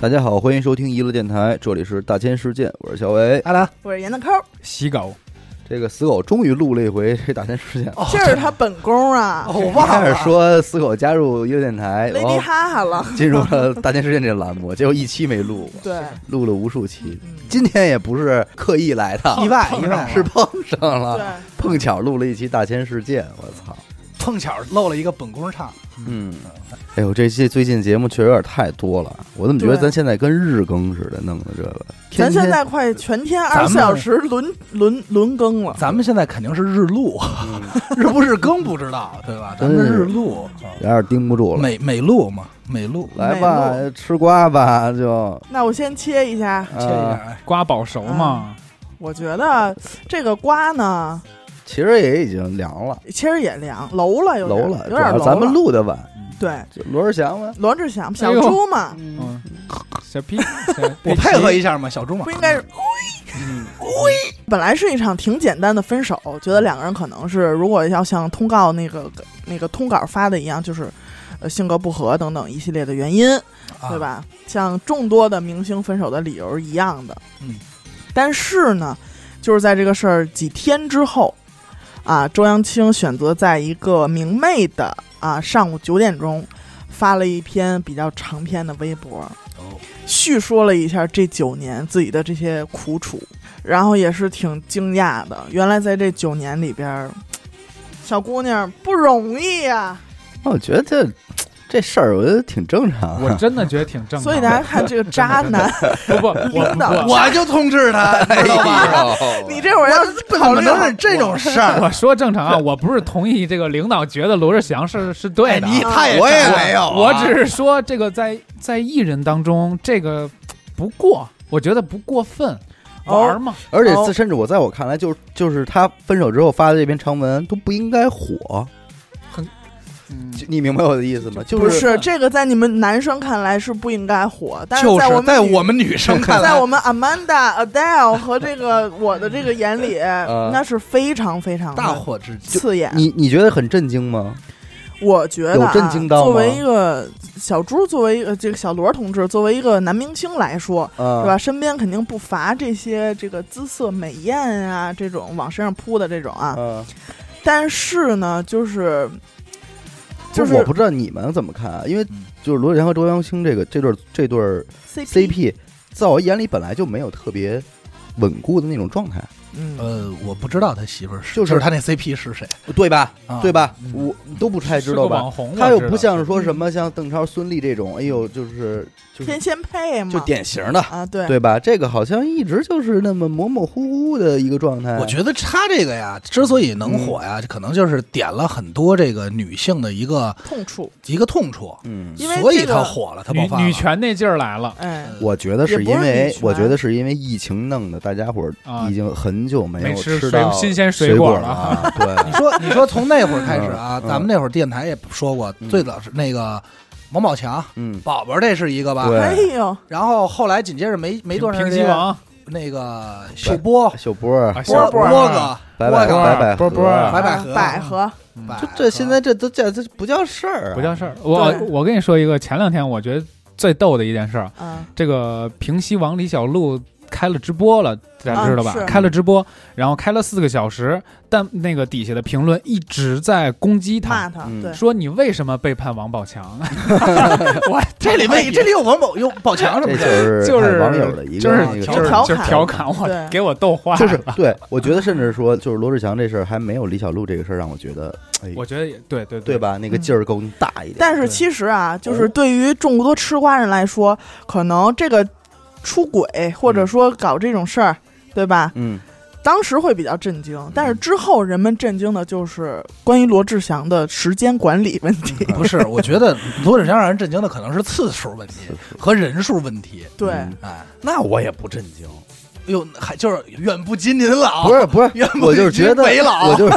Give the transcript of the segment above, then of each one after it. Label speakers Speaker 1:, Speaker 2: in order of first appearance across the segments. Speaker 1: 大家好，欢迎收听娱乐电台，这里是大千世界，我是小伟。
Speaker 2: 阿兰，
Speaker 3: 我是闫德抠，
Speaker 2: 洗狗
Speaker 1: 这个死狗终于录了一回 这大千世界，
Speaker 2: 哦
Speaker 3: 这是他本宫啊，
Speaker 2: 哦，
Speaker 1: 一
Speaker 2: 我忘
Speaker 1: 开
Speaker 2: 了
Speaker 1: 始说死狗加入娱乐电台，
Speaker 3: 雷
Speaker 1: 然
Speaker 3: 迪
Speaker 1: 后
Speaker 3: 哈哈了，
Speaker 1: 进入了大千世界这栏目，结果一期没录，
Speaker 3: 对，
Speaker 1: 录了无数期。
Speaker 3: 嗯
Speaker 1: 今天也不是刻意来的，
Speaker 2: 意外意外
Speaker 1: 是碰上了，
Speaker 3: 对，
Speaker 1: 碰巧录了一期大千世界，我操！
Speaker 2: 碰巧漏了一个本宫唱，
Speaker 1: 嗯，哎呦，这期最近节目确实有点太多了，我怎么觉得
Speaker 3: 对
Speaker 1: 咱现在跟日更似的弄的这个？天
Speaker 3: 咱现
Speaker 1: 天
Speaker 3: 在快全天
Speaker 2: 咱
Speaker 3: 二
Speaker 2: 们
Speaker 3: 十四小时轮轮轮更了，
Speaker 2: 咱们现在肯定是日录， 日不日更不知道，对吧？咱
Speaker 1: 真
Speaker 2: 们
Speaker 1: 是
Speaker 2: 日录，
Speaker 1: 有点盯不住了，
Speaker 2: 美美录嘛，美录，
Speaker 1: 来吧，吃瓜吧，就
Speaker 3: 那我先切一下，
Speaker 2: 切一下，
Speaker 1: 啊，
Speaker 2: 哎
Speaker 4: 瓜保熟嘛，
Speaker 3: 我觉得这个瓜呢，
Speaker 1: 其实也已经凉了，
Speaker 3: 其实也凉，楼了有点
Speaker 1: 楼了，主
Speaker 3: 有点
Speaker 1: 要
Speaker 3: 楼
Speaker 1: 咱们
Speaker 3: 了
Speaker 1: 录的晚，
Speaker 3: 对
Speaker 1: 就罗志祥嘛，
Speaker 3: 罗志祥
Speaker 4: 哎
Speaker 3: 小
Speaker 4: 呦
Speaker 3: 猪嘛，
Speaker 4: 嗯，小屁， 小
Speaker 2: 我配合一下嘛，小猪嘛
Speaker 3: 不，应该是。
Speaker 1: 嗯
Speaker 3: 本来是一场挺简单的分手，觉得两个人可能是如果要像通告那个那个通稿发的一样，就是呃性格不合等等一系列的原因，
Speaker 2: 啊
Speaker 3: 对？吧？像众多的明星分手的理由一样的，
Speaker 2: 嗯，
Speaker 3: 但是呢，就是在这个事儿几天之后，啊，周扬青选择在一个明媚的啊上午九点钟发了一篇比较长篇的微博，
Speaker 2: 哦
Speaker 3: 叙说了一下这九年自己的这些苦楚，然后也是挺惊讶的，原来在这九年里边儿，小姑娘不容易啊，
Speaker 1: 哦我觉得这这事儿我觉得挺正 常
Speaker 4: 我
Speaker 1: 啊，
Speaker 4: 真的觉得挺正常的。
Speaker 3: 所以大家看这个渣男，
Speaker 4: 不不，我
Speaker 3: 领导
Speaker 2: 我就通知他，知道吧？
Speaker 3: 你这会儿要是
Speaker 2: 怎
Speaker 3: 考
Speaker 2: 么
Speaker 3: 虑
Speaker 2: 能是这种事儿？
Speaker 4: 我说正常啊，我不是同意这个领导觉得罗志祥是是对
Speaker 2: 哎，
Speaker 4: 的啊，
Speaker 2: 你他也
Speaker 1: 我也
Speaker 2: 炸了
Speaker 1: 没有啊
Speaker 4: 我只是说这个在在艺人当中这个不过，我觉得不过分。
Speaker 3: 哦
Speaker 4: 玩嘛，
Speaker 1: 而且自甚至我在我看来，就是就是他分手之后发的这篇长文都不应该火，就你明白我的意思吗？就
Speaker 3: 不
Speaker 1: 是
Speaker 3: 是这个，在你们男生看来是不应该火，但
Speaker 2: 就是
Speaker 3: 在我
Speaker 2: 是
Speaker 3: 们
Speaker 2: 在
Speaker 3: 女
Speaker 2: 我们女生看
Speaker 3: 在
Speaker 2: 来
Speaker 3: 我，们 Amanda、Adele 和这个我的这个眼里，
Speaker 1: 呃
Speaker 3: 那是非常非常
Speaker 2: 大
Speaker 3: 的
Speaker 2: 火之际，
Speaker 3: 刺眼。
Speaker 1: 你你觉得很震惊吗？
Speaker 3: 我觉得、
Speaker 1: 有
Speaker 3: 啊、
Speaker 1: 震惊到吗
Speaker 3: 作为一个小猪，作为一个这个小罗同志，作为一个男明星来说，
Speaker 1: 啊，
Speaker 3: 是吧？身边肯定不乏这些这个姿色美艳啊，这种往身上扑的这种啊。
Speaker 1: 嗯，
Speaker 3: 但是呢，就是就是
Speaker 1: 我不知道你们怎么看啊，因为
Speaker 2: 嗯
Speaker 1: 就是罗志祥和周扬青这个这对这对儿
Speaker 3: CP，,
Speaker 1: CP，在我眼里本来就没有特别稳固的那种状态，
Speaker 3: 嗯，
Speaker 2: 呃，我不知道他媳妇儿是，
Speaker 1: 就是
Speaker 2: 就是他那 CP 是谁，
Speaker 1: 对吧？
Speaker 2: 啊
Speaker 1: 对吧？
Speaker 2: 嗯
Speaker 1: 我都不太啊知
Speaker 4: 是
Speaker 1: 道
Speaker 4: 个
Speaker 1: 吧
Speaker 4: 网？红，
Speaker 1: 他
Speaker 4: 我
Speaker 1: 又
Speaker 4: 知
Speaker 1: 不
Speaker 4: 道
Speaker 1: 像是说什么像邓超、孙俪这种，哎呦，就是就是
Speaker 3: 天仙配嘛，
Speaker 1: 就典型的，
Speaker 3: 啊，对，
Speaker 1: 对吧？这个好像一直就是那么模模糊糊的一个状态。
Speaker 2: 我觉得他这个呀，之所以能火呀，可能就是点了很多这个女性的一个
Speaker 3: 痛处。
Speaker 2: 一个痛处，
Speaker 1: 嗯，
Speaker 3: 因为
Speaker 2: 所以
Speaker 3: 这个
Speaker 2: 他火了，他爆发
Speaker 4: 女
Speaker 2: 了
Speaker 4: 女权那劲儿来了，
Speaker 3: 哎，
Speaker 1: 我觉得是因
Speaker 3: 也不是
Speaker 1: 为
Speaker 3: 女，权
Speaker 1: 我觉得是因为疫情弄的，大家伙儿
Speaker 4: 啊
Speaker 1: 已经很久没有
Speaker 4: 没吃
Speaker 1: 到
Speaker 4: 水新鲜
Speaker 1: 水
Speaker 4: 水果了
Speaker 1: 了。啊对
Speaker 2: 你，说，你说从那会儿开始啊，
Speaker 1: 嗯嗯
Speaker 2: 咱们那会儿电台也说过，
Speaker 1: 嗯
Speaker 2: 最早是那个王宝强、
Speaker 1: 嗯，
Speaker 2: 宝宝，这是一个吧。
Speaker 1: 对
Speaker 3: 哎呦，
Speaker 2: 然后后来紧接着没没多长
Speaker 4: 平
Speaker 2: 时
Speaker 4: 西
Speaker 2: 间，
Speaker 4: 王
Speaker 2: 那个秀波、
Speaker 1: 小波儿，
Speaker 4: 啊
Speaker 2: 波
Speaker 4: 小波儿
Speaker 2: 波哥、
Speaker 1: 白
Speaker 2: 波
Speaker 1: 百
Speaker 2: 哥、
Speaker 1: 白百
Speaker 4: 波
Speaker 1: 合
Speaker 4: 波
Speaker 2: 白百
Speaker 3: 啊
Speaker 2: 合、
Speaker 3: 百合，
Speaker 2: 百合，
Speaker 1: 就这现在这都叫这不叫事儿啊，
Speaker 4: 嗯不叫事儿。我
Speaker 3: 对
Speaker 4: 我跟你说一个，前两天我觉得最逗的一件事儿，
Speaker 3: 嗯，
Speaker 4: 这个平西王李小璐开了直播了，大家知道吧？
Speaker 3: 啊是
Speaker 4: 开了直播，然后开了四个小时，但那个底下的评论一直在攻击
Speaker 3: 骂
Speaker 4: 他，
Speaker 3: 他，
Speaker 1: 嗯
Speaker 3: 对，
Speaker 4: 说你为什么背叛王 宝强？ 我
Speaker 2: 这里面这里有王宝有宝强什
Speaker 1: 这
Speaker 2: 么
Speaker 1: 就
Speaker 2: 的，
Speaker 1: 是
Speaker 4: 就
Speaker 1: 看
Speaker 4: 是
Speaker 1: 网友的一个
Speaker 4: 就是
Speaker 1: 那个
Speaker 4: 就
Speaker 3: 事
Speaker 4: 是
Speaker 3: 儿
Speaker 1: 状态
Speaker 4: 就是调侃我
Speaker 3: 对，
Speaker 4: 给我逗坏了。
Speaker 1: 就是对，我觉得甚至说，就是罗志祥这事儿还没有李小璐这个事儿让我觉得，哎，
Speaker 4: 我觉得也对对
Speaker 1: 对？吧？那个劲儿更大一点。
Speaker 3: 但是其实啊，就是对于众多吃瓜人来说，可能这个出轨或者说搞这种事儿，对吧？
Speaker 1: 嗯，
Speaker 3: 当时会比较震惊，但是之后人们震惊的就是关于罗志祥的时间管理问题。
Speaker 2: 不是？我觉得罗志祥让人震惊的可能是次数问题和人数问题。
Speaker 3: 对
Speaker 1: 嗯，
Speaker 2: 哎，
Speaker 1: 那我也不震惊，
Speaker 2: 哟，还就是远不及您老，
Speaker 1: 不是不是
Speaker 2: 远，不
Speaker 1: 我就是
Speaker 2: 及
Speaker 1: 觉得，
Speaker 2: 北老
Speaker 1: 我就是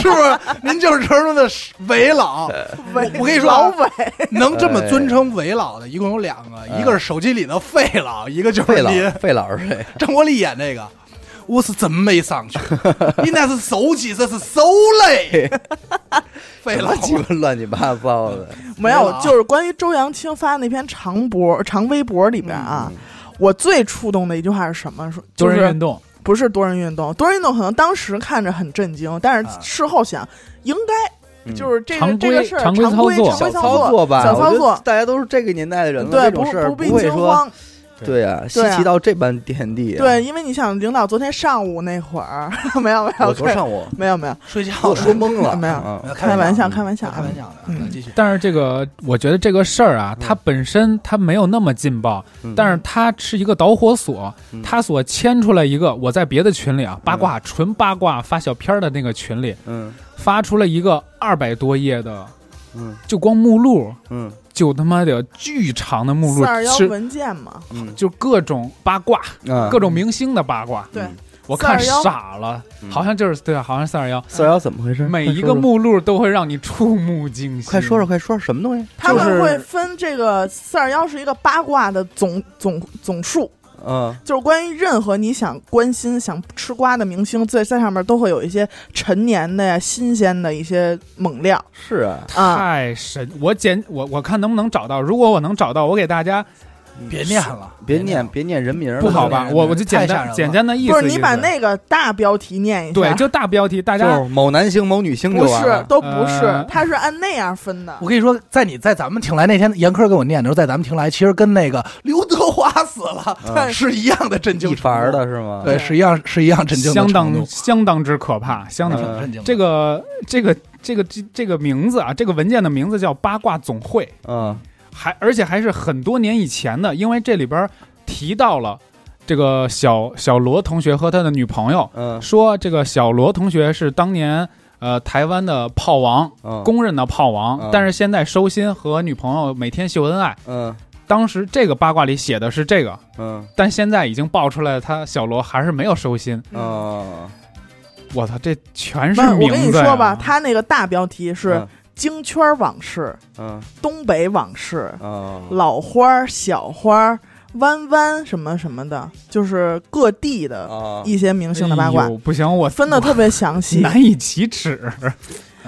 Speaker 2: 是不是？您就是成了的韦老，
Speaker 1: 哎
Speaker 3: 伟
Speaker 2: 我跟你说啊
Speaker 3: 老伟，
Speaker 2: 能这么尊称韦老的，一共有两个，
Speaker 1: 哎
Speaker 2: 一个是手机里的费老，一个就是
Speaker 1: 费
Speaker 2: 您
Speaker 1: 老费老是谁？
Speaker 2: 张国立演那个。我是真没上去，你那是手机，这是手 累，废了
Speaker 1: 什么鸡巴乱七八糟的，
Speaker 3: 没
Speaker 2: 没
Speaker 3: 有
Speaker 2: 了，啊
Speaker 3: 就是关于周扬青发的那篇长博、长微博里边啊，
Speaker 1: 嗯
Speaker 3: 我最触动的一句话是什么？说
Speaker 4: 多
Speaker 3: 就
Speaker 4: 人
Speaker 3: 是
Speaker 4: 运动，
Speaker 3: 不是多人运动，多人运动可能当时看着很震惊，但
Speaker 2: 啊
Speaker 3: 是事后想，应该
Speaker 1: 嗯
Speaker 3: 就是这个
Speaker 4: 常
Speaker 3: 这
Speaker 4: 规
Speaker 3: 个事儿
Speaker 4: 常
Speaker 3: 常
Speaker 4: 规
Speaker 3: 规
Speaker 4: 操
Speaker 3: 常
Speaker 4: 作
Speaker 1: 小
Speaker 3: 规
Speaker 1: 操
Speaker 3: 作
Speaker 1: 吧，
Speaker 3: 小
Speaker 1: 我觉
Speaker 3: 操
Speaker 1: 得
Speaker 3: 作，
Speaker 1: 大家都是这个年代的人了，
Speaker 3: 对，
Speaker 1: 这
Speaker 3: 不
Speaker 1: 种事儿
Speaker 3: 不必
Speaker 1: 会
Speaker 3: 惊
Speaker 1: 说，
Speaker 3: 慌。
Speaker 1: 对啊，稀
Speaker 3: 对啊
Speaker 1: 奇到这般田地，，啊
Speaker 3: 对，因为你想，领导昨天上午那会儿 没有没有
Speaker 1: 我昨
Speaker 3: 开
Speaker 1: 上午
Speaker 3: 没有没有
Speaker 2: 睡觉
Speaker 1: 我
Speaker 2: 了
Speaker 1: 说懵了，
Speaker 3: 没有
Speaker 1: 嗯
Speaker 3: 开玩笑开玩笑
Speaker 2: 开玩笑的，
Speaker 3: 嗯
Speaker 2: 来继续。
Speaker 4: 但是这个我觉得这个事儿啊，它本身它没有那么劲爆，
Speaker 1: 嗯
Speaker 4: 但是它是一个导火索
Speaker 1: 嗯，
Speaker 4: 它所牵出来一个我在别的群里啊八卦纯八卦发小片儿的那个群里
Speaker 1: 嗯
Speaker 4: 发出了一个二百多页的，
Speaker 1: 嗯
Speaker 4: 就光目录
Speaker 1: 嗯
Speaker 4: 就他妈的巨长的目录
Speaker 3: 四二，幺
Speaker 4: 是
Speaker 3: 文件嘛，
Speaker 1: 嗯
Speaker 4: 就各种八卦，
Speaker 1: 啊
Speaker 4: 各种明星的八卦，
Speaker 3: 对
Speaker 1: 嗯
Speaker 4: 我看
Speaker 3: 421
Speaker 4: 傻了
Speaker 1: 嗯，
Speaker 4: 好像就是对啊，好像四二幺，
Speaker 1: 四幺怎么回事？
Speaker 4: 每一
Speaker 1: 快
Speaker 4: 个
Speaker 1: 说说
Speaker 4: 目录都会让你触目惊心。
Speaker 1: 快说说，快说说什么东西？
Speaker 3: 他
Speaker 4: 就是
Speaker 3: 们会分这个四二幺是一个八卦的总总总数，
Speaker 1: 嗯
Speaker 3: 就是关于任何你想关心、想吃瓜的明星，在在上面都会有一些陈年的呀、新鲜的一些猛料
Speaker 1: 是啊，
Speaker 3: 啊。
Speaker 4: 太神！我简我我看能不能找到，如果我能找到，我给大家
Speaker 2: 别念了，
Speaker 1: 别念别念人名了，
Speaker 4: 不好吧？
Speaker 2: 太
Speaker 4: 我我就
Speaker 2: 太
Speaker 4: 简
Speaker 2: 吓人
Speaker 4: 单
Speaker 2: 了
Speaker 4: 简单的意思
Speaker 3: 不
Speaker 4: 就是
Speaker 3: 你把那个大标题念一下，
Speaker 4: 对，就大标题，大
Speaker 1: 就
Speaker 4: 家
Speaker 1: 是某男星某女星就
Speaker 3: 不
Speaker 1: 完
Speaker 3: 是
Speaker 1: 了。
Speaker 3: 都不是
Speaker 4: 呃，
Speaker 3: 他是按那样分的
Speaker 2: 我。跟你说，在你在咱们挺来那天，严科给我念的时候，在咱们挺来，其实跟那个刘德华死了、
Speaker 1: 嗯
Speaker 2: 是一样的震惊
Speaker 1: 一
Speaker 2: 程度
Speaker 1: 凡儿，的是吗？
Speaker 2: 对，是一样是一样震惊的
Speaker 4: 相
Speaker 2: 程
Speaker 4: 当
Speaker 2: 度
Speaker 4: 相当之可怕，相当之
Speaker 1: 嗯
Speaker 2: 震惊的。
Speaker 4: 这个这个这个这这个名字啊，这个文件的名字叫八卦总会，
Speaker 1: 嗯，
Speaker 4: 还而且还是很多年以前的，因为这里边提到了这个小小罗同学和他的女朋友，
Speaker 1: 嗯
Speaker 4: 说这个小罗同学是当年呃台湾的炮王，
Speaker 1: 嗯
Speaker 4: 公认的炮王，
Speaker 1: 嗯
Speaker 4: 但是现在收心和女朋友每天秀恩爱。
Speaker 1: 嗯
Speaker 4: 当时这个八卦里写的是这个，
Speaker 1: 嗯
Speaker 4: 但现在已经爆出来，他小罗还是没有收心。
Speaker 3: 嗯，
Speaker 1: 嗯，
Speaker 4: 我操，这全
Speaker 3: 不
Speaker 4: 是
Speaker 3: 是我
Speaker 4: 名字、
Speaker 3: 跟你说吧，，他那个大标题是
Speaker 1: 嗯
Speaker 3: “京圈往事”“
Speaker 1: 嗯
Speaker 3: 东北往事”“
Speaker 1: 嗯
Speaker 3: 老花儿、小花儿、弯弯什么什么的，就是各地的
Speaker 1: 啊
Speaker 3: 一些明星的八
Speaker 4: 哎
Speaker 3: 卦
Speaker 4: 呦，不行，我
Speaker 3: 分的特别详细。
Speaker 4: 难以启齿。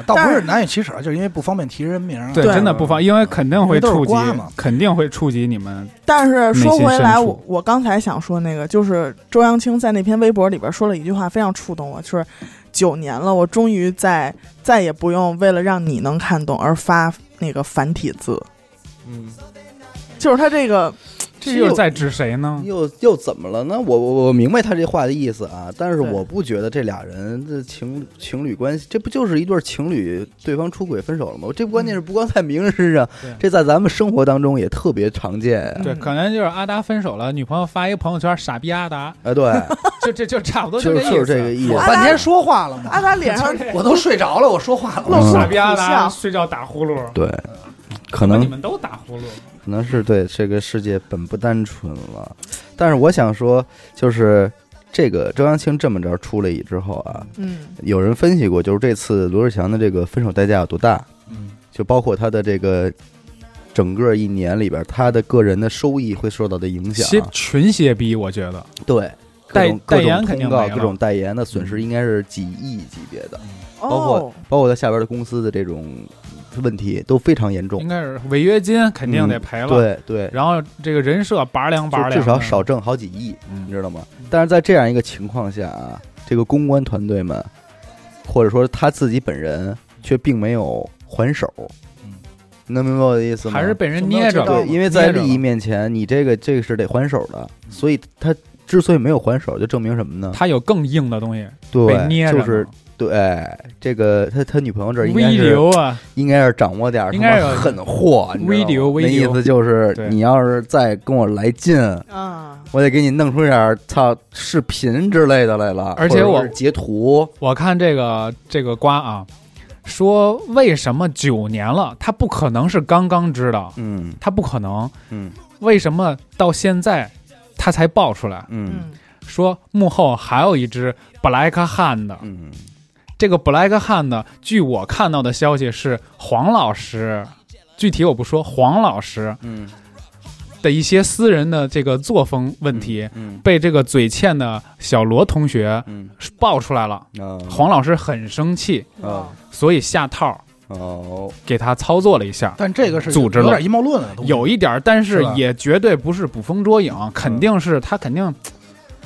Speaker 2: 倒不
Speaker 3: 但
Speaker 2: 是
Speaker 3: 是
Speaker 2: 难以启齿，啊就是因为不方便提人名。啊
Speaker 4: 对，
Speaker 3: 对
Speaker 4: 真的不方，因为肯定会触及
Speaker 2: 因为都是瓜嘛，
Speaker 4: 肯定会触及你们。
Speaker 3: 但是说回
Speaker 4: 内心深
Speaker 3: 来，
Speaker 4: 处
Speaker 3: 我我刚才想说那个，就是周扬青在那篇微博里边说了一句话，非常触动我，就是九年了，我终于在再也不用为了让你能看懂而发那个繁体字，
Speaker 1: 嗯，
Speaker 3: 就是他这个
Speaker 4: 这又是在指谁呢？
Speaker 1: 又又怎么了呢？我我我明白他这话的意思啊，但是
Speaker 3: 对
Speaker 1: 我不觉得这俩人的情情侣关系，这不就是一对情侣对方出轨分手了吗？这不关键是不光在名人身上，
Speaker 4: 对
Speaker 1: 这在咱们生活当中也特别常见呀。
Speaker 4: 对，
Speaker 3: 嗯
Speaker 4: 可能就是阿达分手了，女朋友发一个朋友圈，傻逼阿达，
Speaker 1: 啊，对，
Speaker 4: 就这就差不多
Speaker 1: 就
Speaker 4: 这
Speaker 1: 是就是这个
Speaker 4: 意
Speaker 1: 意
Speaker 2: 我
Speaker 1: 思。
Speaker 2: 半天说话了
Speaker 3: 阿
Speaker 2: 吗？
Speaker 3: 达脸上
Speaker 4: 思。
Speaker 2: 我都睡着 了，我说话了嗯
Speaker 3: 露
Speaker 2: 吗。
Speaker 3: 出
Speaker 4: 傻逼啊阿
Speaker 3: 苦
Speaker 4: 达
Speaker 3: 笑，
Speaker 4: 睡觉打呼噜，
Speaker 1: 对，可
Speaker 4: 那
Speaker 1: 能
Speaker 4: 你们都打呼噜。
Speaker 1: 可能是对这个世界本不单纯了。但是我想说，就是这个周扬青这么着出来之后啊，
Speaker 3: 嗯，
Speaker 1: 有人分析过，就是这次罗志祥的这个分手代价有多大？
Speaker 2: 嗯，
Speaker 1: 就包括他的这个整个一年里边，他的个人的收益会受到的影
Speaker 4: 歇
Speaker 1: 响。啊
Speaker 4: 群歇逼，我觉得
Speaker 1: 对，各
Speaker 4: 代
Speaker 1: 种各
Speaker 4: 代言
Speaker 1: 种
Speaker 4: 肯定
Speaker 1: 通告、
Speaker 4: 没了
Speaker 1: 各种代言的损失应该是几亿级别的， 包
Speaker 3: 哦
Speaker 1: 括，包括他下边的公司的这种问题都非常严
Speaker 4: 应
Speaker 1: 重。
Speaker 4: 该是违约金肯定得赔了。，
Speaker 1: 嗯对对，
Speaker 4: 嗯然后这个人设拔凉拔
Speaker 1: 就
Speaker 4: 凉的，
Speaker 1: 至少少挣好几亿，你
Speaker 4: 嗯。
Speaker 1: 知道吗？但是在这样一个情况下啊，这个公关团队们，或者说他自己本人，却并没有还手
Speaker 2: 嗯，
Speaker 1: 你能明白我的意思吗？
Speaker 4: 还是被人捏着了
Speaker 1: 对，，因为在
Speaker 4: 捏着了
Speaker 1: 利益面前，你这个这个是得还手的，所以他之所以没有还手，就证明什么呢？
Speaker 4: 他有更硬的东西被捏
Speaker 1: 对，
Speaker 4: 着
Speaker 1: 就
Speaker 4: 呢，
Speaker 1: 是对这个他他女朋友这儿应该
Speaker 4: 微
Speaker 1: 是
Speaker 4: 流啊，
Speaker 1: 应该是掌握点儿
Speaker 4: 应该
Speaker 1: 他妈
Speaker 4: 有
Speaker 1: 狠货，你知道吗
Speaker 4: 微流微
Speaker 1: 那意
Speaker 4: 流
Speaker 1: 思就是
Speaker 4: 对
Speaker 1: 你要是再跟我来劲，
Speaker 3: 啊，
Speaker 1: 我得给你弄出点儿操视频之类的来了，
Speaker 4: 而且我
Speaker 1: 或者是截图，
Speaker 4: 我看这个这个瓜啊，说为什么九年了，他不可能是刚刚知道，
Speaker 1: 嗯
Speaker 4: 他不可能，
Speaker 1: 嗯
Speaker 4: 为什么到现在他才爆出来？
Speaker 1: 嗯
Speaker 3: 嗯，
Speaker 4: 说幕后还有一只 Black Hand，
Speaker 1: 嗯，
Speaker 4: 这个 Black Hand，据我看到的消息是黄老师，具体我不说，黄老师
Speaker 1: 嗯
Speaker 4: 的一些私人的这个作风问题，
Speaker 1: 嗯
Speaker 4: 被这个嘴欠的小罗同学
Speaker 1: 嗯
Speaker 4: 爆出来了。
Speaker 1: 嗯，
Speaker 4: 黄老师很生气，
Speaker 3: 嗯
Speaker 1: 啊
Speaker 4: 所以下套
Speaker 1: 哦，
Speaker 4: 给他操作了一下，
Speaker 2: 但这个是
Speaker 4: 组织了
Speaker 2: 有点阴谋论啊的东
Speaker 1: 嗯
Speaker 2: 西，
Speaker 4: 有一点儿，但
Speaker 2: 是
Speaker 4: 是
Speaker 2: 吧
Speaker 4: 也绝对不是捕风捉影，肯定是他肯定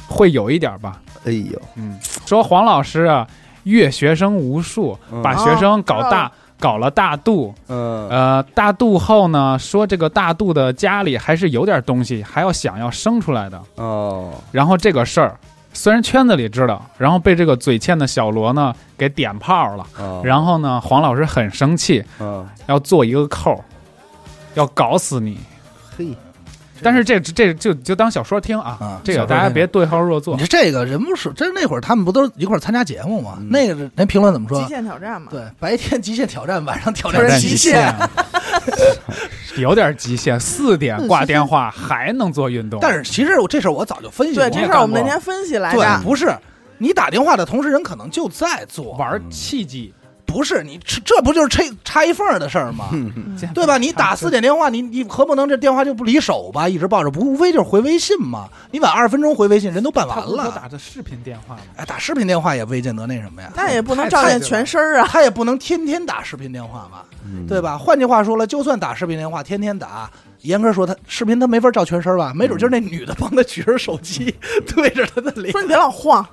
Speaker 4: 会有一点儿吧。
Speaker 1: 哎呦，
Speaker 4: 嗯，说黄老师啊，阅学生无数，
Speaker 1: 嗯
Speaker 4: 把学生搞大，搞了大肚。
Speaker 1: 嗯
Speaker 4: 呃，大肚后呢，说这个大肚的家里还是有点东西，还要想要生出来的。
Speaker 1: 哦，
Speaker 4: 然后这个事儿，虽然圈子里知道，然后被这个嘴欠的小罗呢给点炮了。
Speaker 1: 哦
Speaker 4: 然后呢，黄老师很生气，
Speaker 1: 嗯
Speaker 4: 要做一个扣儿，要搞死你。
Speaker 1: 嘿，
Speaker 4: 但是这这就就当小说听啊，
Speaker 2: 啊
Speaker 4: 这
Speaker 2: 小
Speaker 4: 个
Speaker 2: 说
Speaker 4: 大家
Speaker 2: 听
Speaker 4: 别对号入座
Speaker 2: 你。说这个人不是，这那会儿他们不都一块儿参加节目吗？
Speaker 1: 嗯
Speaker 2: 那个人评论怎么
Speaker 3: 极
Speaker 2: 说？
Speaker 3: 限挑战嘛，
Speaker 2: 对，白天极限挑战，晚上挑
Speaker 3: 不
Speaker 2: 战
Speaker 3: 是
Speaker 2: 极
Speaker 3: 极
Speaker 2: 限。
Speaker 3: 限
Speaker 4: 啊， 有点极限。四点挂电话还能做运动，
Speaker 2: 但是其实我这事儿我早就分析过
Speaker 3: 对
Speaker 2: 了，
Speaker 3: 这事儿我们那天分析来
Speaker 2: 对，
Speaker 3: 着，
Speaker 2: 不是你打电话的同时，人可能就在做，
Speaker 4: 玩契机，
Speaker 2: 不是你这这不就是拆插一缝儿的事儿吗？
Speaker 1: 嗯
Speaker 3: 嗯
Speaker 2: 对吧？你打四点电话，你你可不能这电话就不离手吧？一直抱着，不无非就是回微信嘛。你晚二十分钟回微信，人都办完
Speaker 4: 他不是说
Speaker 2: 了。
Speaker 4: 打的视频电话吗？
Speaker 2: 哎，打视频电话也未见得那什么呀。
Speaker 3: 但也不能照见全身儿啊。
Speaker 2: 他也不能天天打视频电话吧，对？吧？换句话说了，就算打视频电话，天天打，严格说他视频他没法照全身吧，没准就是那女的帮他举着手机 对着他的脸
Speaker 3: 说你别老晃，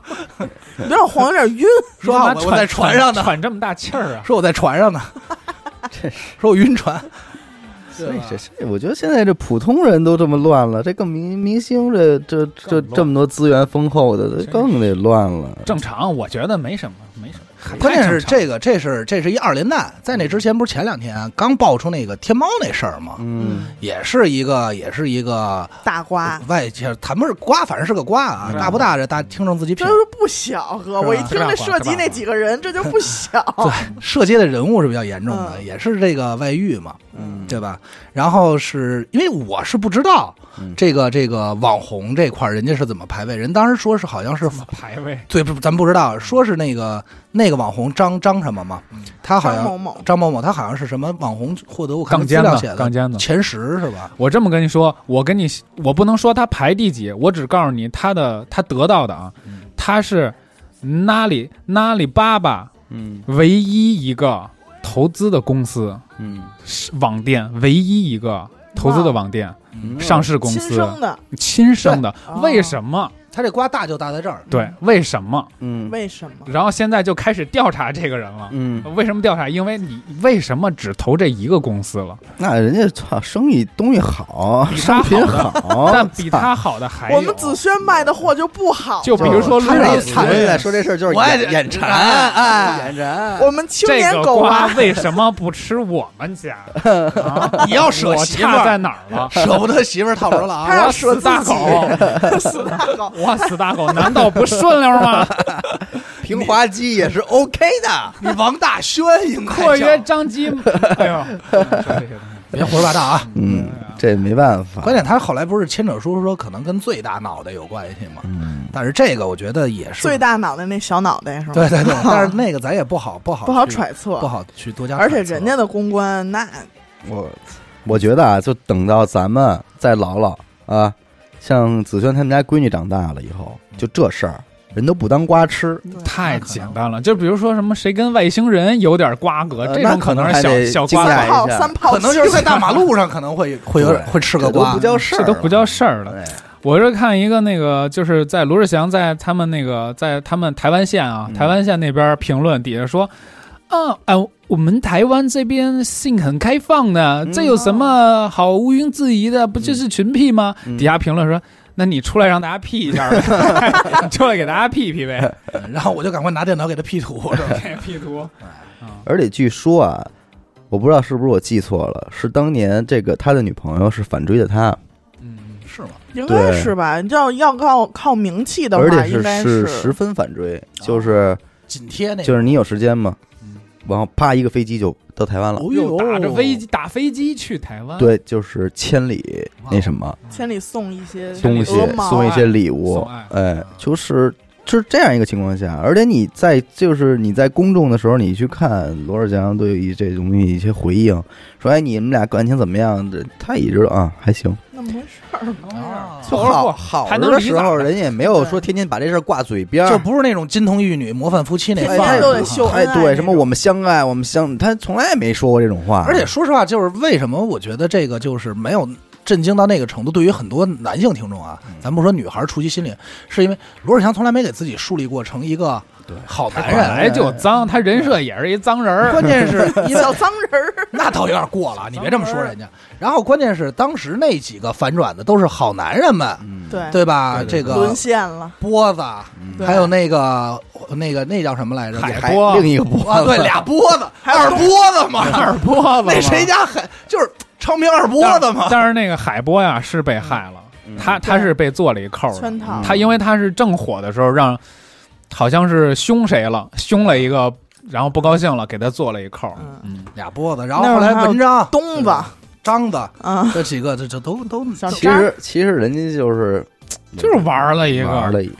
Speaker 3: 你别老晃，有点晕。
Speaker 2: 说啊，我
Speaker 4: 你他妈
Speaker 2: 我在
Speaker 4: 喘
Speaker 2: 船上呢，
Speaker 4: 喘这么大气儿啊！
Speaker 2: 说我在船 上呢，
Speaker 1: 真是，
Speaker 2: 说我晕船，
Speaker 1: 所
Speaker 2: 对
Speaker 1: 以
Speaker 2: 吧
Speaker 1: 这这，我觉得现在这普通人都这么乱了，这更明明星这这这
Speaker 4: 更乱
Speaker 1: 这么多资源丰厚的，
Speaker 4: 是
Speaker 1: 更得乱了。
Speaker 4: 正常，我觉得没什么，没什么。
Speaker 2: 关键是
Speaker 4: 太正常了
Speaker 2: 这个，这是这是一二连弹，在那之前不是前两天啊刚爆出那个天猫那事儿吗？
Speaker 1: 嗯，
Speaker 2: 也是一个，也是一个
Speaker 3: 大瓜，
Speaker 2: 外界，谈不是瓜，反正是个瓜啊，
Speaker 4: 嗯
Speaker 2: 大不大这大听众自己
Speaker 3: 这
Speaker 2: 品。
Speaker 3: 就不小，哥，
Speaker 4: 是吧
Speaker 3: 我一听这涉及那几个人，这就不小。
Speaker 2: 对，涉及的人物是比较严重的，
Speaker 3: 嗯
Speaker 2: 也是这个外遇嘛，
Speaker 1: 嗯
Speaker 2: 对吧？然后是因为我是不知道
Speaker 1: 嗯
Speaker 2: 这个这个网红这块儿人家是怎么排位，人当时说是好像是
Speaker 4: 怎么排位？
Speaker 2: 对，不，咱不知道，说是那个那个网红张张什么嘛，他好像
Speaker 3: 张某某
Speaker 2: 张某某，他好像是什么网红获得我看
Speaker 4: 杠
Speaker 2: 资
Speaker 4: 尖
Speaker 2: 料
Speaker 4: 的
Speaker 2: 写
Speaker 4: 杠尖的
Speaker 2: 前十是吧？
Speaker 4: 我这么跟你说，我跟你，我不能说他排第几，我只告诉你他的他得到的啊，
Speaker 2: 嗯
Speaker 4: 他是阿里阿里巴巴
Speaker 1: 嗯
Speaker 4: 唯一一个投资的公司，
Speaker 1: 嗯
Speaker 4: 是网店唯一一个投资的网店，
Speaker 1: 嗯
Speaker 4: 上市公
Speaker 3: 亲
Speaker 4: 司
Speaker 3: 生的，
Speaker 4: 亲生的
Speaker 3: 对，
Speaker 4: 为什么？
Speaker 2: 他这瓜大就大在 这儿，
Speaker 4: 对，为什么？
Speaker 1: 嗯
Speaker 3: 为什么？
Speaker 4: 然后现在就开始调查这个人了。
Speaker 1: 嗯，
Speaker 4: 为什么调查？因为你为什么只投这一个公司了？
Speaker 1: 那人家操生意东西好，
Speaker 4: 比
Speaker 1: 商
Speaker 4: 他
Speaker 1: 品
Speaker 4: 好
Speaker 1: 好，
Speaker 4: 但比他好的还有
Speaker 3: 我们子轩卖的货就不好，
Speaker 4: 就比如说
Speaker 1: 他
Speaker 4: 陆
Speaker 1: 这
Speaker 4: 老
Speaker 1: 意
Speaker 4: 师
Speaker 1: 思，我在说这事儿就是
Speaker 2: 我也
Speaker 1: 眼眼馋，
Speaker 3: 啊
Speaker 2: 哎
Speaker 1: 眼馋，
Speaker 3: 我们 青
Speaker 4: 这
Speaker 3: 年
Speaker 4: 个
Speaker 3: 狗啊
Speaker 4: 瓜
Speaker 3: 娃
Speaker 4: 为什么不吃我 们家？啊
Speaker 2: 你要舍
Speaker 4: 我
Speaker 2: 媳妇
Speaker 4: 差在
Speaker 2: 儿，
Speaker 4: 哪儿了？
Speaker 2: 舍不得媳妇儿套着了 啊！
Speaker 3: 他 要
Speaker 4: 我
Speaker 3: 说
Speaker 4: 死
Speaker 3: 自
Speaker 4: 大
Speaker 3: 己
Speaker 4: 狗，，
Speaker 3: 啊死大狗。
Speaker 4: 我死大狗，难道不顺溜吗？
Speaker 1: 平滑肌也是 OK 的。
Speaker 2: 你王大轩应 该
Speaker 4: 括约
Speaker 2: 叫
Speaker 4: 张机，哎呦，说这些东西
Speaker 2: 别胡说八道啊！
Speaker 1: 嗯，这没办法。
Speaker 2: 关键他后来不是牵扯出说可能跟最大脑袋有关系嘛，
Speaker 1: 嗯，
Speaker 2: 但是这个我觉得也是
Speaker 3: 最大脑袋那小脑袋是吗？
Speaker 2: 对对对，但是那个咱也不好不好
Speaker 3: 不好
Speaker 2: 去
Speaker 3: 揣测
Speaker 2: 不。好去多加揣
Speaker 3: 而
Speaker 2: 测，
Speaker 3: 且人家的公关，那
Speaker 1: 我我觉得啊，就等到咱们再老老啊，像子轩他们家闺女长大了以后，就这事儿，人都不当瓜吃。
Speaker 3: 对
Speaker 4: 太简单了，就比如说什么谁跟外星人有点瓜葛，
Speaker 1: 呃
Speaker 4: 这
Speaker 1: 那
Speaker 4: 种
Speaker 1: 可能
Speaker 4: 能
Speaker 1: 还得
Speaker 4: 是小小
Speaker 1: 惊
Speaker 4: 瓜
Speaker 1: 讶
Speaker 3: 三
Speaker 1: 一
Speaker 4: 葛，
Speaker 3: 炮
Speaker 1: 下
Speaker 3: 三炮，
Speaker 2: 可能就是在大马路上可能会会有
Speaker 1: 对
Speaker 2: 会吃个
Speaker 1: 这都
Speaker 2: 瓜
Speaker 1: 不，叫事儿了，
Speaker 4: 这
Speaker 1: 哎
Speaker 4: 都不叫事儿了。
Speaker 1: 对
Speaker 4: 我是看一个那个，就是在罗志祥在他们那个在他们台湾县啊
Speaker 1: 嗯，
Speaker 4: 台湾县那边评论底下说，啊啊，我们台湾这边性很开放的，
Speaker 1: 嗯
Speaker 4: 这有什么好毋庸置疑的？不就是群 P 吗？
Speaker 1: 嗯
Speaker 4: 底下评论说，那你出来让大家 P 一下呗， 你出来给大家 P 一 P 呗
Speaker 2: 然后我就赶快拿电脑给他 P 图，是吧
Speaker 4: ，P 图。
Speaker 1: 而且据说啊，我不知道是不是我记错了，是当年这个他的女朋友是反追的他，
Speaker 4: 嗯，
Speaker 2: 是吗？
Speaker 3: 应该是吧？你要要靠靠名气的
Speaker 1: 而
Speaker 3: 话，
Speaker 1: 且
Speaker 3: 应
Speaker 1: 是
Speaker 3: 该
Speaker 1: 是哦十分反追，就是
Speaker 2: 紧贴那个，
Speaker 1: 就是你有时间吗
Speaker 4: 嗯？
Speaker 1: 然后啪一个飞机就到台湾了，
Speaker 2: 哦
Speaker 4: 又打着飞
Speaker 2: 机，
Speaker 4: 机打飞机去台湾，，
Speaker 1: 对，就是千里那什么
Speaker 3: 千里送一些
Speaker 1: 东西
Speaker 3: 鹅毛
Speaker 1: 送一
Speaker 4: 啊
Speaker 1: 些礼物
Speaker 4: 送爱，
Speaker 1: 哎，就是就是这样一个情况下，而且你在就是你在公众的时候，你去看罗志祥对于这东西一些回应，说哎你们俩感情怎么样？这他也知道啊，还行，
Speaker 3: 那么回事儿吧？
Speaker 1: 哦
Speaker 2: 啊
Speaker 1: 就
Speaker 4: 凑合
Speaker 1: 好
Speaker 4: 过，
Speaker 1: 好
Speaker 4: 还
Speaker 1: 着
Speaker 4: 能
Speaker 1: 的
Speaker 4: 理
Speaker 1: 时
Speaker 4: 咋
Speaker 1: 候，
Speaker 4: 的
Speaker 1: 人也没有
Speaker 3: 对
Speaker 1: 说天天把这事儿挂嘴边儿，
Speaker 2: 就不是那种金童玉女模范夫妻那
Speaker 3: 天
Speaker 2: 范
Speaker 1: 天
Speaker 2: 儿
Speaker 1: 都
Speaker 3: 得
Speaker 2: 啊
Speaker 3: 秀
Speaker 1: 哎，
Speaker 3: 恩爱
Speaker 1: 对，
Speaker 3: 那
Speaker 1: 什么
Speaker 3: 种
Speaker 1: 我们相爱，我们相，他从来没说过这种话。
Speaker 2: 而且说实话，就是为什么我觉得这个就是没有震惊到那个程度。对于很多男性听众啊，
Speaker 1: 嗯
Speaker 2: 咱不说女孩触及心灵，是因为罗志祥从来没给自己树立过成一个好男
Speaker 4: 本来
Speaker 2: 人。
Speaker 4: 就脏，他人设也是一脏人儿。
Speaker 2: 关键是因为
Speaker 3: 小脏人儿，
Speaker 2: 那倒有点过了，你别这么说人家。然后关键是当时那几个反转的都是好男人们，
Speaker 1: 嗯，
Speaker 3: 对
Speaker 2: 对吧？
Speaker 1: 对对
Speaker 2: 这
Speaker 3: 沦
Speaker 2: 个
Speaker 3: 陷了。
Speaker 2: 波子，
Speaker 1: 嗯，
Speaker 3: 对
Speaker 2: 还有那个那个那叫什么来着？
Speaker 4: 海
Speaker 1: 还
Speaker 4: 波
Speaker 1: 另一个波
Speaker 2: 啊，
Speaker 1: 子，
Speaker 2: 对，俩波子，
Speaker 3: 还有
Speaker 2: 二波子 嘛，
Speaker 4: 二波子嘛，
Speaker 2: 那谁家海就是昌平二波子嘛
Speaker 4: 但？但是那个海波呀是被害了，
Speaker 1: 嗯
Speaker 4: 他
Speaker 3: 啊
Speaker 4: 他是被做了一扣的。
Speaker 3: 圈套，
Speaker 4: 他因为他是正火的时候，让好像是凶谁了，凶了一个，然后不高兴了，给他做了一扣。
Speaker 3: 嗯
Speaker 4: 嗯，
Speaker 2: 俩波子，然后
Speaker 3: 那
Speaker 2: 后
Speaker 3: 会儿
Speaker 2: 来
Speaker 3: 还有
Speaker 2: 文章、
Speaker 3: 东子啊
Speaker 2: 张子，
Speaker 3: 嗯
Speaker 2: 这几个，这这都都
Speaker 3: 小
Speaker 1: 其实其实人家就是
Speaker 4: 就是玩了一
Speaker 1: 玩
Speaker 4: 个，
Speaker 1: 了一个，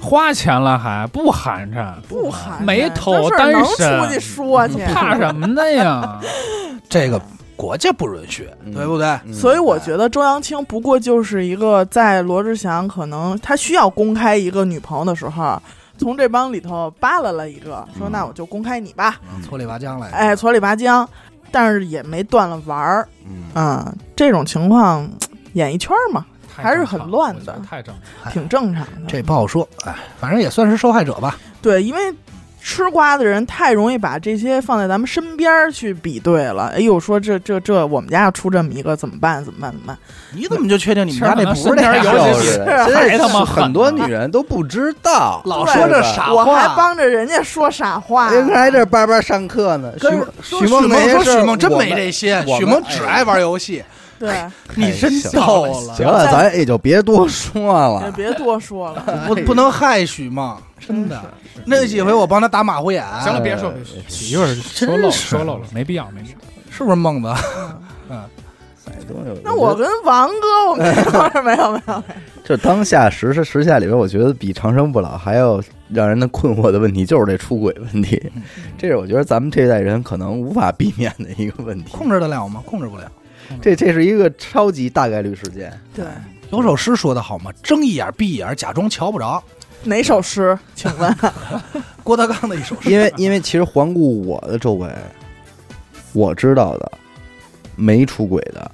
Speaker 4: 花钱了还不寒碜，
Speaker 3: 不喊
Speaker 4: 没
Speaker 3: 这
Speaker 4: 头
Speaker 3: 事儿
Speaker 4: 单
Speaker 3: 能
Speaker 4: 身
Speaker 3: 出去说去？嗯
Speaker 4: 怕什么 的呀？
Speaker 2: 这个国家不允许，
Speaker 1: 嗯
Speaker 2: 对不对？
Speaker 1: 嗯
Speaker 3: 所以我觉得周扬青不过就是一个在罗志祥可能他需要公开一个女朋友的时候，从这帮里头扒拉了一个，说
Speaker 1: 嗯
Speaker 3: 那我就公开你吧，
Speaker 2: 搓里拔将来，
Speaker 3: 哎，，矬里拔将，但是也没断了玩儿
Speaker 1: 嗯，
Speaker 3: 啊，这种情况演艺圈嘛，
Speaker 4: 太
Speaker 3: 还是
Speaker 4: 正
Speaker 3: 很
Speaker 4: 常
Speaker 3: 乱
Speaker 4: 我觉得
Speaker 3: 的
Speaker 4: 太正常。
Speaker 3: 挺正常的。
Speaker 2: 这不好说，哎，反正也算是受害者吧。
Speaker 3: 对，因为吃瓜的人太容易把这些放在咱们身边儿去比对了。哎呦，说这这这，我们家要出这么一个，怎么办？怎么办？怎么办？
Speaker 2: 你怎么就确定你们
Speaker 4: 是
Speaker 2: 家
Speaker 4: 可
Speaker 2: 那
Speaker 4: 能
Speaker 2: 不是
Speaker 4: 身
Speaker 2: 那样
Speaker 4: 边有
Speaker 2: 的
Speaker 1: 就是
Speaker 4: 这些
Speaker 1: 现
Speaker 4: 还
Speaker 1: 在
Speaker 4: 他妈狠
Speaker 1: 很多女
Speaker 4: 呢
Speaker 1: 人都不知道，
Speaker 2: 老
Speaker 3: 对
Speaker 2: 说这傻
Speaker 3: 我还
Speaker 2: 话？
Speaker 3: 帮着人家说傻话，
Speaker 1: 人哎还在这叭叭上课呢。
Speaker 2: 跟
Speaker 1: 许
Speaker 2: 说许
Speaker 1: 梦那些
Speaker 2: 说
Speaker 1: 事儿
Speaker 2: 许梦真
Speaker 1: 我
Speaker 2: 没
Speaker 1: 们
Speaker 2: 这些，
Speaker 1: 我们
Speaker 2: 许梦只爱玩游戏，
Speaker 3: 对，
Speaker 1: 哎
Speaker 2: 你真逗了，
Speaker 1: 行了，咱也就别多说
Speaker 3: 也
Speaker 1: 了。
Speaker 3: 别多 说了。
Speaker 2: 不不能害许梦，真的。那几回我帮他打马虎眼，
Speaker 4: 行了，别说，别说，一会儿说漏了
Speaker 2: 真哎是
Speaker 4: 说漏了，没必要，没必要。
Speaker 2: 是不是孟 子？
Speaker 1: 哎
Speaker 3: 那我跟王哥，我们没有没有没
Speaker 1: 就当下时时时下里边，我觉得比长生不老还要让人的困惑的问题，就是这出轨问题。
Speaker 3: 嗯
Speaker 1: 这是我觉得咱们这代人可能无法避免的一个问题。
Speaker 2: 控制得了吗？控制不了。
Speaker 1: 这这是一个超级大概率事件。
Speaker 3: 有，对，
Speaker 2: 有首诗说得好嘛，睁一眼闭一眼，假装瞧不着。
Speaker 3: 哪首诗？请问
Speaker 2: 郭德纲的一首诗，
Speaker 1: 因为因为其实环顾我的周围，我知道的没出轨的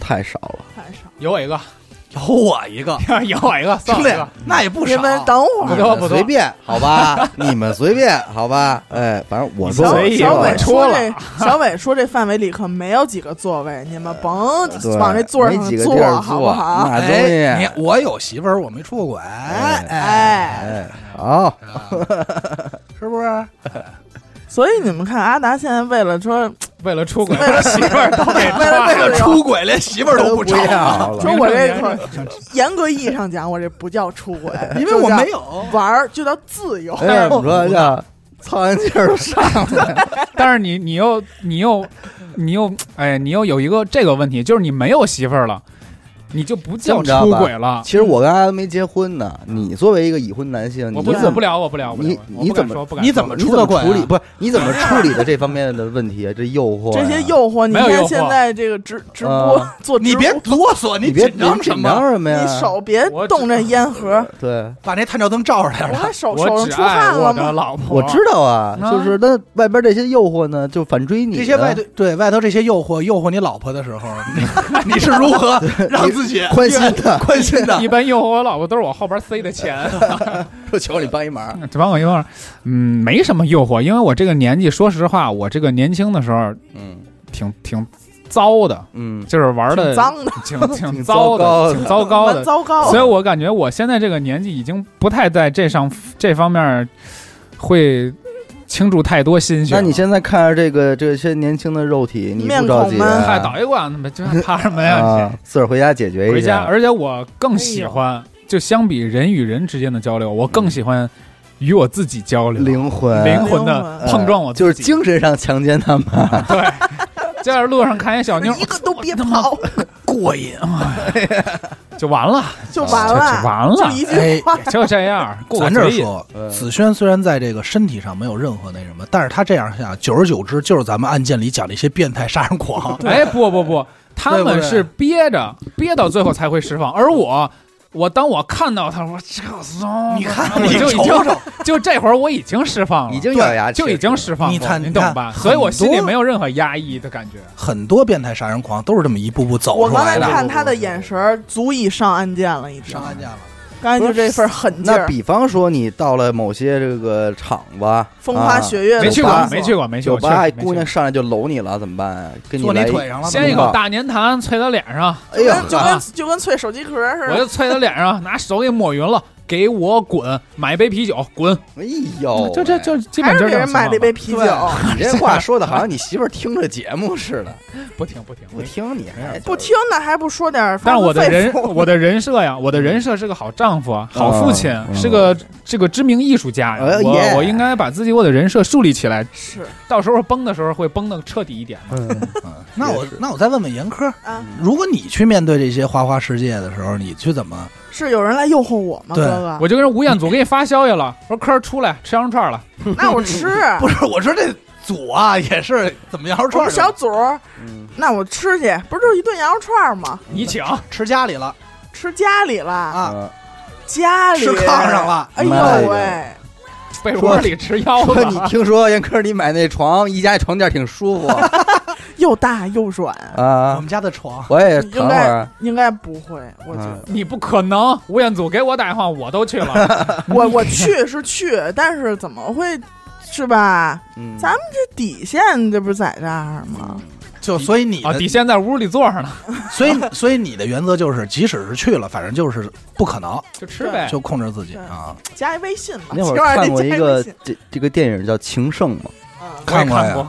Speaker 1: 太少了。
Speaker 3: 太少。
Speaker 4: 有我一个，
Speaker 2: 有我一 个
Speaker 4: 有我一个，算
Speaker 2: 兄
Speaker 4: 我
Speaker 2: 弟
Speaker 4: 一个。，
Speaker 2: 那也不
Speaker 3: 你
Speaker 2: 少。
Speaker 3: 们等
Speaker 1: 你
Speaker 3: 会儿
Speaker 4: 不，多不
Speaker 1: 们
Speaker 4: 多
Speaker 1: 哎随便好吧，你们随便好吧，哎，反正我说
Speaker 3: 小
Speaker 1: 我
Speaker 4: 随意
Speaker 3: 小
Speaker 1: 说了
Speaker 3: 伟说
Speaker 4: 我说
Speaker 3: 这小伟说这范围里可没有几个座位，你们甭
Speaker 1: 对
Speaker 3: 往这座上
Speaker 1: 没几个地儿
Speaker 3: 好不好？
Speaker 1: 那东
Speaker 2: 哎，
Speaker 1: 西，
Speaker 2: 你我有媳妇儿，我没出过轨，哎，
Speaker 3: 哎，
Speaker 1: 哎，好，
Speaker 2: 是 不是？
Speaker 3: 所以你们看，阿达现在为了说
Speaker 4: 为了出轨，把媳妇儿都给抓了。
Speaker 2: 为 了哎出轨，连媳妇儿都不找，
Speaker 1: 要了
Speaker 3: 说我这
Speaker 4: 名
Speaker 3: 可
Speaker 4: 正言顺
Speaker 3: 严格意义上讲，我这不叫出轨，
Speaker 2: 因为我
Speaker 3: 就叫
Speaker 2: 没有。
Speaker 3: 玩儿，就叫自由。
Speaker 1: 哎，你说叫操完气儿都上来了，
Speaker 4: 但是你你又你又你又哎，你又有一个这个问题，就是你没有媳妇儿了，你就不叫
Speaker 1: 这么着
Speaker 4: 出
Speaker 1: 吧
Speaker 4: 轨了。
Speaker 1: 其实我跟阿都没结婚呢，你作为一个已婚男性，
Speaker 4: 我
Speaker 1: 你
Speaker 4: 不
Speaker 1: 怎
Speaker 4: 我不
Speaker 1: 么？
Speaker 4: 聊，我不聊，我不聊
Speaker 1: 你
Speaker 4: 我
Speaker 1: 你
Speaker 4: 不敢
Speaker 1: 怎么
Speaker 4: 说不敢说
Speaker 2: 你怎么
Speaker 1: 你
Speaker 2: 出
Speaker 1: 怎
Speaker 2: 的
Speaker 1: 么
Speaker 2: 轨啊？
Speaker 1: 处理？不是你怎么处理的这方面的问题啊？这诱惑啊，
Speaker 3: 这些诱惑，你
Speaker 4: 没有诱
Speaker 3: 看
Speaker 4: 惑
Speaker 3: 现在这个直直播
Speaker 1: 啊
Speaker 3: 做直
Speaker 2: 嗯你
Speaker 3: 播
Speaker 2: 别啊啰嗦，
Speaker 1: 你别
Speaker 2: 紧张什
Speaker 1: 紧
Speaker 2: 么？
Speaker 1: 张什么呀？
Speaker 3: 你手别
Speaker 4: 我
Speaker 3: 动这烟盒，
Speaker 1: 对，
Speaker 2: 把那探照灯照上来
Speaker 3: 我
Speaker 2: 了。
Speaker 3: 手手
Speaker 4: 我
Speaker 3: 上
Speaker 4: 只
Speaker 3: 出
Speaker 4: 爱
Speaker 3: 汗
Speaker 4: 我
Speaker 3: 了
Speaker 4: 的
Speaker 3: 吗？
Speaker 4: 老婆。
Speaker 1: 我知道啊，
Speaker 4: 啊
Speaker 1: 就是那外边这些诱惑呢，就反追你
Speaker 2: 这些外
Speaker 1: 头
Speaker 2: 对对外头这些诱惑诱惑你老婆的时候，你你是如何让自己
Speaker 1: 宽心的，
Speaker 2: 宽心的？
Speaker 4: 一般诱惑我老婆都是我后边塞 的钱，
Speaker 1: 说求你帮一忙，
Speaker 4: 这帮我一会儿，嗯，没什么诱惑，因为我这个年纪，说实话，我这个年轻的时候
Speaker 1: 嗯
Speaker 4: 挺挺糟的，
Speaker 1: 嗯，
Speaker 4: 就是玩的
Speaker 3: 挺脏的，
Speaker 4: 挺挺
Speaker 1: 挺
Speaker 4: 糟
Speaker 1: 糟糕
Speaker 4: 的，
Speaker 1: 的
Speaker 4: 挺糟糕
Speaker 3: 蛮
Speaker 4: 的。
Speaker 3: 糟糕
Speaker 4: 所以我感觉我现在这个年纪已经不太在这上这方面会倾注太多心血
Speaker 1: 那
Speaker 4: 了。
Speaker 1: 你现在看着这个这些年轻的肉体，你
Speaker 3: 面
Speaker 1: 不
Speaker 3: 孔
Speaker 1: 着急
Speaker 3: 们
Speaker 4: 嗨
Speaker 1: 啊？
Speaker 4: 哎倒一罐子呗，这还怕什么呀？
Speaker 1: 啊，自个儿回家解决
Speaker 4: 你回
Speaker 1: 一
Speaker 4: 家，
Speaker 1: 下。
Speaker 4: 而且我更喜欢，就相比人与人之间的交流，我更喜欢与我自己交流，
Speaker 1: 灵魂，
Speaker 4: 灵魂
Speaker 3: 灵
Speaker 4: 的
Speaker 3: 魂
Speaker 1: 哎
Speaker 4: 碰撞我自
Speaker 1: 就是
Speaker 4: 己，
Speaker 1: 精神上强奸他们，
Speaker 4: 对，就在路上看 一小妞，
Speaker 3: 一个都别
Speaker 4: 我他妈
Speaker 3: 跑，
Speaker 4: 过瘾啊，就完了，
Speaker 3: 就完
Speaker 4: 就就
Speaker 3: 了，
Speaker 4: 完
Speaker 3: 就
Speaker 4: 了，哎
Speaker 3: 一句话，
Speaker 4: 就这样。过个
Speaker 2: 咱这儿
Speaker 4: 嘴瘾。
Speaker 2: 说，子轩虽然在这个身体上没有任何那什么，但是他这样下，久而久之就是咱们案件里讲的一些变态杀人狂
Speaker 4: 哎，不不不，他
Speaker 2: 对
Speaker 4: 们
Speaker 2: 不对
Speaker 4: 是憋着，憋到最后才会释放，而我。我当我看到他，我操，
Speaker 2: 你看
Speaker 4: 我
Speaker 2: 你
Speaker 4: 就已经
Speaker 2: 瞅瞅，
Speaker 4: 就这会儿我已经释放了，
Speaker 1: 已经咬牙切齿
Speaker 4: 啊就已经释放了，
Speaker 2: 你看
Speaker 4: 你
Speaker 2: 你
Speaker 4: 懂
Speaker 2: 看
Speaker 4: 吧？
Speaker 2: 很
Speaker 4: 所以我心里
Speaker 2: 多
Speaker 4: 没有任何压抑的感觉。
Speaker 2: 很多变态杀人狂都是这么一步步走
Speaker 3: 我
Speaker 2: 出
Speaker 3: 刚
Speaker 2: 来的。
Speaker 3: 才看他的眼神儿，足以上案件了，已经
Speaker 2: 上案件了，
Speaker 3: 刚才就这份狠劲
Speaker 1: 那
Speaker 3: 儿，
Speaker 1: 比方说你到了某些这个啊场子，
Speaker 3: 风花雪月的
Speaker 4: 没去
Speaker 1: 酒吧
Speaker 4: 过，
Speaker 3: 场所
Speaker 4: 没去过，没去
Speaker 1: 酒
Speaker 4: 过。确实
Speaker 1: 吧哎
Speaker 4: 没去
Speaker 1: 姑
Speaker 4: 过
Speaker 1: 娘上来就搂你了，怎么办啊？跟
Speaker 2: 坐
Speaker 1: 来
Speaker 2: 你腿上了，
Speaker 4: 先一
Speaker 1: 怎么啊
Speaker 4: 口大粘痰啐他脸上，
Speaker 1: 哎呀，
Speaker 3: 就
Speaker 4: 啊
Speaker 3: 跟就跟脆手机壳似
Speaker 4: 我
Speaker 3: 的。
Speaker 4: 就啐他脸上，拿手给抹匀了，给我滚，买一杯啤酒，滚！
Speaker 1: 哎呦，
Speaker 4: 就这就基
Speaker 3: 还
Speaker 4: 本
Speaker 3: 是
Speaker 4: 就
Speaker 3: 给
Speaker 4: 是这种
Speaker 3: 人
Speaker 4: 情
Speaker 3: 买
Speaker 4: 况
Speaker 3: 了一杯啤酒，
Speaker 1: 哎你这话说的好像你媳妇儿听着节目似的，
Speaker 4: 吧不停不停
Speaker 1: 不。听你还
Speaker 3: 不听那还不说点儿发
Speaker 4: 但是
Speaker 3: 自
Speaker 4: 我 的
Speaker 3: 肺
Speaker 4: 人，
Speaker 3: 腑？
Speaker 4: 我 的人设呀，我的人设是个好丈夫，啊好父亲，
Speaker 1: 嗯
Speaker 4: 是个这个知名艺术家呀。
Speaker 1: 哎
Speaker 4: 我
Speaker 1: yeah
Speaker 4: 我应该把自己我的人设树立起来，
Speaker 3: 是
Speaker 4: 到时候崩的时候会崩的彻底一点。
Speaker 2: 嗯那我
Speaker 1: 也是
Speaker 2: 那我再问问严科，
Speaker 3: 啊，
Speaker 2: 如果你去面对这些花花世界的时候，你去怎么？
Speaker 3: 是有人来诱惑我吗，
Speaker 2: 对
Speaker 3: 哥
Speaker 4: 我就跟人吴彦祖给你发消息了， 说科儿出来吃羊肉串了，
Speaker 3: 哥？那我吃，
Speaker 2: 不是，我说这组啊也是怎么羊肉
Speaker 3: 我
Speaker 2: 串儿
Speaker 3: 们
Speaker 2: 的
Speaker 3: 小组儿，那我吃去，不是就一顿羊肉串儿吗？
Speaker 4: 你请。
Speaker 2: 吃家里了
Speaker 3: 吃家里了，
Speaker 2: 啊，
Speaker 1: 啊，
Speaker 3: 家里
Speaker 2: 吃炕上。了，
Speaker 3: 哎
Speaker 1: 妈
Speaker 3: 呦喂
Speaker 1: 呀！
Speaker 4: 被窝里吃腰
Speaker 1: 说
Speaker 4: 子，
Speaker 1: 你听说严科你买那床宜家床垫挺舒 服
Speaker 3: 又大又软，
Speaker 2: 我
Speaker 1: 啊
Speaker 2: 们，家的床
Speaker 1: 我也
Speaker 3: 应
Speaker 1: 躺会儿啊
Speaker 3: 该，应该不会，我觉得、
Speaker 4: 你不可能！吴彦祖给我打电话，我都去了。
Speaker 3: 我我去是去，但是怎么会是吧？
Speaker 1: 嗯
Speaker 3: 咱们啊这底线这不是在这儿吗？
Speaker 2: 就所以你
Speaker 4: 啊，
Speaker 2: 的
Speaker 4: 底线在屋里坐着呢，
Speaker 2: 所以所以你的原则就是，即使是去了，反正就是不可能，
Speaker 4: 就吃呗。
Speaker 2: 就控制自己
Speaker 3: 对
Speaker 2: 啊。
Speaker 3: 加一微信吧，
Speaker 1: 嗯那会
Speaker 3: 今
Speaker 1: 儿
Speaker 3: 晚得
Speaker 1: 看过一
Speaker 3: 加
Speaker 1: 个
Speaker 3: 微信
Speaker 1: 这这个电影叫《情圣》嘛，
Speaker 3: 嗯
Speaker 4: 我也
Speaker 2: 看过
Speaker 4: 看
Speaker 2: 呀
Speaker 4: 过。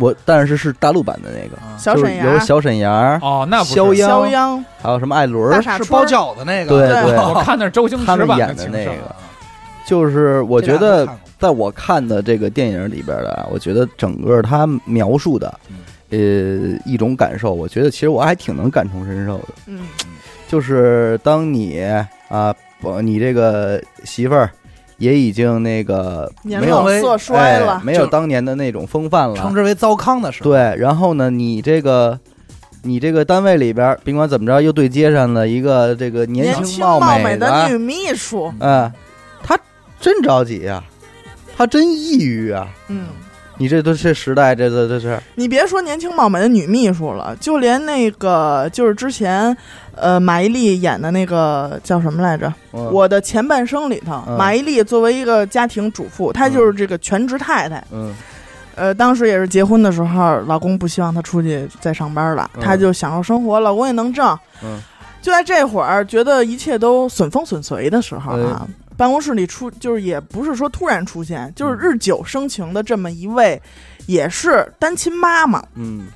Speaker 1: 我但是是大陆版的那个，
Speaker 2: 啊
Speaker 3: 小
Speaker 1: 就是
Speaker 3: 沈
Speaker 1: 有
Speaker 3: 阳、
Speaker 1: 小沈阳，
Speaker 4: 哦，那不是
Speaker 1: 肖
Speaker 3: 肖
Speaker 1: 央，
Speaker 3: 央、
Speaker 1: 还有什么艾伦
Speaker 3: 大
Speaker 1: 儿，
Speaker 3: 傻
Speaker 2: 是
Speaker 3: 春
Speaker 2: 包
Speaker 3: 儿，
Speaker 2: 饺子那
Speaker 1: 对
Speaker 2: 个，
Speaker 3: 对
Speaker 1: 对，
Speaker 4: 我看那是周星
Speaker 1: 他
Speaker 4: 驰
Speaker 1: 们
Speaker 4: 版
Speaker 1: 演的
Speaker 4: 情
Speaker 1: 那
Speaker 4: 圣
Speaker 1: 个，就是我觉
Speaker 2: 这俩
Speaker 1: 得
Speaker 2: 都看过
Speaker 1: 在我看的这个电影里边的啊，我觉得整个他描述的，
Speaker 2: 嗯
Speaker 1: 呃，一种感受，我觉得其实我还挺能感同身受的，
Speaker 3: 嗯，
Speaker 1: 就是当你啊，不你这个媳妇儿也已经那个
Speaker 3: 年
Speaker 1: 没有
Speaker 3: 老色衰了
Speaker 1: 哎，，没有
Speaker 2: 就是
Speaker 1: 当年的那种风范
Speaker 2: 称
Speaker 1: 了，
Speaker 2: 之为糟糠的时候，
Speaker 1: 对，然后呢，你这个。你这个单位里边，甭管怎么着，又对接上了一个这个年
Speaker 3: 年
Speaker 1: 轻
Speaker 3: 轻
Speaker 1: 貌
Speaker 3: 美
Speaker 1: 的
Speaker 3: 女秘书，
Speaker 1: 嗯，他真着急呀、他真抑郁啊！
Speaker 3: 嗯。
Speaker 1: 你这都这时代，这这这是
Speaker 3: 你别说年轻貌美的女秘书了，就连那个就是之前，呃，马伊琍演的那个叫什么来着？嗯
Speaker 1: 我
Speaker 3: 我的前半生里头，
Speaker 1: 嗯
Speaker 3: 马伊琍作为一个家庭主妇，她就是这个全职太太。
Speaker 1: 嗯
Speaker 3: 呃，当时也是结婚的时候，老公不希望她出去再上班了，
Speaker 1: 嗯
Speaker 3: 她就享受生活，老公也能挣。
Speaker 1: 嗯
Speaker 3: 就在这会儿，觉得一切都损风损随的时候啊，办公室里出就是也不是说突然出现，就是日久生情的这么一位，也是单亲妈妈，
Speaker 1: 嗯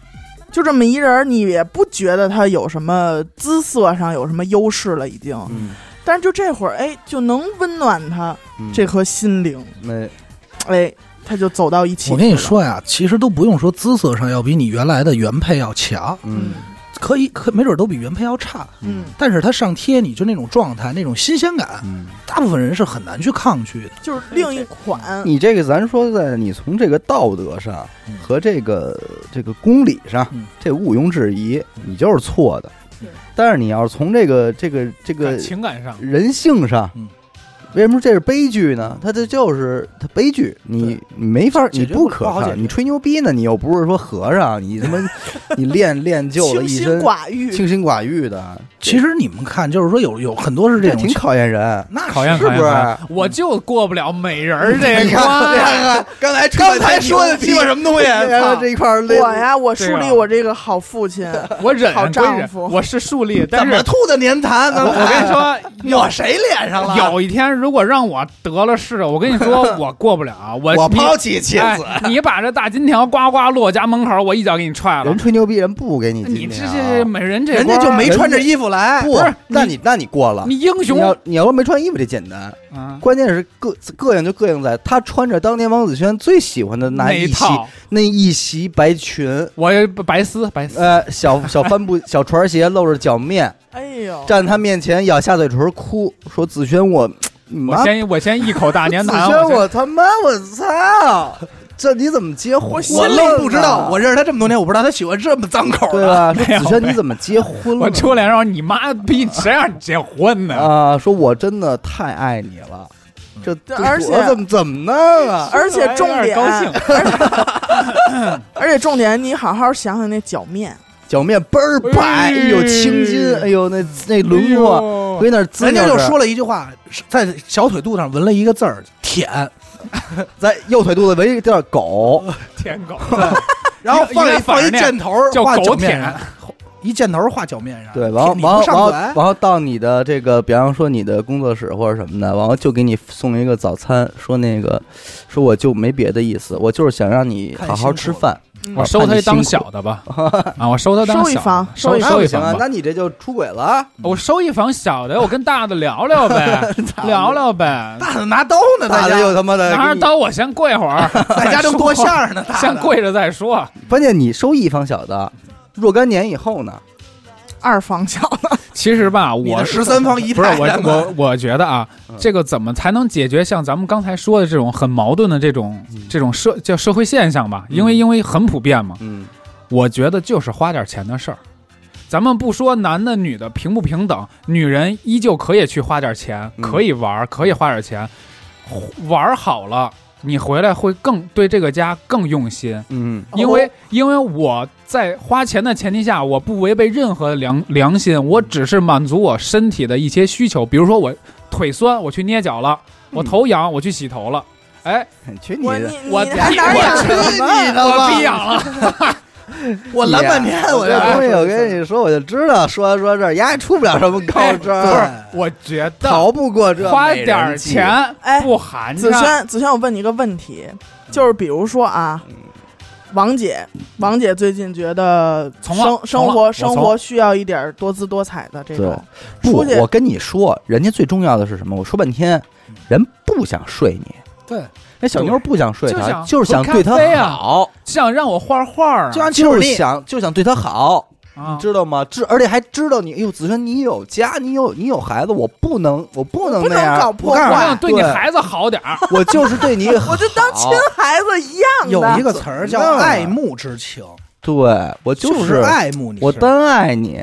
Speaker 3: 就这么一人儿，你也不觉得她有什么姿色上有什么优势了已经。
Speaker 1: 嗯，
Speaker 3: 但是就这会儿，哎，就能温暖他
Speaker 1: 嗯
Speaker 3: 这颗心灵，
Speaker 1: 那
Speaker 3: 哎，他就走到一起。
Speaker 2: 我跟你，说呀，其实都不用说姿色上要比你原来的原配要强，
Speaker 1: 嗯
Speaker 2: 可以可没准都比原配要差，
Speaker 3: 嗯，
Speaker 2: 但是他上贴你就那种状态，那种新鲜感，
Speaker 1: 嗯，
Speaker 2: 大部分人是很难去抗拒的。
Speaker 3: 就是另一款，
Speaker 1: 你这个咱说在你从这个道德上
Speaker 2: 嗯
Speaker 1: 和这个这个公理上
Speaker 2: 嗯，
Speaker 1: 这毋庸置疑，你就是错的
Speaker 3: 对。
Speaker 1: 但是你要是从这个这个这
Speaker 4: 感
Speaker 1: 个
Speaker 4: 情感上，
Speaker 1: 人性上
Speaker 2: 嗯。
Speaker 1: 为什么这是悲剧呢？它这就是它悲剧，你你没法，
Speaker 2: 解
Speaker 1: 你
Speaker 2: 决
Speaker 1: 不
Speaker 2: 不
Speaker 1: 可
Speaker 2: 不好解
Speaker 1: 靠，
Speaker 2: 决
Speaker 1: 你吹牛逼呢，你又不是说和尚，你他妈 你练练就了
Speaker 3: 清
Speaker 1: 一
Speaker 3: 心
Speaker 1: 身
Speaker 3: 寡欲，
Speaker 1: 清心寡欲的，
Speaker 2: 其实你们看，就是说有有很多是
Speaker 1: 这
Speaker 2: 种
Speaker 1: 挺
Speaker 2: 情，
Speaker 1: 考验人。
Speaker 2: 那
Speaker 4: 考验
Speaker 1: 是不是
Speaker 4: 考验考验我就过不了美人儿
Speaker 2: 哎
Speaker 4: 这一关。
Speaker 1: 看，啊刚才
Speaker 2: 刚才说的鸡巴什么东西
Speaker 1: 然哎后这一块儿累
Speaker 3: 我呀，我树
Speaker 4: 对
Speaker 3: 立
Speaker 4: 啊
Speaker 3: 我这个好父亲，
Speaker 4: 我忍
Speaker 3: 好
Speaker 4: 归
Speaker 3: 丈
Speaker 4: 忍，
Speaker 3: 夫
Speaker 4: 我是树立，但
Speaker 2: 怎么
Speaker 4: 是
Speaker 2: 吐的粘痰 呢？
Speaker 4: 我我跟你说，
Speaker 2: 抹谁脸上了？
Speaker 4: 有一啊天如果让我得了势，我跟你说我过不了，啊我
Speaker 2: 我
Speaker 4: 你
Speaker 2: 抛弃妻 子，
Speaker 4: 哎你把这大金条呱呱落我家门口，我一脚给你踹了
Speaker 1: 人。吹牛逼，人不给你
Speaker 4: 你
Speaker 1: 金
Speaker 4: 这
Speaker 1: 条
Speaker 4: 这美人这
Speaker 2: 人家
Speaker 4: 关
Speaker 2: 就
Speaker 4: 儿
Speaker 2: 没穿着衣服来。
Speaker 1: 不
Speaker 4: 不是，
Speaker 1: 那
Speaker 4: 你
Speaker 1: 你那你过了。
Speaker 4: 你英雄
Speaker 1: 你要你要说没穿衣服这简单，
Speaker 4: 啊
Speaker 1: 关键是膈膈应就膈应在他穿着当年王子轩最喜欢的那
Speaker 4: 那
Speaker 1: 一
Speaker 4: 一
Speaker 1: 袭
Speaker 4: 套，
Speaker 1: 那一袭白裙，
Speaker 4: 我也不白丝白丝，
Speaker 1: 呃，小小帆布小船鞋露着脚面，
Speaker 3: 哎呦，
Speaker 1: 站他面前咬下嘴唇哭，说子轩我，你
Speaker 4: 我
Speaker 1: 妈
Speaker 4: 先我先一口大粘
Speaker 1: 子
Speaker 4: 痰，
Speaker 1: 轩
Speaker 4: 我
Speaker 1: 我他妈我操，这你怎么接婚？
Speaker 2: 我愣不知道，我认识他这么多年，我不知道他喜欢这么脏口
Speaker 1: 啊对啊
Speaker 2: 的。
Speaker 1: 吧？
Speaker 4: 没
Speaker 1: 说
Speaker 4: 有
Speaker 1: 子轩你怎么结婚了
Speaker 4: 我？出来然后你妈逼，谁让你结婚呢？
Speaker 1: 啊，说我真的太爱你了，这这
Speaker 3: 而且
Speaker 1: 我怎么怎么弄啊？
Speaker 3: 而且重哎点，
Speaker 4: 有点
Speaker 3: 而且 而且重点，你好好想想那脚面，
Speaker 1: 脚面倍儿白，
Speaker 4: 哎
Speaker 1: 哎
Speaker 4: 呦
Speaker 1: 呦青筋，哎呦那那轮廓，
Speaker 4: 哎呦
Speaker 1: 回那儿滋
Speaker 2: 人
Speaker 1: 扭
Speaker 2: 家就
Speaker 1: 着
Speaker 2: 说了一句话，是在小腿肚上纹了一个字儿“舔
Speaker 1: 在右腿肚子围一个狗，
Speaker 4: 舔狗，”，
Speaker 2: 然后放
Speaker 4: 一
Speaker 2: 一
Speaker 4: 个
Speaker 2: 放
Speaker 4: 反
Speaker 2: 一
Speaker 4: 面
Speaker 2: 箭头儿
Speaker 4: 叫
Speaker 2: 画脚
Speaker 4: 狗
Speaker 2: 面
Speaker 4: 舔，
Speaker 2: 上，一箭头儿画脚面上。
Speaker 1: 对，然后
Speaker 2: 啊
Speaker 1: 然
Speaker 2: 你不
Speaker 1: 后然
Speaker 2: 上
Speaker 1: 后
Speaker 2: 嘴
Speaker 1: 然后到你的这个，比方说你的工作室或者什么的，然后就给你送一个早餐，说那个说我就没别的意思，我就是想让你
Speaker 2: 看
Speaker 1: 好好
Speaker 2: 辛苦
Speaker 1: 吃
Speaker 2: 了
Speaker 1: 饭。
Speaker 3: 嗯
Speaker 4: 我收他当小的吧，啊，我收他当
Speaker 3: 收一
Speaker 4: 小
Speaker 3: 房
Speaker 4: 的，
Speaker 3: 收
Speaker 4: 收
Speaker 3: 一
Speaker 1: 那
Speaker 3: 房
Speaker 4: 收
Speaker 1: 不
Speaker 4: 一
Speaker 1: 行啊
Speaker 4: 房，吧，
Speaker 1: 那你这就出轨了啊。
Speaker 4: 我收一房小的，我跟大的聊聊呗，聊聊呗，
Speaker 2: 大的拿刀呢，
Speaker 1: 大
Speaker 2: 在
Speaker 1: 的又
Speaker 2: 家
Speaker 1: 他妈的
Speaker 4: 拿
Speaker 1: 给
Speaker 4: 着
Speaker 1: 你，
Speaker 4: 刀我先跪会儿，
Speaker 2: 在家正剁馅儿呢，大的
Speaker 4: 先跪着再说。
Speaker 1: 关键你收一方小的，若干年以后呢？
Speaker 3: 二房小的，
Speaker 4: 其实吧，
Speaker 2: 你
Speaker 4: 我
Speaker 2: 的十三方一
Speaker 4: 不是
Speaker 2: 派
Speaker 4: 我
Speaker 2: 的嘛
Speaker 4: 我我觉得啊
Speaker 1: 嗯，
Speaker 4: 这个怎么才能解决像咱们刚才说的这种很矛盾的这种
Speaker 2: 嗯
Speaker 4: 这种社叫社会现象吧？因为
Speaker 1: 嗯
Speaker 4: 因为很普遍嘛，
Speaker 1: 嗯，
Speaker 4: 我觉得就是花点钱的事儿。咱们不说男的女的平不平等，女人依旧可以去花点钱，
Speaker 1: 嗯
Speaker 4: 可以玩儿，可以花点钱，花玩儿好了，你回来会更对这个家更用心。
Speaker 1: 嗯
Speaker 4: 因为、因为我在花钱的前提下，我不违背任何良良心，我只是满足我身体的一些需求，比如说我腿酸，我去捏脚了；我头痒，我去洗头了。哎，
Speaker 1: 去你
Speaker 3: 我
Speaker 1: 的！
Speaker 3: 你你
Speaker 4: 我
Speaker 3: 还哪儿
Speaker 4: 我
Speaker 3: 养
Speaker 1: 去你的
Speaker 4: 我
Speaker 1: 吧！
Speaker 4: 逼痒了，
Speaker 2: 我拦半天，我
Speaker 1: 这
Speaker 2: 就
Speaker 1: 东西，我跟你说，我就知道，说完说到这儿，丫出不了什么高招
Speaker 2: 哎
Speaker 4: 不
Speaker 1: 儿，
Speaker 4: 是，我觉得
Speaker 1: 逃不过这
Speaker 4: 花
Speaker 1: 美人
Speaker 4: 点儿
Speaker 1: 计。
Speaker 4: 钱
Speaker 3: 哎
Speaker 4: 不寒
Speaker 3: 子
Speaker 4: 碜。
Speaker 3: 轩，子轩，我问你一个问题，就是比如说啊
Speaker 1: 嗯，
Speaker 3: 王姐，王姐最近觉得
Speaker 4: 从了
Speaker 3: 生生
Speaker 4: 从了
Speaker 3: 活
Speaker 4: 我
Speaker 3: 生
Speaker 4: 从
Speaker 3: 活需要一点多姿多彩的这种，
Speaker 1: 不
Speaker 3: 出去，
Speaker 1: 我跟你说，人家最重要的是什么？我说半天，人不想睡你，
Speaker 2: 对，
Speaker 1: 那小妞不想睡
Speaker 4: 就
Speaker 1: 他，
Speaker 4: 想
Speaker 1: 就是想对他
Speaker 4: 喝咖啡啊
Speaker 1: 好，
Speaker 4: 想让我画画啊
Speaker 2: 就像
Speaker 1: 就
Speaker 2: 就是是
Speaker 1: 想就想对他好，
Speaker 4: 啊！
Speaker 1: 知道吗？知而且还知道你，哎呦，子轩，你有家，你有你有孩子，我不能，我不能
Speaker 3: 不
Speaker 1: 那
Speaker 3: 能
Speaker 1: 样，
Speaker 3: 搞破
Speaker 1: 我告
Speaker 4: 我
Speaker 1: 诉
Speaker 4: 想
Speaker 3: 坏，
Speaker 4: 对你
Speaker 1: 对
Speaker 4: 孩子好点儿，
Speaker 1: 我就是对你好，
Speaker 3: 我就当亲孩子一样的。
Speaker 2: 有一个词儿叫
Speaker 1: 那
Speaker 2: 爱慕之情，
Speaker 1: 对我
Speaker 2: 就是爱慕你。
Speaker 1: 我单爱你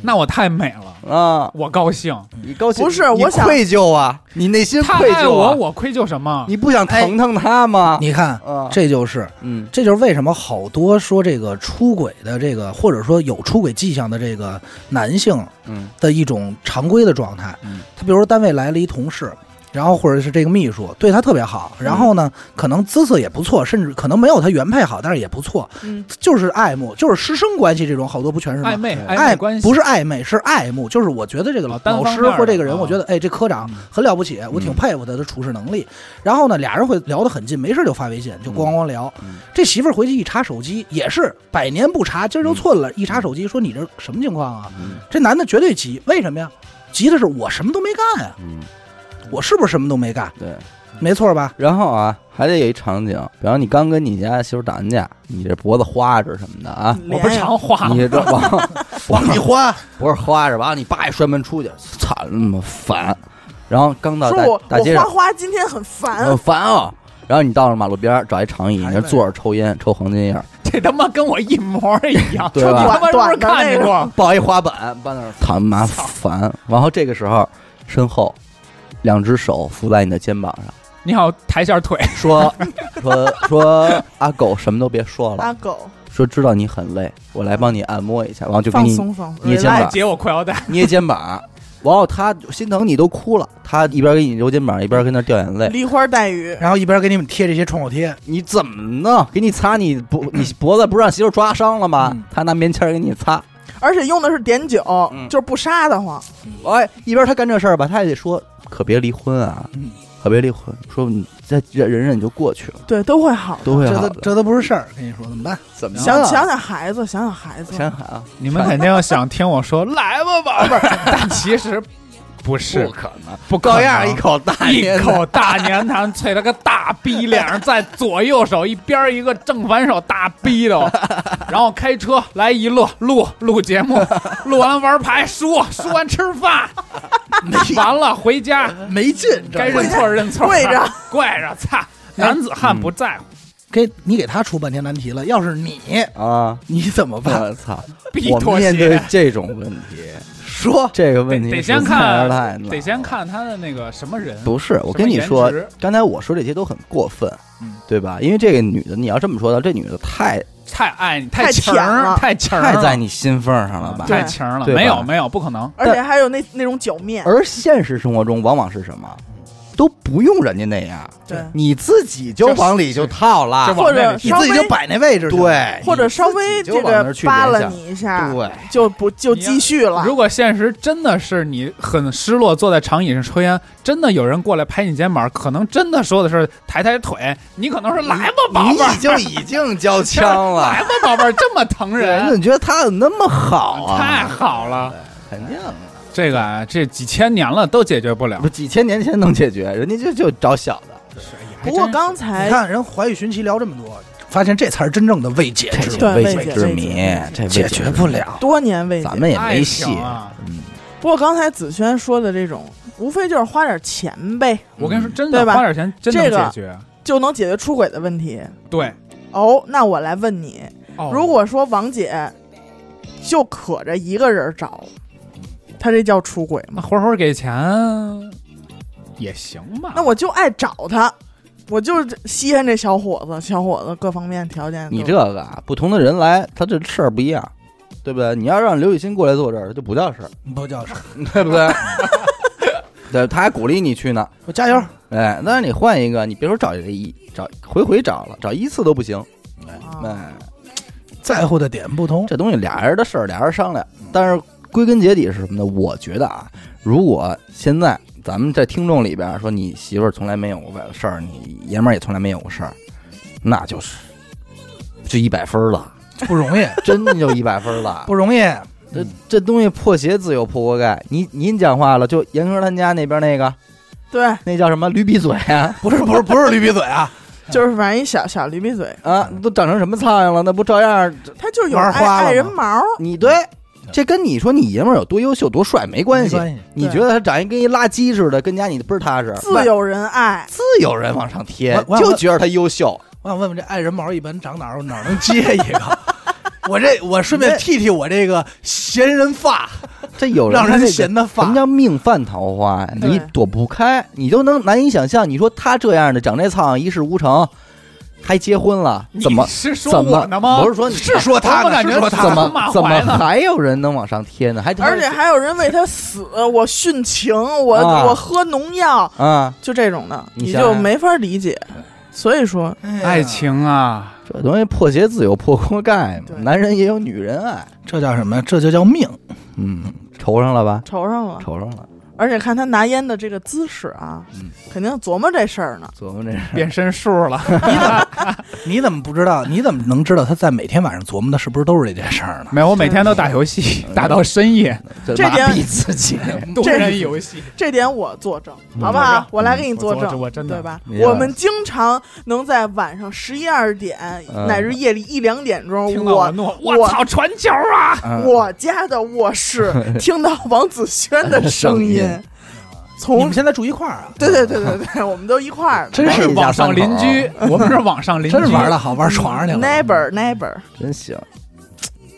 Speaker 4: 那我太美了，
Speaker 1: 啊！
Speaker 4: 我高兴。
Speaker 1: 你高兴
Speaker 3: 不是
Speaker 1: 你
Speaker 3: 我想
Speaker 1: 愧疚啊，你内心
Speaker 4: 他
Speaker 1: 愧
Speaker 4: 爱
Speaker 1: 疚
Speaker 4: 我，
Speaker 1: 啊，
Speaker 4: 我愧疚什么？
Speaker 1: 你不想疼疼他吗？
Speaker 2: 你看，
Speaker 1: 啊，
Speaker 2: 这就是
Speaker 1: 嗯
Speaker 2: 这就是为什么好多说这个出轨的这个，或者说有出轨迹象的这个男性
Speaker 1: 嗯
Speaker 2: 的一种常规的状态。
Speaker 1: 嗯
Speaker 2: 他比如说单位来了一同事，然后或者是这个秘书对他特别好，然后呢，
Speaker 1: 嗯
Speaker 2: 可能姿色也不错，甚至可能没有他原配好，但是也不错，
Speaker 3: 嗯，
Speaker 2: 就是爱慕，就是师生关系这种，好多不全是吗
Speaker 4: 暧昧
Speaker 1: 对
Speaker 4: 暧
Speaker 2: 爱
Speaker 4: 昧关系
Speaker 2: 不是暧昧，是爱慕。就是我觉得这个
Speaker 4: 哦单
Speaker 2: 老
Speaker 4: 方
Speaker 2: 师
Speaker 4: 面的
Speaker 2: 或这个人，
Speaker 4: 啊
Speaker 2: 我觉得哎，这科长
Speaker 4: 嗯
Speaker 2: 很了不起，我挺佩服他的处事能力。然后呢，俩人会聊得很近，没事就发微信，就咣咣聊
Speaker 1: 嗯。
Speaker 2: 这媳妇儿回去一查手机，也是百年不查，
Speaker 4: 嗯
Speaker 2: 今儿就寸了。一查手机，说你这什么情况啊？
Speaker 1: 嗯
Speaker 2: 这男的绝对急，为什么呀？急的是我什么都没干呀，
Speaker 1: 嗯，
Speaker 2: 我是不是什么都没干？
Speaker 1: 对。
Speaker 2: 没错吧？
Speaker 1: 然后啊，还得有一场景，比方你刚跟你家媳妇打完架，你这脖子花着什么的啊，
Speaker 4: 我不是
Speaker 3: 脸
Speaker 4: 常画吗
Speaker 1: 你？这往
Speaker 2: 王你欢，
Speaker 1: 不是花着，完了你爸一摔门出去，操那么烦。然后刚到
Speaker 3: 说
Speaker 1: 大
Speaker 3: 我
Speaker 1: 大街
Speaker 3: 我
Speaker 1: 上
Speaker 3: 花，花今天很烦
Speaker 1: 很， 烦啊。然后你到了马路边儿找一长椅，
Speaker 2: 哎
Speaker 1: 你这坐着抽烟，抽黄金叶儿，
Speaker 4: 这他妈跟我一模一样，
Speaker 1: 对
Speaker 4: 说
Speaker 1: 吧
Speaker 4: 你他妈是不是
Speaker 3: 短短的
Speaker 4: 看见
Speaker 3: 那
Speaker 4: 过？
Speaker 1: 抱一滑板，搬那儿，操妈烦。然后这个时候，身后两只手扶在你的肩膀上，
Speaker 4: 你好，抬下 腿，
Speaker 1: 说说说阿狗什么都别说了，
Speaker 3: 阿狗
Speaker 1: 说知道你很累，我来帮你按摩一下，然后就给
Speaker 3: 放
Speaker 1: 你
Speaker 3: 松放松，
Speaker 1: 捏肩膀
Speaker 3: relax
Speaker 4: 解我裤腰带。
Speaker 1: 捏肩膀，然后他心疼你都哭了，他一边给你揉肩膀，一边跟那儿掉眼泪。
Speaker 3: 梨花带雨，
Speaker 2: 然后一边给你们贴这些创口贴，
Speaker 1: 你怎么弄？给你擦你脖，你脖子不是让媳妇抓伤了吗？
Speaker 2: 嗯
Speaker 1: 他拿棉签儿给你擦。
Speaker 3: 而且用的是碘酒
Speaker 1: 嗯，
Speaker 3: 就是不沙的慌。
Speaker 1: 哎，一边他干这事儿吧，他也得说可别离婚啊，
Speaker 2: 嗯
Speaker 1: 可别离婚。说你再忍忍忍就过去了，
Speaker 3: 对，都会好的。
Speaker 1: 都会
Speaker 2: 这
Speaker 1: 好
Speaker 2: 都
Speaker 1: 的。
Speaker 2: 这都不是事儿，跟你说怎么办？
Speaker 1: 怎么
Speaker 3: 想
Speaker 1: 样啊
Speaker 3: 想想孩子，想想孩子，
Speaker 1: 想想啊，
Speaker 4: 你们肯定想听我说，来吧，宝贝儿。 但其实不是
Speaker 1: 不，可能，
Speaker 4: 不
Speaker 1: 高
Speaker 4: 高
Speaker 1: 样儿一口大
Speaker 4: 一
Speaker 1: 烟
Speaker 4: 口大粘痰，啐了个大逼脸，在左右手一边儿一个正反手大逼斗， 然后开车来一乐，录录节 目，录完玩牌，说说完吃 饭，完了回家
Speaker 2: 没劲，
Speaker 4: 该认错认错，
Speaker 3: 跪着
Speaker 4: 跪着，擦，男子汉不在乎。
Speaker 2: 给你给他出半天难题了，要是你，
Speaker 1: 啊！
Speaker 2: 你怎么办？
Speaker 1: 我操！
Speaker 4: 必
Speaker 1: 我
Speaker 4: 妥
Speaker 1: 面对
Speaker 4: 协。
Speaker 1: 这种问题，
Speaker 2: 说
Speaker 1: 这个问题
Speaker 4: 得
Speaker 1: 实
Speaker 4: 先
Speaker 1: 在是太
Speaker 4: 看
Speaker 1: 难，了
Speaker 4: 得先。看他的那个什么人。
Speaker 1: 不是，我
Speaker 4: 什么
Speaker 1: 跟你
Speaker 4: 颜
Speaker 1: 说
Speaker 4: 值，
Speaker 1: 刚才我说这些都很过分
Speaker 4: 嗯，
Speaker 1: 对吧？因为这个女的，你要这么说的，这女的太
Speaker 4: 太爱你，
Speaker 3: 太
Speaker 4: 情
Speaker 3: 舔
Speaker 4: 儿，
Speaker 3: 了
Speaker 4: 太情儿了，
Speaker 1: 太在你心缝上了吧？
Speaker 4: 太
Speaker 3: 对
Speaker 4: 情儿了。
Speaker 1: 对吧
Speaker 4: 没有没有，不可能。
Speaker 3: 而且还有那那种脚面，
Speaker 1: 而现实生活中往往是什么，都不用人家那样，
Speaker 3: 对，
Speaker 1: 你自己就往里就套
Speaker 4: 这
Speaker 1: 了，
Speaker 4: 往
Speaker 3: 或
Speaker 4: 那
Speaker 3: 者
Speaker 4: 里
Speaker 2: 你
Speaker 4: 去
Speaker 3: 稍
Speaker 2: 自己就
Speaker 3: 微
Speaker 2: 摆那位置去，
Speaker 1: 对，
Speaker 3: 或者稍微
Speaker 1: 你就
Speaker 3: 这
Speaker 1: 往那
Speaker 3: 个
Speaker 1: 儿去
Speaker 3: 扒
Speaker 1: 联
Speaker 3: 拉
Speaker 1: 想
Speaker 3: 你一下，
Speaker 1: 对，
Speaker 3: 就不就
Speaker 4: 你
Speaker 3: 继续了。
Speaker 4: 如果现实真的是你很失落，坐在长椅上抽烟，真的有人过来拍你肩膀，可能真的说的是抬抬腿，你可能说来吧，宝贝
Speaker 1: 你
Speaker 4: 儿
Speaker 1: 已，经已经 交枪了
Speaker 4: 来，吧，宝贝儿，这么疼
Speaker 1: 人
Speaker 4: 人，
Speaker 1: 家觉得他怎么那么好啊？
Speaker 4: 太好了。
Speaker 1: 肯定啊
Speaker 4: 这个啊，这几千年了都解决不了
Speaker 1: 不。几千年前能解决，人家就就找小的，
Speaker 3: 不过
Speaker 4: 还真是
Speaker 3: 刚
Speaker 2: 你
Speaker 3: 才
Speaker 2: 看人怀玉寻奇聊这么多，发现这才是真正的慰解之
Speaker 1: 这
Speaker 2: 物，
Speaker 1: 叫
Speaker 3: 对
Speaker 1: 未
Speaker 3: 未
Speaker 1: 解
Speaker 3: 解
Speaker 1: 之
Speaker 3: 未
Speaker 1: 谜
Speaker 3: 解，
Speaker 1: 这未
Speaker 2: 解
Speaker 1: 解
Speaker 2: 决
Speaker 1: 之
Speaker 2: 不
Speaker 1: 谜，
Speaker 2: 了。
Speaker 3: 多年未
Speaker 1: 咱
Speaker 3: 见，
Speaker 1: 们也
Speaker 4: 爱
Speaker 1: 没
Speaker 4: 情
Speaker 1: 戏。
Speaker 4: 啊！
Speaker 1: 嗯，
Speaker 3: 不过刚才子轩说的这种，无非就是花点钱呗，
Speaker 4: 我跟你说，
Speaker 1: 嗯
Speaker 4: 真的
Speaker 3: 对吧
Speaker 4: 花点钱真能
Speaker 3: 这个
Speaker 4: 解决。
Speaker 3: 就能解决出轨的问题。
Speaker 4: 对，
Speaker 3: 哦，那我来问你，
Speaker 4: 哦
Speaker 3: 如果说王姐就可着一个人找，她这叫出轨
Speaker 4: 那
Speaker 3: 吗？
Speaker 4: 活活给钱也行吧。
Speaker 3: 那我就爱找她，我就是稀罕这小伙子，小伙子各方面条件都。
Speaker 1: 你这个啊，不同的人来，他这事儿不一样，对不对？你要让刘雨欣过来坐这儿，就不叫事儿，
Speaker 2: 不叫事儿，
Speaker 1: 对不对？ 对，他还鼓励你去呢。
Speaker 2: 我加油，
Speaker 1: 哎，但是你换一个，你别说找这一找，回回找了，找一次都不行。
Speaker 3: 啊，
Speaker 1: 哎，
Speaker 2: 在乎的点不同，
Speaker 1: 这东西俩人的事儿，俩人商量。但是归根结底是什么呢？我觉得啊，如果现在咱们这听众里边说你媳妇儿从来没有过事儿，你爷们儿也从来没有过事儿，那就是就一百分儿了，
Speaker 2: 不容易，
Speaker 1: 真的就一百分儿 了
Speaker 2: 不。容易。
Speaker 1: 这这东西破鞋自有破锅盖。您您讲话了，就严哥他们家那边那个
Speaker 3: 对，
Speaker 1: 那叫什么驴鼻嘴啊
Speaker 2: 不是不是不是驴鼻嘴啊，
Speaker 3: 就是反正一小小驴鼻嘴，
Speaker 1: 啊，都长成什么苍蝇了？那不照样儿？
Speaker 3: 她就有
Speaker 2: 玩
Speaker 3: 爱
Speaker 2: 花了吗
Speaker 3: 爱人毛，
Speaker 1: 你对，这跟你说你爷们儿有多优秀多帅没关系
Speaker 2: 没。关系
Speaker 1: 你觉得他长一跟一垃圾似的，跟家你倍儿踏实，
Speaker 3: 自有人爱。
Speaker 1: 自有人往上贴
Speaker 2: 我，我
Speaker 1: 就觉得他优秀。
Speaker 2: 我想问问这爱人毛一般长哪儿，我哪儿能接一个？我这我顺便剃剃我这个闲人发，
Speaker 1: 这有人
Speaker 2: 让人
Speaker 1: 这个
Speaker 2: 闲得发
Speaker 1: 什么叫命犯桃花呀？
Speaker 3: 对
Speaker 1: 你躲不开，你都能难以想象。你说他这样的长这苍蝇，一事无成，还结婚了，
Speaker 4: 你
Speaker 1: 怎么
Speaker 4: 是说
Speaker 1: 怎么
Speaker 4: 我呢吗？
Speaker 1: 不是说你
Speaker 2: 是说他呢
Speaker 4: 我怎么感
Speaker 2: 是
Speaker 4: 觉
Speaker 2: 说他
Speaker 1: 怎
Speaker 2: 呢
Speaker 1: 么
Speaker 4: 骂
Speaker 1: 怎么
Speaker 4: 坏了
Speaker 1: 还有人能往上贴呢？还
Speaker 3: 而且还有人为他死，我殉情，我、
Speaker 1: 啊
Speaker 3: 我喝农药，
Speaker 1: 啊，
Speaker 3: 就这种的，
Speaker 1: 你
Speaker 3: 你
Speaker 1: 想想
Speaker 3: 就没法理解。所以说，
Speaker 2: 哎呀
Speaker 4: 爱，情啊，
Speaker 1: 这东西破鞋自有破锅盖嘛
Speaker 3: 对，
Speaker 1: 男人也有女人爱，
Speaker 2: 这叫什么呀？这就叫命。
Speaker 1: 嗯，愁上了吧？
Speaker 3: 愁上了，
Speaker 1: 愁上了，
Speaker 3: 而且看他拿烟的这个姿势啊，
Speaker 1: 嗯
Speaker 3: 肯定琢磨这事儿呢。
Speaker 1: 琢磨这事。
Speaker 4: 变身术了。
Speaker 2: 你怎么不知道？你怎么能知道他在每天晚上琢磨的是不是都是这件事儿呢？
Speaker 4: 没有，我每天都打游戏，打到深夜，
Speaker 1: 这麻
Speaker 3: 这点
Speaker 1: 痹自己，
Speaker 4: 多人游戏。
Speaker 3: 这点我作证，
Speaker 1: 嗯
Speaker 3: 好不好？
Speaker 1: 作证
Speaker 3: 我来给你作
Speaker 4: 我作
Speaker 3: 证，
Speaker 4: 我真的
Speaker 3: 对吧
Speaker 1: 你？要
Speaker 3: 我们经常能在晚上十一二点，
Speaker 1: 嗯
Speaker 3: 乃至夜里一两点钟，
Speaker 4: 听到我
Speaker 3: 我
Speaker 4: 诺，
Speaker 3: 我
Speaker 4: 我操，传球啊！
Speaker 1: 嗯
Speaker 3: 我家的卧 室听到王子轩的声
Speaker 1: 声
Speaker 3: 音
Speaker 1: 音，
Speaker 2: 你
Speaker 3: 从
Speaker 2: 们现在住一块儿啊？
Speaker 3: 对对对对对，我们都一块儿的。
Speaker 1: 真是一家
Speaker 4: 网
Speaker 1: 三
Speaker 4: 上
Speaker 1: 口啊
Speaker 4: 邻 居，我们是网上邻居，
Speaker 2: 真是玩的好，玩床上
Speaker 3: 嗯
Speaker 2: 去了。
Speaker 3: neighbor neighbor，
Speaker 1: 真行，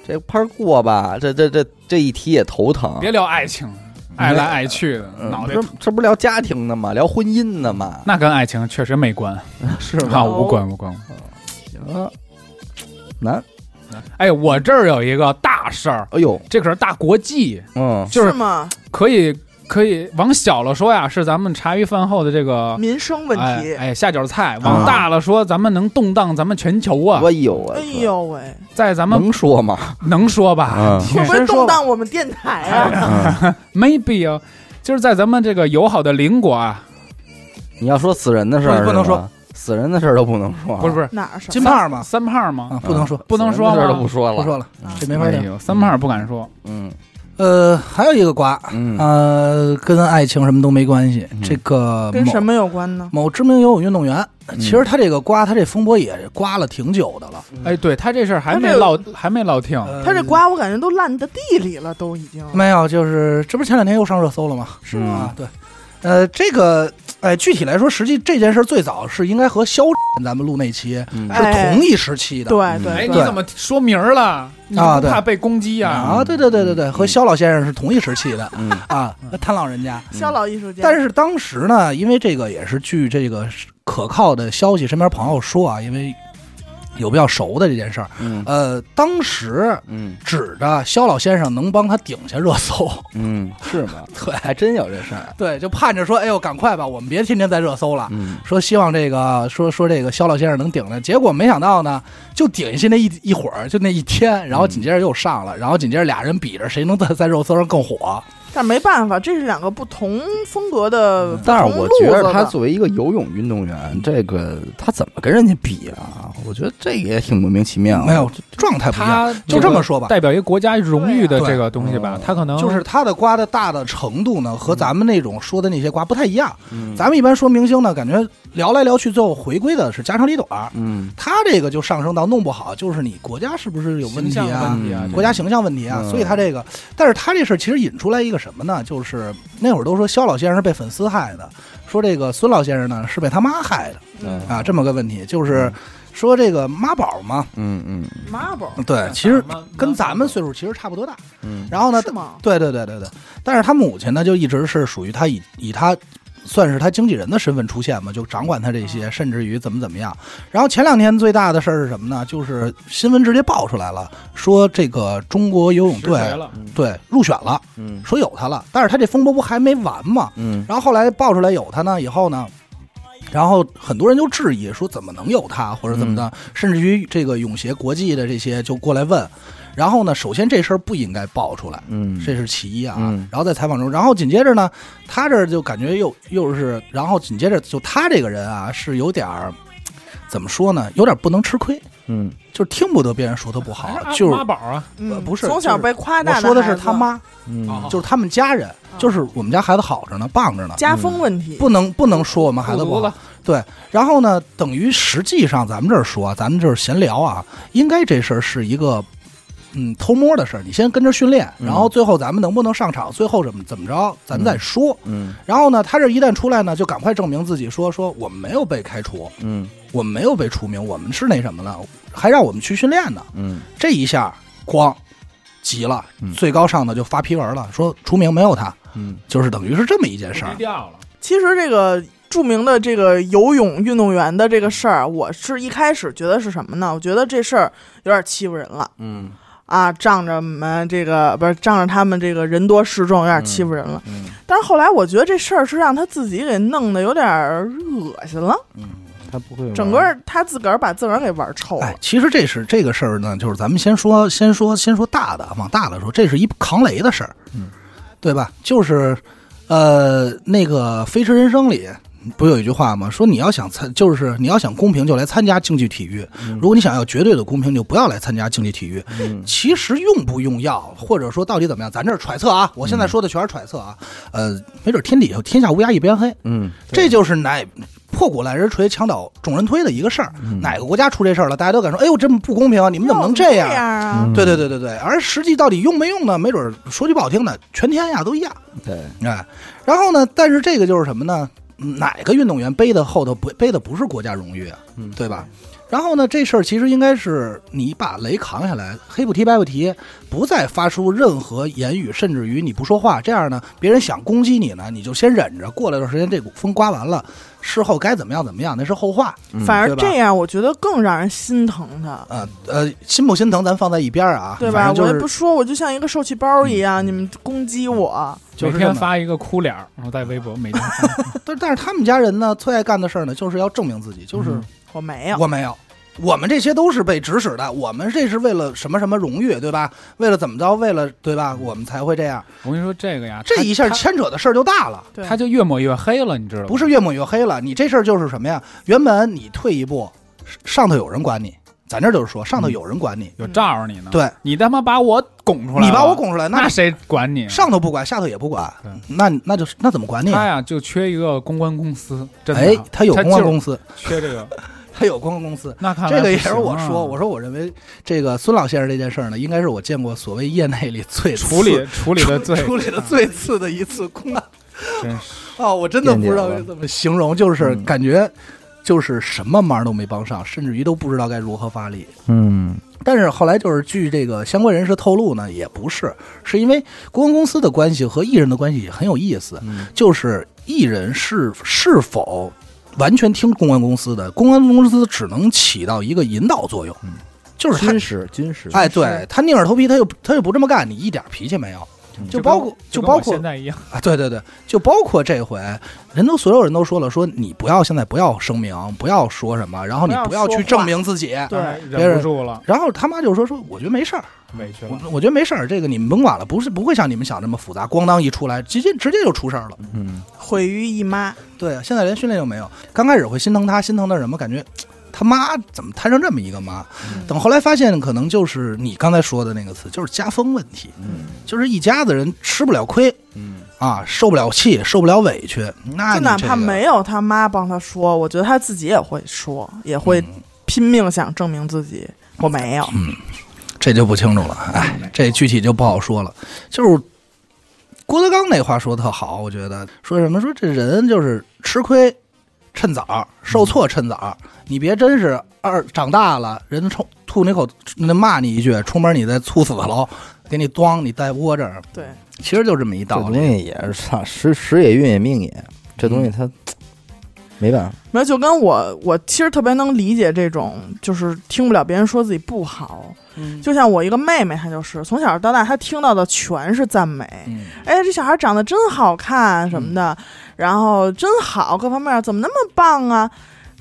Speaker 1: 这拍过吧？这这这这一题也头疼。
Speaker 4: 别聊爱情，爱来爱去的，
Speaker 1: 嗯
Speaker 4: 脑袋
Speaker 1: 这这不聊家庭的吗？聊婚姻的 吗？
Speaker 4: 那跟爱情确实没关，
Speaker 1: 是
Speaker 4: 啊，无关无关。
Speaker 1: 行，难。
Speaker 4: 哎，我这儿有一个大事儿，
Speaker 1: 哎呦，
Speaker 4: 这可是大国际，
Speaker 1: 嗯，
Speaker 4: 就是是
Speaker 3: 吗？
Speaker 4: 可以可以往小了说呀，是咱们茶余饭后的这个
Speaker 3: 民生问题。
Speaker 4: 哎哎下酒菜；
Speaker 1: 啊
Speaker 4: 往大了说，咱们能动荡咱们全球啊，
Speaker 1: 哎呦，我
Speaker 3: 哎
Speaker 1: 操，
Speaker 3: 呦喂，
Speaker 4: 在咱们
Speaker 1: 能说吗？
Speaker 4: 能说哎吧
Speaker 1: 嗯？
Speaker 3: 会
Speaker 4: 确
Speaker 3: 不
Speaker 4: 实
Speaker 3: 会动荡我们电台啊？
Speaker 1: 嗯，
Speaker 4: maybe 啊，就是在咱们这个友好的邻国啊，
Speaker 1: 你要说死人的事儿，
Speaker 2: 不能说，
Speaker 1: 死人的事儿都不能说啊，
Speaker 4: 不是不是
Speaker 3: 哪儿什
Speaker 2: 金
Speaker 3: 么？
Speaker 2: 胖吗？
Speaker 4: 三胖吗？
Speaker 2: 啊，不能说，
Speaker 4: 不能说
Speaker 1: 死人的事儿
Speaker 4: 吗
Speaker 1: 都不说
Speaker 2: 不
Speaker 1: 了，
Speaker 2: 说了，这没法
Speaker 4: 哎
Speaker 2: 聊。
Speaker 4: 呦，三胖不敢说，
Speaker 1: 嗯
Speaker 2: 呃，还有一个瓜，
Speaker 1: 嗯
Speaker 2: 呃，跟爱情什么都没关系
Speaker 1: 嗯。
Speaker 2: 这个
Speaker 3: 跟
Speaker 2: 呃某
Speaker 3: 什么有关呢？
Speaker 2: 某知名游泳运动员，其实他这个瓜，他这风波也刮了挺久的了。
Speaker 4: 哎，对他这事儿还没
Speaker 3: 他这
Speaker 4: 落，还没落听。
Speaker 2: 呃
Speaker 3: 他这瓜我感觉都烂到地里了，都已经
Speaker 2: 没有，就是这不是前两天又上热搜了吗？
Speaker 3: 是
Speaker 1: 嗯
Speaker 3: 吗？
Speaker 2: 啊，对，呃，这个哎，具体来说，实际这件事儿最早是应该和肖咱们录那期
Speaker 1: 嗯
Speaker 2: 是同一时期的，
Speaker 3: 哎对
Speaker 4: 哎，
Speaker 3: 对
Speaker 4: 你
Speaker 3: 对，
Speaker 4: 怎么说名儿了？你
Speaker 2: 啊
Speaker 4: 不
Speaker 2: 对
Speaker 4: 怕被攻击呀？
Speaker 2: 啊，对对对对对，和肖老先生是同一时期的
Speaker 1: 嗯
Speaker 2: 啊，那谭老人家。
Speaker 3: 肖老艺术家，
Speaker 2: 但是当时呢，因为这个也是据这个可靠的消息，身边朋友说啊，因为有比较熟的这件事儿，
Speaker 1: 嗯
Speaker 2: 呃，当时
Speaker 1: 嗯
Speaker 2: 指着肖老先生能帮他顶下热搜，
Speaker 1: 嗯，是吗？
Speaker 2: 对
Speaker 1: 还真有这事儿。 啊
Speaker 2: 对，就盼着说，哎呦，赶快吧，我们别天天在热搜了。
Speaker 1: 嗯
Speaker 2: 说希望这个说说这个肖老先生能顶着，结果没想到呢，就顶下那一一会儿，就那一天，然后紧接着又上了，然后紧接着俩人比着谁能在在热搜上更火。
Speaker 3: 但没办法，这是两个不同风格
Speaker 2: 嗯
Speaker 3: 的，
Speaker 1: 但
Speaker 3: 不
Speaker 1: 是
Speaker 3: 同
Speaker 1: 我
Speaker 3: 路
Speaker 1: 觉
Speaker 3: 子
Speaker 1: 得他
Speaker 3: 的
Speaker 1: 作为一个游泳运动员，这个他怎么跟人家比啊？我觉得这个也挺莫名其妙。
Speaker 2: 没有，哎状态不一样，
Speaker 4: 他
Speaker 2: 就这么说吧，
Speaker 4: 代表一个国家荣誉的
Speaker 2: 对啊
Speaker 4: 这个东西吧
Speaker 1: 对，
Speaker 4: 他可能
Speaker 2: 就是他的瓜的大的程度呢，和咱们那种说的那些瓜不太一样。
Speaker 1: 嗯，
Speaker 2: 咱们一般说明星呢，感觉聊来聊去，最后回归的是家长里短儿。
Speaker 1: 嗯
Speaker 2: 他这个就上升到弄不好，就是你国家是不是有问题
Speaker 4: 形象
Speaker 2: 啊
Speaker 4: 问？题啊
Speaker 1: 嗯，
Speaker 2: 国家形象问题啊，
Speaker 1: 嗯
Speaker 2: 所以他这个，但是他这事儿其实引出来一个什么呢？就是那会儿都说肖老先生是被粉丝害的，说这个孙老先生呢是被他妈害的
Speaker 1: 嗯
Speaker 2: 啊，这么个问题，就是说这个妈宝嘛，
Speaker 1: 嗯嗯
Speaker 3: marble
Speaker 2: 对，其实
Speaker 4: 啊妈妈
Speaker 2: 跟咱们岁数其实差不多大。
Speaker 1: 嗯
Speaker 2: 然后呢
Speaker 3: 是，吗？
Speaker 2: 对对对对对，但是他母亲呢就一直是属于他以以他。算是他经纪人的身份出现嘛，就掌管他这些，甚至于怎么怎么样。然后前两天最大的事儿是什么呢？就是新闻直接爆出来了，说这个中国游泳
Speaker 4: 实锤
Speaker 2: 队
Speaker 4: 了
Speaker 2: 对入选了，
Speaker 1: 嗯
Speaker 2: 说有他了，但是他这风波不还没完吗？
Speaker 1: 嗯
Speaker 2: 然后后来爆出来有他呢，以后呢，然后很多人就质疑说怎么能有他，或者怎么的，甚至于这个泳协国际的这些就过来问。然后呢，首先这事儿不应该爆出来，
Speaker 1: 嗯，
Speaker 2: 这是其一啊。
Speaker 1: 嗯
Speaker 2: 然后在采访中，然后紧接着呢，他这儿就感觉又又是，然后紧接着就他这个人啊是有点儿怎么说呢，有点不能吃亏，
Speaker 1: 嗯
Speaker 2: 就是听不得别人说他不好，
Speaker 4: 还是
Speaker 2: 就
Speaker 4: 阿
Speaker 2: 是
Speaker 4: 妈宝啊，
Speaker 3: 嗯，
Speaker 2: 不是
Speaker 3: 从
Speaker 2: 就
Speaker 3: 小
Speaker 2: 是
Speaker 3: 被夸
Speaker 2: 我
Speaker 3: 大。啊
Speaker 2: 说的是他，妈。
Speaker 1: 嗯
Speaker 2: 就是他们家人，就是我们家孩子好着呢，棒着呢，
Speaker 3: 家风问题，
Speaker 2: 嗯不能不能说我们孩子
Speaker 4: 不
Speaker 2: 不
Speaker 4: 足
Speaker 2: 好
Speaker 4: 了。，
Speaker 2: 对，然后呢，等于实际上咱们这儿说，咱们这儿闲聊啊，应该这事儿是一个。嗯，偷摸的事儿，你先跟着训练，
Speaker 1: 嗯
Speaker 2: 然后最后咱们能不能上场，最后怎么怎么着，咱们再说。
Speaker 1: 嗯
Speaker 2: 然后呢，他这一旦出来呢，就赶快证明自己说，说我们没有被开除，
Speaker 1: 嗯
Speaker 2: 我们没有被除名，我们是那什么了，还让我们去训练呢。
Speaker 1: 嗯
Speaker 2: 这一下，咣，急了
Speaker 1: 嗯，
Speaker 2: 最高上的就发批文了，说除名没有他，
Speaker 1: 嗯
Speaker 2: 就是等于是这么一件事
Speaker 4: 低
Speaker 2: 儿。
Speaker 4: 调了，
Speaker 3: 其实这个著名的这个游泳运动员的这个事儿，我是一开始觉得是什么呢？我觉得这事儿有点欺负人了
Speaker 1: 嗯
Speaker 3: 啊，仗着我们这个不是仗着他们这个人多势众，有点欺负人了。
Speaker 1: 嗯，
Speaker 3: 但是后来我觉得这事儿是让他自己给弄得有点儿恶心了，
Speaker 1: 他不会玩
Speaker 3: 整个儿他自个儿把自个儿给玩
Speaker 1: 哦
Speaker 3: 臭
Speaker 2: 嗯哎
Speaker 3: 了。，
Speaker 2: 其实这是这个事儿呢，就是咱们先说，先说，先说大的，啊往大的说，这是一扛雷的事儿，
Speaker 1: 嗯，
Speaker 2: 对吧？就是，呃，那个《飞驰人生》里不有一句话吗？说你要想参，就是你要想公平，就来参加竞技体育；如果你想要绝对的公平，就不要来参加竞技体育。
Speaker 1: 嗯
Speaker 2: 其实用不用药，或者说到底怎么样，咱这儿揣测啊，我
Speaker 1: 嗯
Speaker 2: 现在说的全是揣测啊，呃，没准天底下天下乌鸦一边黑，
Speaker 1: 嗯，
Speaker 2: 这就是乃破鼓烂人锤，墙倒众人推的一个事儿。
Speaker 1: 嗯
Speaker 2: 哪个国家出这事儿了，大家都敢说，哎呦，这么不公平，你们怎么能这
Speaker 3: 这
Speaker 2: 样？
Speaker 3: 啊？
Speaker 1: 嗯
Speaker 2: 对对对对对，而实际到底用没用呢？没准儿说句不好听的，全天下都一样。
Speaker 1: 对，
Speaker 2: 哎，然后呢，但是这个就是什么呢？哪个运动员背的后头不背的不是国家荣誉啊
Speaker 1: 嗯，
Speaker 2: 对吧？然后呢，这事儿其实应该是你把雷扛下来，黑不提白不提，不再发出任何言语，甚至于你不说话，这样呢，别人想攻击你呢，你就先忍着，过了段时间这股风刮完了，事后该怎么样怎么样，那是后话。
Speaker 1: 嗯
Speaker 3: 反而
Speaker 2: 对吧
Speaker 3: 这样，我觉得更让人心疼他。
Speaker 2: 呃呃，心不心疼咱放在一边儿啊，
Speaker 3: 对
Speaker 2: 反正
Speaker 3: 吧？
Speaker 2: 就
Speaker 3: 我也
Speaker 2: 是嗯
Speaker 3: 不说，我就像一个受气包一样，你们攻击我，
Speaker 2: 就是这
Speaker 4: 每
Speaker 2: 么
Speaker 4: 天发一个哭脸儿，然后在微博每天 发
Speaker 2: 但但是他们家人呢，最爱干的事儿呢，就是要证明自己，就是
Speaker 4: 嗯
Speaker 3: 我没有。
Speaker 2: 我没有，我们这些都是被指使的，我们这是为了什么什么荣誉，对吧？为了怎么着，为了对吧？我们才会这样，
Speaker 4: 我跟你说这个呀，
Speaker 2: 这
Speaker 4: 他
Speaker 2: 一下
Speaker 4: 他
Speaker 2: 牵扯的事儿就大了。
Speaker 3: 对
Speaker 4: 他就越抹越黑了，你知道吗？
Speaker 2: 不是越抹越黑了，你这事儿就是什么呀？原本你退一步，上头有人管你，咱这儿就是说上头有人管你，
Speaker 4: 有罩着你呢，
Speaker 2: 对
Speaker 4: 你他妈把我拱嗯出来，啊
Speaker 2: 你把我，拱出来，
Speaker 4: 那
Speaker 2: 那
Speaker 4: 谁管你？
Speaker 2: 上头不管，下头也不管
Speaker 4: 对，
Speaker 2: 那那就是那怎么管你
Speaker 4: 他
Speaker 2: 啊？
Speaker 4: 呀就缺一个公关公司，真的，啊
Speaker 2: 哎，他有公关
Speaker 4: 司，
Speaker 2: 公司，
Speaker 4: 缺这个，
Speaker 2: 他有公关公司，
Speaker 4: 那看来
Speaker 2: 这个也
Speaker 4: 不行
Speaker 2: 是
Speaker 4: 啊
Speaker 2: 我说，我说我认为这个孙老先生这件事儿呢，应该是我见过所谓业内里最
Speaker 4: 处理处理的最
Speaker 2: 处理的最次的一次公安
Speaker 4: 真是
Speaker 2: 啊，我真的不知道
Speaker 1: 垫底了
Speaker 2: 该怎么形容，就是
Speaker 1: 嗯
Speaker 2: 感觉就是什么忙都没帮上，甚至于都不知道该如何发力。
Speaker 1: 嗯
Speaker 2: 但是后来就是据这个相关人士透露呢，也不是，是因为公关公司的关系和艺人的关系也很有意思，
Speaker 1: 嗯
Speaker 2: 就是艺人是是否完全听公关公司的，公关公司只能起到一个引导作用，
Speaker 4: 嗯
Speaker 2: 就是他
Speaker 1: 军师军师，
Speaker 2: 哎，对他拧耳头皮，他又他又不这么干，你一点脾气没有
Speaker 1: 嗯。
Speaker 2: 就包括
Speaker 4: 就跟
Speaker 2: 包
Speaker 4: 我
Speaker 2: 括
Speaker 4: 现在一样，
Speaker 2: 啊，对对对，就包括这回，人都所有人都说了，说你不要现在不要声明，不要说什么，然后你
Speaker 3: 不要
Speaker 2: 不要
Speaker 3: 说
Speaker 2: 去
Speaker 3: 话
Speaker 2: 证明自己。
Speaker 3: 对
Speaker 4: 哎
Speaker 2: 别
Speaker 4: 忍
Speaker 2: 人
Speaker 4: 不住了，
Speaker 2: 然后他妈就说说，我觉得没事儿，
Speaker 4: 委屈
Speaker 2: 我
Speaker 4: 了，
Speaker 2: 我觉得没事儿，这个你们甭管了，不是不会像你们想这么复杂，咣当一出来，直接直接就出事儿了。
Speaker 1: 嗯
Speaker 3: 毁于一妈，
Speaker 2: 对啊，现在连训练都没有，刚开始会心疼他，心疼的什么？感觉他妈怎么摊上这么一个妈？
Speaker 1: 嗯
Speaker 2: 等后来发现，可能就是你刚才说的那个词，就是家风问题，
Speaker 1: 嗯
Speaker 2: 就是一家子人吃不了亏，
Speaker 1: 嗯，
Speaker 2: 啊，受不了气，受不了委屈，那
Speaker 3: 就
Speaker 2: 你
Speaker 3: 哪
Speaker 2: 这
Speaker 3: 怕
Speaker 2: 个
Speaker 3: 没有他妈帮他说，我觉得他自己也会说，也会
Speaker 2: 嗯
Speaker 3: 拼命想证明自己我没有。
Speaker 2: 这就不清楚了，哎，这具体就不好说了。就是郭德纲那话说的特好，我觉得说什么说这人就是吃亏趁早，受挫趁早，你别真是二长大了，人冲吐你口那骂你一句，出门你再猝死喽，给你咣你带窝这儿，
Speaker 3: 对，
Speaker 2: 其实就这么一
Speaker 1: 这
Speaker 2: 道
Speaker 1: 东
Speaker 2: 理。
Speaker 1: 西也是操时时也运也命也，这东西它没办法，
Speaker 3: 没有，就跟我我其实特别能理解这种，就是听不了别人说自己不好。
Speaker 2: 嗯
Speaker 3: 就像我一个妹妹，她就是从小到大，她听到的全是赞美，
Speaker 2: 嗯
Speaker 3: 哎，这小孩长得真好看什么的，然后真好，各方面儿怎么那么棒啊？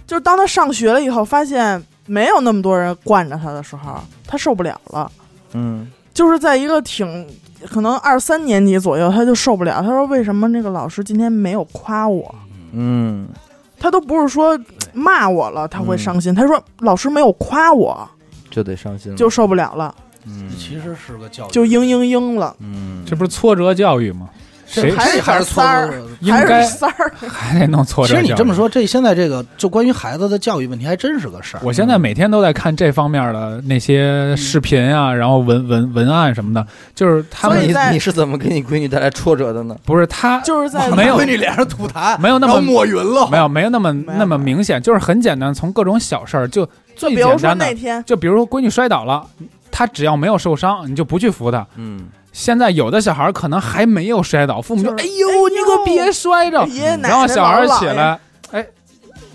Speaker 3: 就是当他上学了以后，发现没有那么多人惯着他的时候，他受不了了。
Speaker 1: 嗯
Speaker 3: 就是在一个挺可能二三年级左右，他就受不了。他说：“为什么那个老师今天没有夸我？
Speaker 1: 嗯
Speaker 3: 他都不是说骂我了，他会伤心。他说：“老师没有夸我，
Speaker 1: 就得伤心了，
Speaker 3: 就受不了了，
Speaker 1: 嗯
Speaker 2: 其实是个教育，
Speaker 3: 就嘤嘤嘤了。
Speaker 1: 嗯，
Speaker 4: 这不是挫折教育吗？谁
Speaker 3: 还是
Speaker 2: 还是错
Speaker 3: 三儿
Speaker 2: 误的”
Speaker 4: 应
Speaker 3: 还
Speaker 4: 该
Speaker 3: 是三 儿，
Speaker 4: 还得弄挫
Speaker 2: 其
Speaker 4: 折教
Speaker 2: 实
Speaker 4: 育？
Speaker 2: 你这么，说，这现在这个就关于孩子的教育问题，还真是个事儿。
Speaker 4: 我现在每天都在看这方面的那些
Speaker 3: 嗯
Speaker 4: 视频啊，然后文文文案什么的，就是他
Speaker 3: 所
Speaker 4: 们
Speaker 3: 以
Speaker 1: 你
Speaker 3: 在
Speaker 1: 你是怎么给你闺女带来挫折的呢？
Speaker 4: 不是他
Speaker 3: 就是在
Speaker 4: 没有
Speaker 2: 闺女脸上吐痰，
Speaker 4: 没有那
Speaker 2: 然后
Speaker 4: 么
Speaker 2: 抹云了。
Speaker 4: 没有没有那么
Speaker 3: 没有
Speaker 4: 那么明显，就是很简单，从各种小事儿就最
Speaker 3: 比
Speaker 4: 简
Speaker 3: 如说
Speaker 4: 单
Speaker 3: 那
Speaker 4: 的，
Speaker 3: 天，
Speaker 4: 就比如说闺女摔倒了，她只要没有受伤，你就不去扶她。
Speaker 1: 嗯
Speaker 4: 现在有的小孩可能还没有摔倒，父母就
Speaker 3: 就是
Speaker 4: 哎呦你可别摔着，
Speaker 3: 爷爷奶奶
Speaker 4: 然后小孩
Speaker 3: 姥姥姥
Speaker 4: 起
Speaker 3: 爷，
Speaker 4: 来，哎，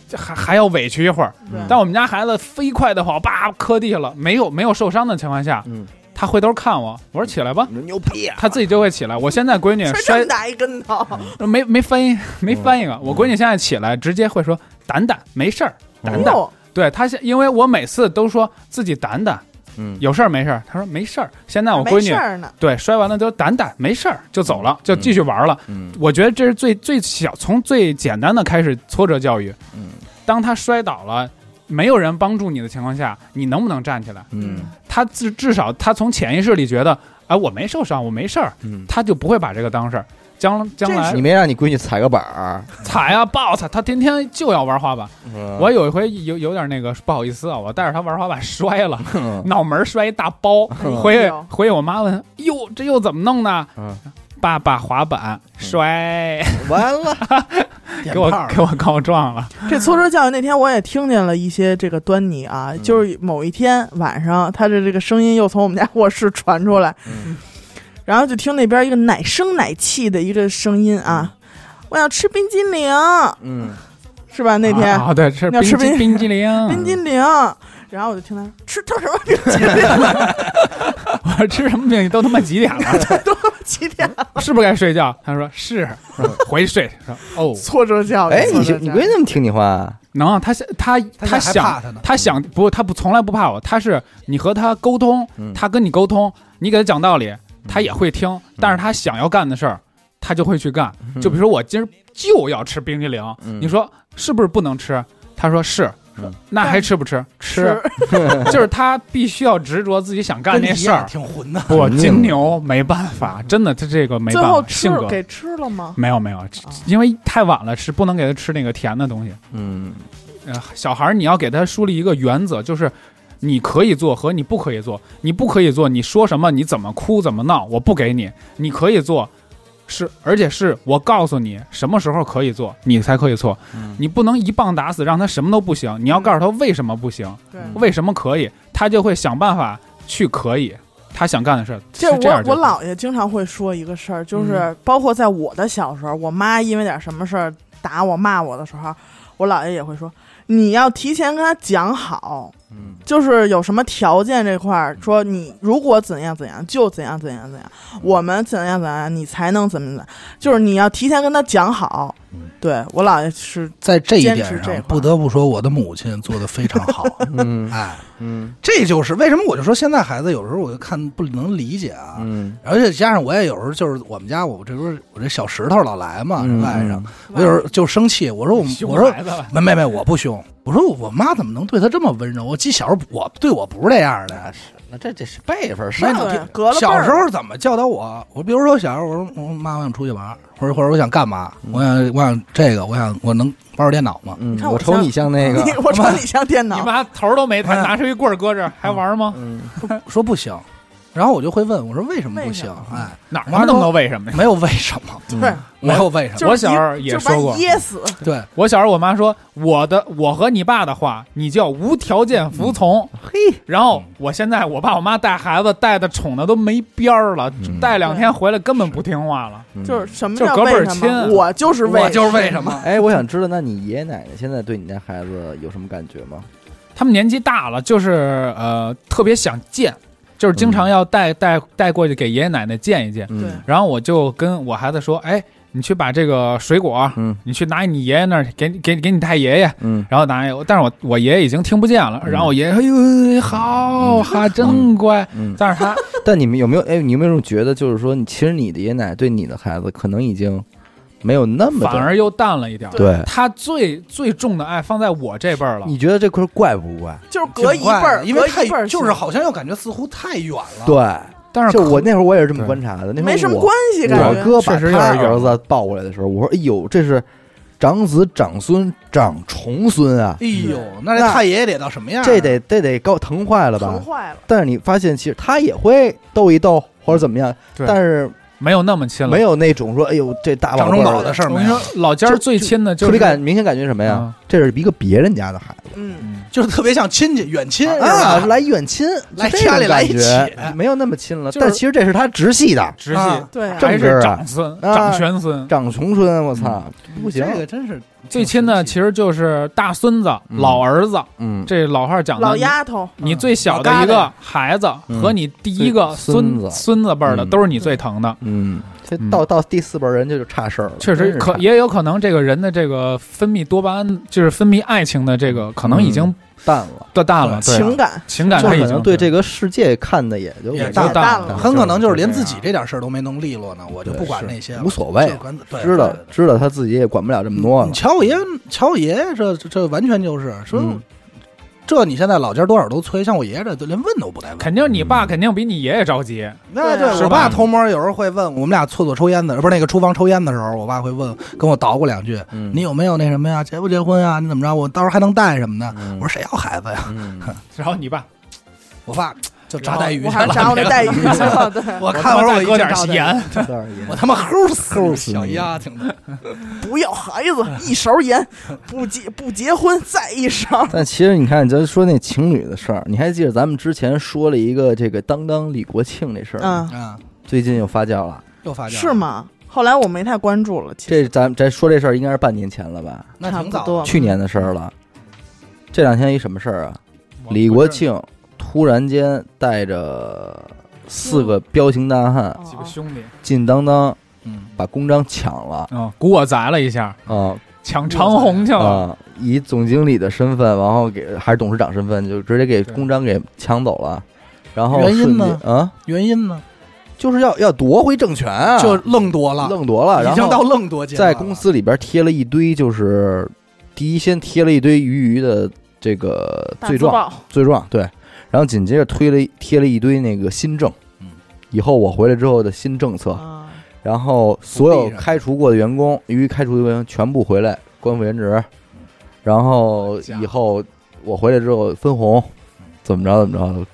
Speaker 4: 这还还要委屈一会儿。
Speaker 3: 对
Speaker 4: 但我们家孩子飞快的跑，叭磕地下了，没有没有受伤的情况下，
Speaker 1: 嗯，
Speaker 4: 他回头看我，我说起来吧，
Speaker 1: 你说牛逼啊，
Speaker 4: 他自己就会起来。我现在闺女
Speaker 3: 摔这
Speaker 4: 摔
Speaker 3: 么大一跟头，
Speaker 4: 没没翻一没翻一个，
Speaker 1: 嗯
Speaker 4: 我闺女现在起来直接会说胆胆没事儿，胆胆。
Speaker 3: 哟
Speaker 4: 对她现因为我每次都说自己胆胆
Speaker 1: 嗯
Speaker 4: 有事儿没事儿，她说没事儿。现在我
Speaker 3: 没
Speaker 4: 闺
Speaker 3: 事
Speaker 4: 女
Speaker 3: 儿呢，
Speaker 4: 对摔完了就胆胆没事儿就走了，就继续玩了。
Speaker 1: 嗯
Speaker 4: 我觉得这是最最小，从最简单的开始挫折教育。
Speaker 1: 嗯
Speaker 4: 当他摔倒了，没有人帮助你的情况下，你能不能站起来？
Speaker 1: 嗯
Speaker 4: 他至至少他从潜意识里觉得，哎，我没受伤，我没事儿，
Speaker 1: 嗯，
Speaker 4: 他就不会把这个当事儿。将将来
Speaker 1: 你没让你闺女踩个板儿，
Speaker 4: 踩啊抱他，他天天就要玩滑板。我
Speaker 1: 我
Speaker 4: 有一回有有点那个不好意思啊，我带着他玩滑板摔了，
Speaker 1: 嗯
Speaker 4: 脑门儿摔一大包，
Speaker 3: 嗯
Speaker 4: 回去
Speaker 3: 哎呦
Speaker 4: 回去我妈问，哟，这又怎么弄的？
Speaker 1: 嗯
Speaker 4: 爸爸滑板摔，
Speaker 1: 完了，
Speaker 4: 给我给我告状了。
Speaker 3: 这挫折教育那天我也听见了一些这个端倪啊，
Speaker 4: 嗯
Speaker 3: 就是某一天晚上，他的这个声音又从我们家 卧室传出来，
Speaker 1: 嗯
Speaker 3: 然后就听那边一个奶声奶气的一个声音啊，
Speaker 4: 嗯
Speaker 3: 我想吃冰激凌，
Speaker 1: 嗯
Speaker 3: 是吧？那天、
Speaker 4: 啊，啊对，吃
Speaker 3: 要
Speaker 4: 冰
Speaker 3: 吃
Speaker 4: 激
Speaker 3: 冰
Speaker 4: 冰激凌，
Speaker 3: 冰激凌，然后我就听他吃吃什么冰 激
Speaker 4: 我说吃什么冰？都他妈几点了？
Speaker 3: 凌，都几点？
Speaker 4: 是不是该睡觉？他说是，我说回去睡。说哦，
Speaker 3: 挫折教育，
Speaker 1: 哎，你
Speaker 3: 挫折
Speaker 1: 你
Speaker 3: 教育
Speaker 1: 闺女怎么听你话啊？
Speaker 4: 能啊，他想他
Speaker 2: 他现在还怕
Speaker 4: 想
Speaker 2: 他呢
Speaker 4: 他想不，他不从来不怕我，他是你和他沟通
Speaker 1: 嗯，
Speaker 4: 他跟你沟通，你给他讲道理，他也会听，但是他想要干的事儿，他就会去干。就比如说我今儿就要吃冰激凌，
Speaker 1: 嗯
Speaker 4: 你说是不是不能吃？他说是
Speaker 1: 嗯。
Speaker 4: 那还吃不吃？吃，就是他必须要执着自己想干
Speaker 2: 跟
Speaker 4: 那
Speaker 2: 你一
Speaker 4: 事
Speaker 2: 样
Speaker 4: 儿。
Speaker 2: 挺混的。
Speaker 4: 不，
Speaker 1: 肯定
Speaker 4: 金牛没办法，真的，他这个没
Speaker 3: 最
Speaker 4: 办
Speaker 3: 后
Speaker 4: 法，
Speaker 3: 吃
Speaker 4: 性格
Speaker 3: 给吃了吗？啊
Speaker 4: 没有没有，因为太晚了，是不能给他吃那个甜的东西。
Speaker 1: 嗯
Speaker 4: 呃，小孩儿你要给他树立一个原则，就是你可以做和你不可以做，你不可以做，你说什么，你怎么哭怎么闹，我不给你；你可以做，是，而且是我告诉你什么时候可以做，你才可以做。
Speaker 1: 嗯
Speaker 4: 你不能一棒打死，让他什么都不行。你要告诉他为什么不行，
Speaker 3: 对，
Speaker 1: 嗯
Speaker 4: 为什么可以，他就会想办法去可以他想干的事儿。
Speaker 3: 这
Speaker 4: 是这
Speaker 3: 我
Speaker 4: 样就
Speaker 3: 我
Speaker 4: 好嗯
Speaker 3: 姥爷经常会说一个事儿，就是包括在我的小时候，我妈因为点什么事儿打我骂我的时候，我姥爷也会说，你要提前跟他讲好，
Speaker 1: 嗯
Speaker 3: 就是有什么条件这块
Speaker 4: 嗯
Speaker 3: 儿，说你如果怎样怎样就怎样怎样怎样，我们怎样怎样你才能怎么怎么样，就是你要提前跟他讲好。
Speaker 4: 嗯
Speaker 3: 对我姥爷是
Speaker 2: 在这一
Speaker 3: 坚
Speaker 2: 点
Speaker 3: 持这
Speaker 2: 上
Speaker 3: 块，
Speaker 2: 不得不说我的母亲做的非常 好。
Speaker 1: 嗯
Speaker 2: 哎，
Speaker 1: 嗯
Speaker 2: 这就是为什么我就说现在孩子有时候我就看不能理解啊。
Speaker 1: 嗯，
Speaker 2: 而且加上我也有时候就是我们家我这不是我这小石头老来嘛
Speaker 1: 嗯
Speaker 2: 外甥，我有时候就生气，我说我嗯
Speaker 4: 凶
Speaker 2: 我说
Speaker 4: 孩子吧，
Speaker 2: 没没没，我不凶。我说我妈怎么能对她这么温柔？我记小时候我对我不是这样的。
Speaker 1: 那是那这这是辈分
Speaker 2: 那
Speaker 1: 上
Speaker 2: 你
Speaker 3: 对
Speaker 2: 听
Speaker 3: 隔了辈
Speaker 2: 小
Speaker 3: 儿
Speaker 2: 时候怎么教导我？我比如说小时候，我说我说妈，我想出去玩儿，或者或者我想干嘛？我想我想这个，我想我能玩会儿电脑吗？
Speaker 1: 嗯
Speaker 3: 你看
Speaker 1: 我
Speaker 3: 我
Speaker 1: 瞅
Speaker 3: 像
Speaker 1: 你像那个
Speaker 3: 你，我瞅你像电
Speaker 4: 你
Speaker 3: 脑，
Speaker 4: 妈头儿都没抬，
Speaker 2: 嗯
Speaker 4: 拿出一棍儿搁这儿，还玩吗？
Speaker 1: 嗯
Speaker 2: 说不行，然后我就会问我说为什么不
Speaker 3: 为什
Speaker 2: 行
Speaker 3: 么？
Speaker 2: 哎，
Speaker 4: 哪儿那么多为什么呀？
Speaker 2: 没有为什么，
Speaker 1: 嗯
Speaker 3: 对，
Speaker 2: 没有为什
Speaker 3: 就
Speaker 2: 么，
Speaker 3: 是
Speaker 4: 嗯我小时候
Speaker 3: 一
Speaker 4: 也
Speaker 3: 就把
Speaker 4: 说
Speaker 3: 你
Speaker 4: 过
Speaker 3: 噎死，
Speaker 2: 对，
Speaker 4: 我小时候，我妈说我的我和你爸的话，你就要无条件服从。
Speaker 3: 嗯
Speaker 1: 嘿，
Speaker 4: 然后我现在我爸我妈带孩子带的宠的都没边儿了，
Speaker 1: 嗯
Speaker 4: 带两天回来根本不听话了。
Speaker 3: 就是什么
Speaker 4: 就
Speaker 3: 叫
Speaker 4: 隔辈
Speaker 3: 为
Speaker 4: 儿
Speaker 3: 什么？
Speaker 4: 亲
Speaker 3: 我就是为，
Speaker 2: 我就是为什么。
Speaker 1: 哎，我想知道，那你爷爷奶奶现在对你家孩子有什么感觉吗？
Speaker 4: 他们年纪大了，就是呃特别想见，就是经常要带、带带过去给爷爷奶奶见一见。
Speaker 3: 对
Speaker 1: 嗯
Speaker 4: 然后我就跟我孩子说，哎，你去把这个水果，啊
Speaker 1: 嗯
Speaker 4: 你去拿你爷爷那儿给你给你给你太爷爷。
Speaker 1: 嗯
Speaker 4: 然后拿，但是我我爷爷已经听不见了。
Speaker 1: 嗯
Speaker 4: 然后我爷爷说：“哎呦，好哈，真乖。
Speaker 1: 嗯”。
Speaker 4: 但是他
Speaker 1: 但你们有没有哎，你有没有觉得就是说，你其实你的爷爷奶奶对你的孩子可能已经没有那么的
Speaker 4: 反而又淡了一点儿。
Speaker 1: 对。
Speaker 4: 他最最重的爱放在我这辈儿了。
Speaker 1: 你觉得这块怪不怪？
Speaker 3: 就是隔一辈儿，
Speaker 2: 因为
Speaker 3: 隔
Speaker 2: 太
Speaker 3: 一辈儿
Speaker 2: 就是
Speaker 3: 亲
Speaker 2: 好像又感觉似乎太远了。
Speaker 1: 对，
Speaker 4: 但是
Speaker 1: 就我
Speaker 4: 可
Speaker 1: 那会儿我也是这么
Speaker 4: 对
Speaker 1: 观察的。那会儿
Speaker 3: 没什么
Speaker 1: 我
Speaker 3: 关系，感
Speaker 1: 我
Speaker 3: 觉
Speaker 1: 哥
Speaker 4: 确
Speaker 1: 把
Speaker 4: 实
Speaker 1: 他
Speaker 4: 有点
Speaker 1: 儿
Speaker 4: 远
Speaker 1: 子抱过来的时候，我说：“哎呦，这是长子、长孙、长重孙啊，
Speaker 2: 哎呦，那这
Speaker 1: 那
Speaker 2: 太爷爷得到什么样啊？
Speaker 1: 这得这得高疼坏了
Speaker 3: 疼
Speaker 1: 吧
Speaker 3: 坏了？”。
Speaker 1: 但是你发现，其实他也会逗一逗或者怎么样，
Speaker 4: 对
Speaker 1: 但是
Speaker 4: 没有那么亲了。
Speaker 1: 没有那种说：“哎呦，这大
Speaker 2: 掌
Speaker 1: 王
Speaker 2: 中
Speaker 1: 棍儿
Speaker 2: 宝的事儿没
Speaker 4: 我跟你
Speaker 2: 有
Speaker 4: 说，，老家儿
Speaker 1: 就
Speaker 4: 最亲的就
Speaker 1: 特
Speaker 4: 是
Speaker 1: 别感明显感觉什么呀？
Speaker 4: 啊
Speaker 1: 这是一个别人家的孩子
Speaker 3: 嗯，
Speaker 4: 嗯
Speaker 2: 就是特别像亲戚远亲
Speaker 1: 啊，
Speaker 2: 是吧
Speaker 1: 来远亲，
Speaker 2: 来
Speaker 1: 就这
Speaker 2: 家里
Speaker 1: 种
Speaker 2: 来
Speaker 1: 感
Speaker 2: 一
Speaker 1: 觉
Speaker 2: 起
Speaker 1: 没有那么亲了。
Speaker 4: 就是
Speaker 1: 但其实这是他直系的
Speaker 4: 直系
Speaker 2: 啊
Speaker 3: 对啊，
Speaker 4: 还
Speaker 1: 正根
Speaker 4: 是
Speaker 1: 儿啊
Speaker 4: 长孙、
Speaker 1: 啊
Speaker 4: 长玄孙。
Speaker 1: 长重孙，我操，不行，
Speaker 2: 这个真是
Speaker 4: 最亲的
Speaker 2: 挺神奇
Speaker 4: 其实就是大孙子、
Speaker 1: 嗯
Speaker 4: 老儿子。
Speaker 1: 嗯，
Speaker 4: 这老话讲的，
Speaker 3: 老丫头，
Speaker 4: 你你最小的一
Speaker 2: 老
Speaker 4: 个
Speaker 2: 疙
Speaker 4: 孩子
Speaker 1: 嗯
Speaker 4: 和你第一个
Speaker 1: 孙
Speaker 4: 孙
Speaker 1: 孙子
Speaker 4: 孙子辈儿的
Speaker 1: 嗯
Speaker 4: 都是你最疼的。
Speaker 1: 嗯，这到到第四辈人就就差事儿了，
Speaker 4: 确
Speaker 1: 真
Speaker 4: 实
Speaker 1: 是
Speaker 4: 可
Speaker 1: 差
Speaker 4: 也有可能，这个人的这个分泌多巴胺，就是分泌爱情的这个，可能已经
Speaker 1: 淡了，
Speaker 4: 断大了，对
Speaker 3: 情感
Speaker 4: 情感
Speaker 1: 就
Speaker 4: 他已
Speaker 1: 可
Speaker 4: 经
Speaker 1: 能对这个世界看的也就
Speaker 2: 也
Speaker 1: 淡
Speaker 2: 淡
Speaker 3: 也
Speaker 1: 了，
Speaker 3: 淡
Speaker 4: 了
Speaker 3: 了，
Speaker 2: 很可能就是连自己这点事儿都没弄利落呢，我就
Speaker 1: 对
Speaker 2: 不管
Speaker 1: 是
Speaker 2: 那些了，
Speaker 1: 无所谓
Speaker 2: 就管对
Speaker 1: 知道
Speaker 2: 对对
Speaker 1: 知道他自己也管不了这么多
Speaker 2: 你
Speaker 1: 了，
Speaker 2: 瞧我爷，瞧我爷爷这这完全就是说
Speaker 1: 嗯，
Speaker 2: 这你现在老家多少都催，像我爷爷这都连问都不带问。
Speaker 4: 肯定你爸肯定比你爷爷着急，
Speaker 2: 那
Speaker 3: 对啊
Speaker 2: 对
Speaker 4: 是
Speaker 2: 我
Speaker 4: 吧
Speaker 2: 爸偷摸有时候会问我们俩厕所抽烟的，不是那个厨房抽烟的时候，我爸会问跟我捣鼓两句，
Speaker 1: 嗯
Speaker 2: 你有没有那什么呀？结不结婚啊？你怎么着？我到时候还能带什么呢？
Speaker 1: 嗯
Speaker 2: 我说谁要孩子呀？
Speaker 1: 嗯
Speaker 4: 然后你爸
Speaker 2: 我爸就炸带鱼去
Speaker 3: 我
Speaker 2: 了，
Speaker 3: 还是炸我那带鱼去 了，对，
Speaker 2: 我
Speaker 4: 我
Speaker 2: 看
Speaker 4: 他
Speaker 2: 会
Speaker 4: 妈
Speaker 2: 儿
Speaker 4: 再
Speaker 2: 我
Speaker 4: 搁
Speaker 2: 一
Speaker 4: 点
Speaker 2: 炸带鱼
Speaker 4: 盐，
Speaker 1: 这倒是也
Speaker 2: 我他妈齁死
Speaker 1: 齁
Speaker 2: 你
Speaker 1: 死
Speaker 2: 小
Speaker 1: 你
Speaker 2: 丫挺的，
Speaker 3: 不要孩子，一勺盐，不结不结婚，再一勺，
Speaker 1: 但其实你看，咱说那情侣的事儿，你还记得咱们之前说了一个这个当当李国庆这事儿吗？
Speaker 3: 嗯，
Speaker 2: 啊，
Speaker 1: 最近又发酵了。
Speaker 2: 又 发酵了
Speaker 3: 是？吗？后来我没太关注了，其实
Speaker 1: 这咱咱说这事儿应该是半年前了吧？
Speaker 2: 那
Speaker 3: 差
Speaker 2: 挺
Speaker 3: 不
Speaker 2: 早
Speaker 3: 多
Speaker 2: 的，
Speaker 1: 去年的事儿了。这两天一什么事儿啊？
Speaker 4: 我
Speaker 1: 李国庆突然间带着四个彪形大汉
Speaker 4: 几
Speaker 3: 哦
Speaker 4: 个兄弟
Speaker 1: 进当当，
Speaker 2: 嗯，
Speaker 1: 把公章抢了
Speaker 4: 啊，鼓我砸了一下，
Speaker 1: 啊
Speaker 4: 抢长虹去
Speaker 1: 啊、
Speaker 4: 了，
Speaker 1: 以总经理的身份，然后给还是董事长身份，就直接给
Speaker 4: 对
Speaker 1: 公章给抢走了。然后
Speaker 2: 原因
Speaker 1: 瞬间
Speaker 2: 呢
Speaker 1: 啊，
Speaker 2: 原因呢？
Speaker 1: 就是要要夺回政权啊，
Speaker 2: 就愣多了，
Speaker 1: 愣夺了，
Speaker 2: 已
Speaker 1: 然
Speaker 2: 经
Speaker 1: 后
Speaker 2: 到愣多阶段
Speaker 1: 在
Speaker 2: 了
Speaker 1: 公司里边贴了一堆，就是第一先贴了一堆鱼鱼的这个
Speaker 3: 大
Speaker 1: 罪
Speaker 3: 字
Speaker 1: 状，
Speaker 3: 报，
Speaker 1: 罪状对，然后紧接着推了一贴了一堆那个新政，
Speaker 2: 嗯，
Speaker 1: 以后我回来之后的新政策，
Speaker 3: 啊，
Speaker 1: 然后所有
Speaker 2: 地上
Speaker 1: 开除过的员工，由于开除的员工全部回来官复原职，然后
Speaker 4: 嗯家伙
Speaker 1: 以后我回来之后分红，怎么着怎么着，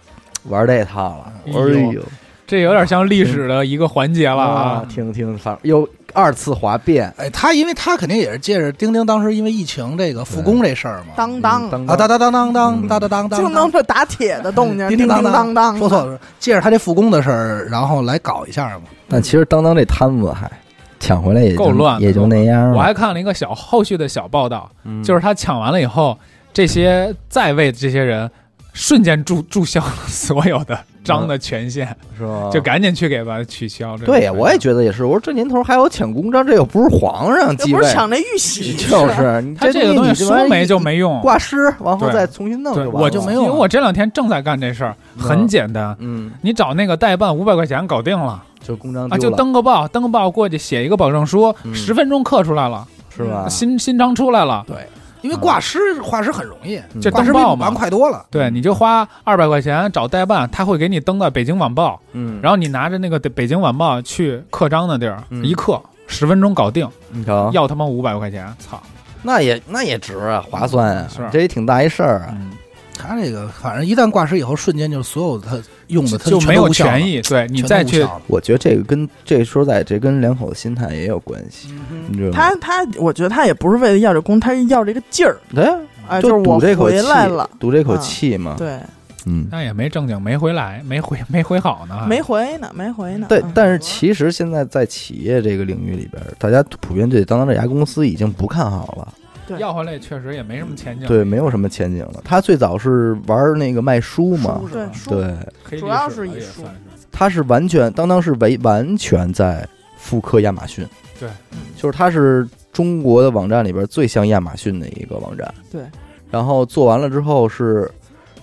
Speaker 1: 玩这套了，
Speaker 4: 嗯
Speaker 1: 哎
Speaker 4: 哎
Speaker 1: 呦，
Speaker 4: 这有点像历史的一个环节了啊。
Speaker 1: 听听反又二次哗变，
Speaker 2: 哎，他因为他肯定也是借着钉钉当时因为疫情这个复工这事儿嘛，
Speaker 3: 当当
Speaker 1: 嗯当
Speaker 2: 啊，当当当当当
Speaker 1: 嗯
Speaker 2: 当当当
Speaker 3: 就
Speaker 2: 当
Speaker 3: 能这打铁的动静，
Speaker 2: 叮
Speaker 3: 叮
Speaker 2: 叮当
Speaker 3: 当当，
Speaker 2: 说错了，借着他这复工的事儿，然后来搞一下嘛。
Speaker 1: 但其实当当这摊子还抢回来也就
Speaker 4: 够乱的
Speaker 1: 也就那样
Speaker 4: 我
Speaker 1: 了。
Speaker 4: 还看了一个小后续的小报道，
Speaker 1: 嗯
Speaker 4: 就是他抢完了以后，这些在位的这些人瞬间注注销了 所有的章的权限，
Speaker 1: 是吧？
Speaker 4: 就赶紧去给他取消。这
Speaker 1: 嗯
Speaker 4: 个
Speaker 1: 对呀，我也觉得也是。我说这年头还有抢公章，这又不是皇上
Speaker 3: 这
Speaker 1: 继
Speaker 3: 不
Speaker 1: 位
Speaker 3: 是，啊抢这玉玺，
Speaker 1: 就是你
Speaker 4: 他这个
Speaker 1: 东西
Speaker 4: 东西说没就没用。
Speaker 1: 挂失，完后
Speaker 4: 对
Speaker 1: 再重新弄
Speaker 4: 对，
Speaker 1: 就完
Speaker 4: 我
Speaker 1: 了。
Speaker 2: 就没有
Speaker 4: 因为我啊这两天正在干这事儿，很简单，
Speaker 1: 嗯，
Speaker 4: 你找那个代办五百块钱搞定了
Speaker 1: 就公章
Speaker 4: 啊，
Speaker 1: 嗯丢
Speaker 4: 就
Speaker 1: 了
Speaker 4: 登个报，登个报过去写一个保证书，
Speaker 1: 嗯啊
Speaker 4: 十分钟刻出来了，
Speaker 1: 是吧？
Speaker 4: 新新章出来了，
Speaker 2: 对，因为挂失挂失很容易，
Speaker 1: 嗯
Speaker 4: 就
Speaker 2: 挂
Speaker 4: 登
Speaker 2: 失比补
Speaker 4: 报嘛
Speaker 2: 办。快多了。
Speaker 4: 对，你就花二百块钱找代办，他会给你登到北京晚报，
Speaker 1: 嗯，
Speaker 4: 然后你拿着那个北京晚报去刻章的地儿
Speaker 1: 嗯
Speaker 4: 一刻，十分钟搞定，
Speaker 1: 你瞧，
Speaker 4: 要他妈五百块钱，操！
Speaker 1: 那也那也值啊，划算啊
Speaker 4: 是，
Speaker 1: 这也挺大一事儿啊。
Speaker 4: 嗯，
Speaker 2: 他这个反正一旦挂失以后，瞬间就是所有他用的他
Speaker 4: 就
Speaker 2: 全
Speaker 4: 没
Speaker 2: 都
Speaker 4: 有
Speaker 2: 无效了
Speaker 4: 权，益，对你
Speaker 2: 全都
Speaker 4: 再
Speaker 2: 无
Speaker 4: 去
Speaker 2: 效了
Speaker 1: 我觉得这个跟这说实在这跟两口子心态也有关系，你知道吗？
Speaker 3: 他他，我觉得他也不是为了要这功，他是要这个劲儿，
Speaker 1: 对，啊
Speaker 3: 哎，
Speaker 1: 就
Speaker 3: 就是
Speaker 1: 赌
Speaker 3: 我
Speaker 1: 这口
Speaker 3: 回
Speaker 1: 气啊
Speaker 3: 来了，，
Speaker 1: 赌这口气嘛。
Speaker 3: 对，
Speaker 1: 嗯，
Speaker 4: 那也没正经没回来，没回没回好呢，
Speaker 3: 没回呢，没回呢，
Speaker 1: 对
Speaker 3: 嗯，
Speaker 1: 哎但是其实现在在企业这个领域里边，大家普遍对当当这家公司已经不看好了，
Speaker 4: 要回来确实也没什么前景，
Speaker 1: 对，没有什么前景了。他最早是玩那个卖书嘛
Speaker 2: 书，是
Speaker 3: 对
Speaker 2: 吧
Speaker 3: 书
Speaker 1: 对，
Speaker 4: 黑历史
Speaker 3: 主
Speaker 4: 了，
Speaker 3: 要是以
Speaker 4: 也
Speaker 3: 书
Speaker 4: 算是
Speaker 1: 他是完全当当是为完全在复刻亚马逊，嗯
Speaker 4: 对，
Speaker 1: 就是他是中国的网站里边最像亚马逊的一个网站，
Speaker 3: 对。
Speaker 1: 然后做完了之后是，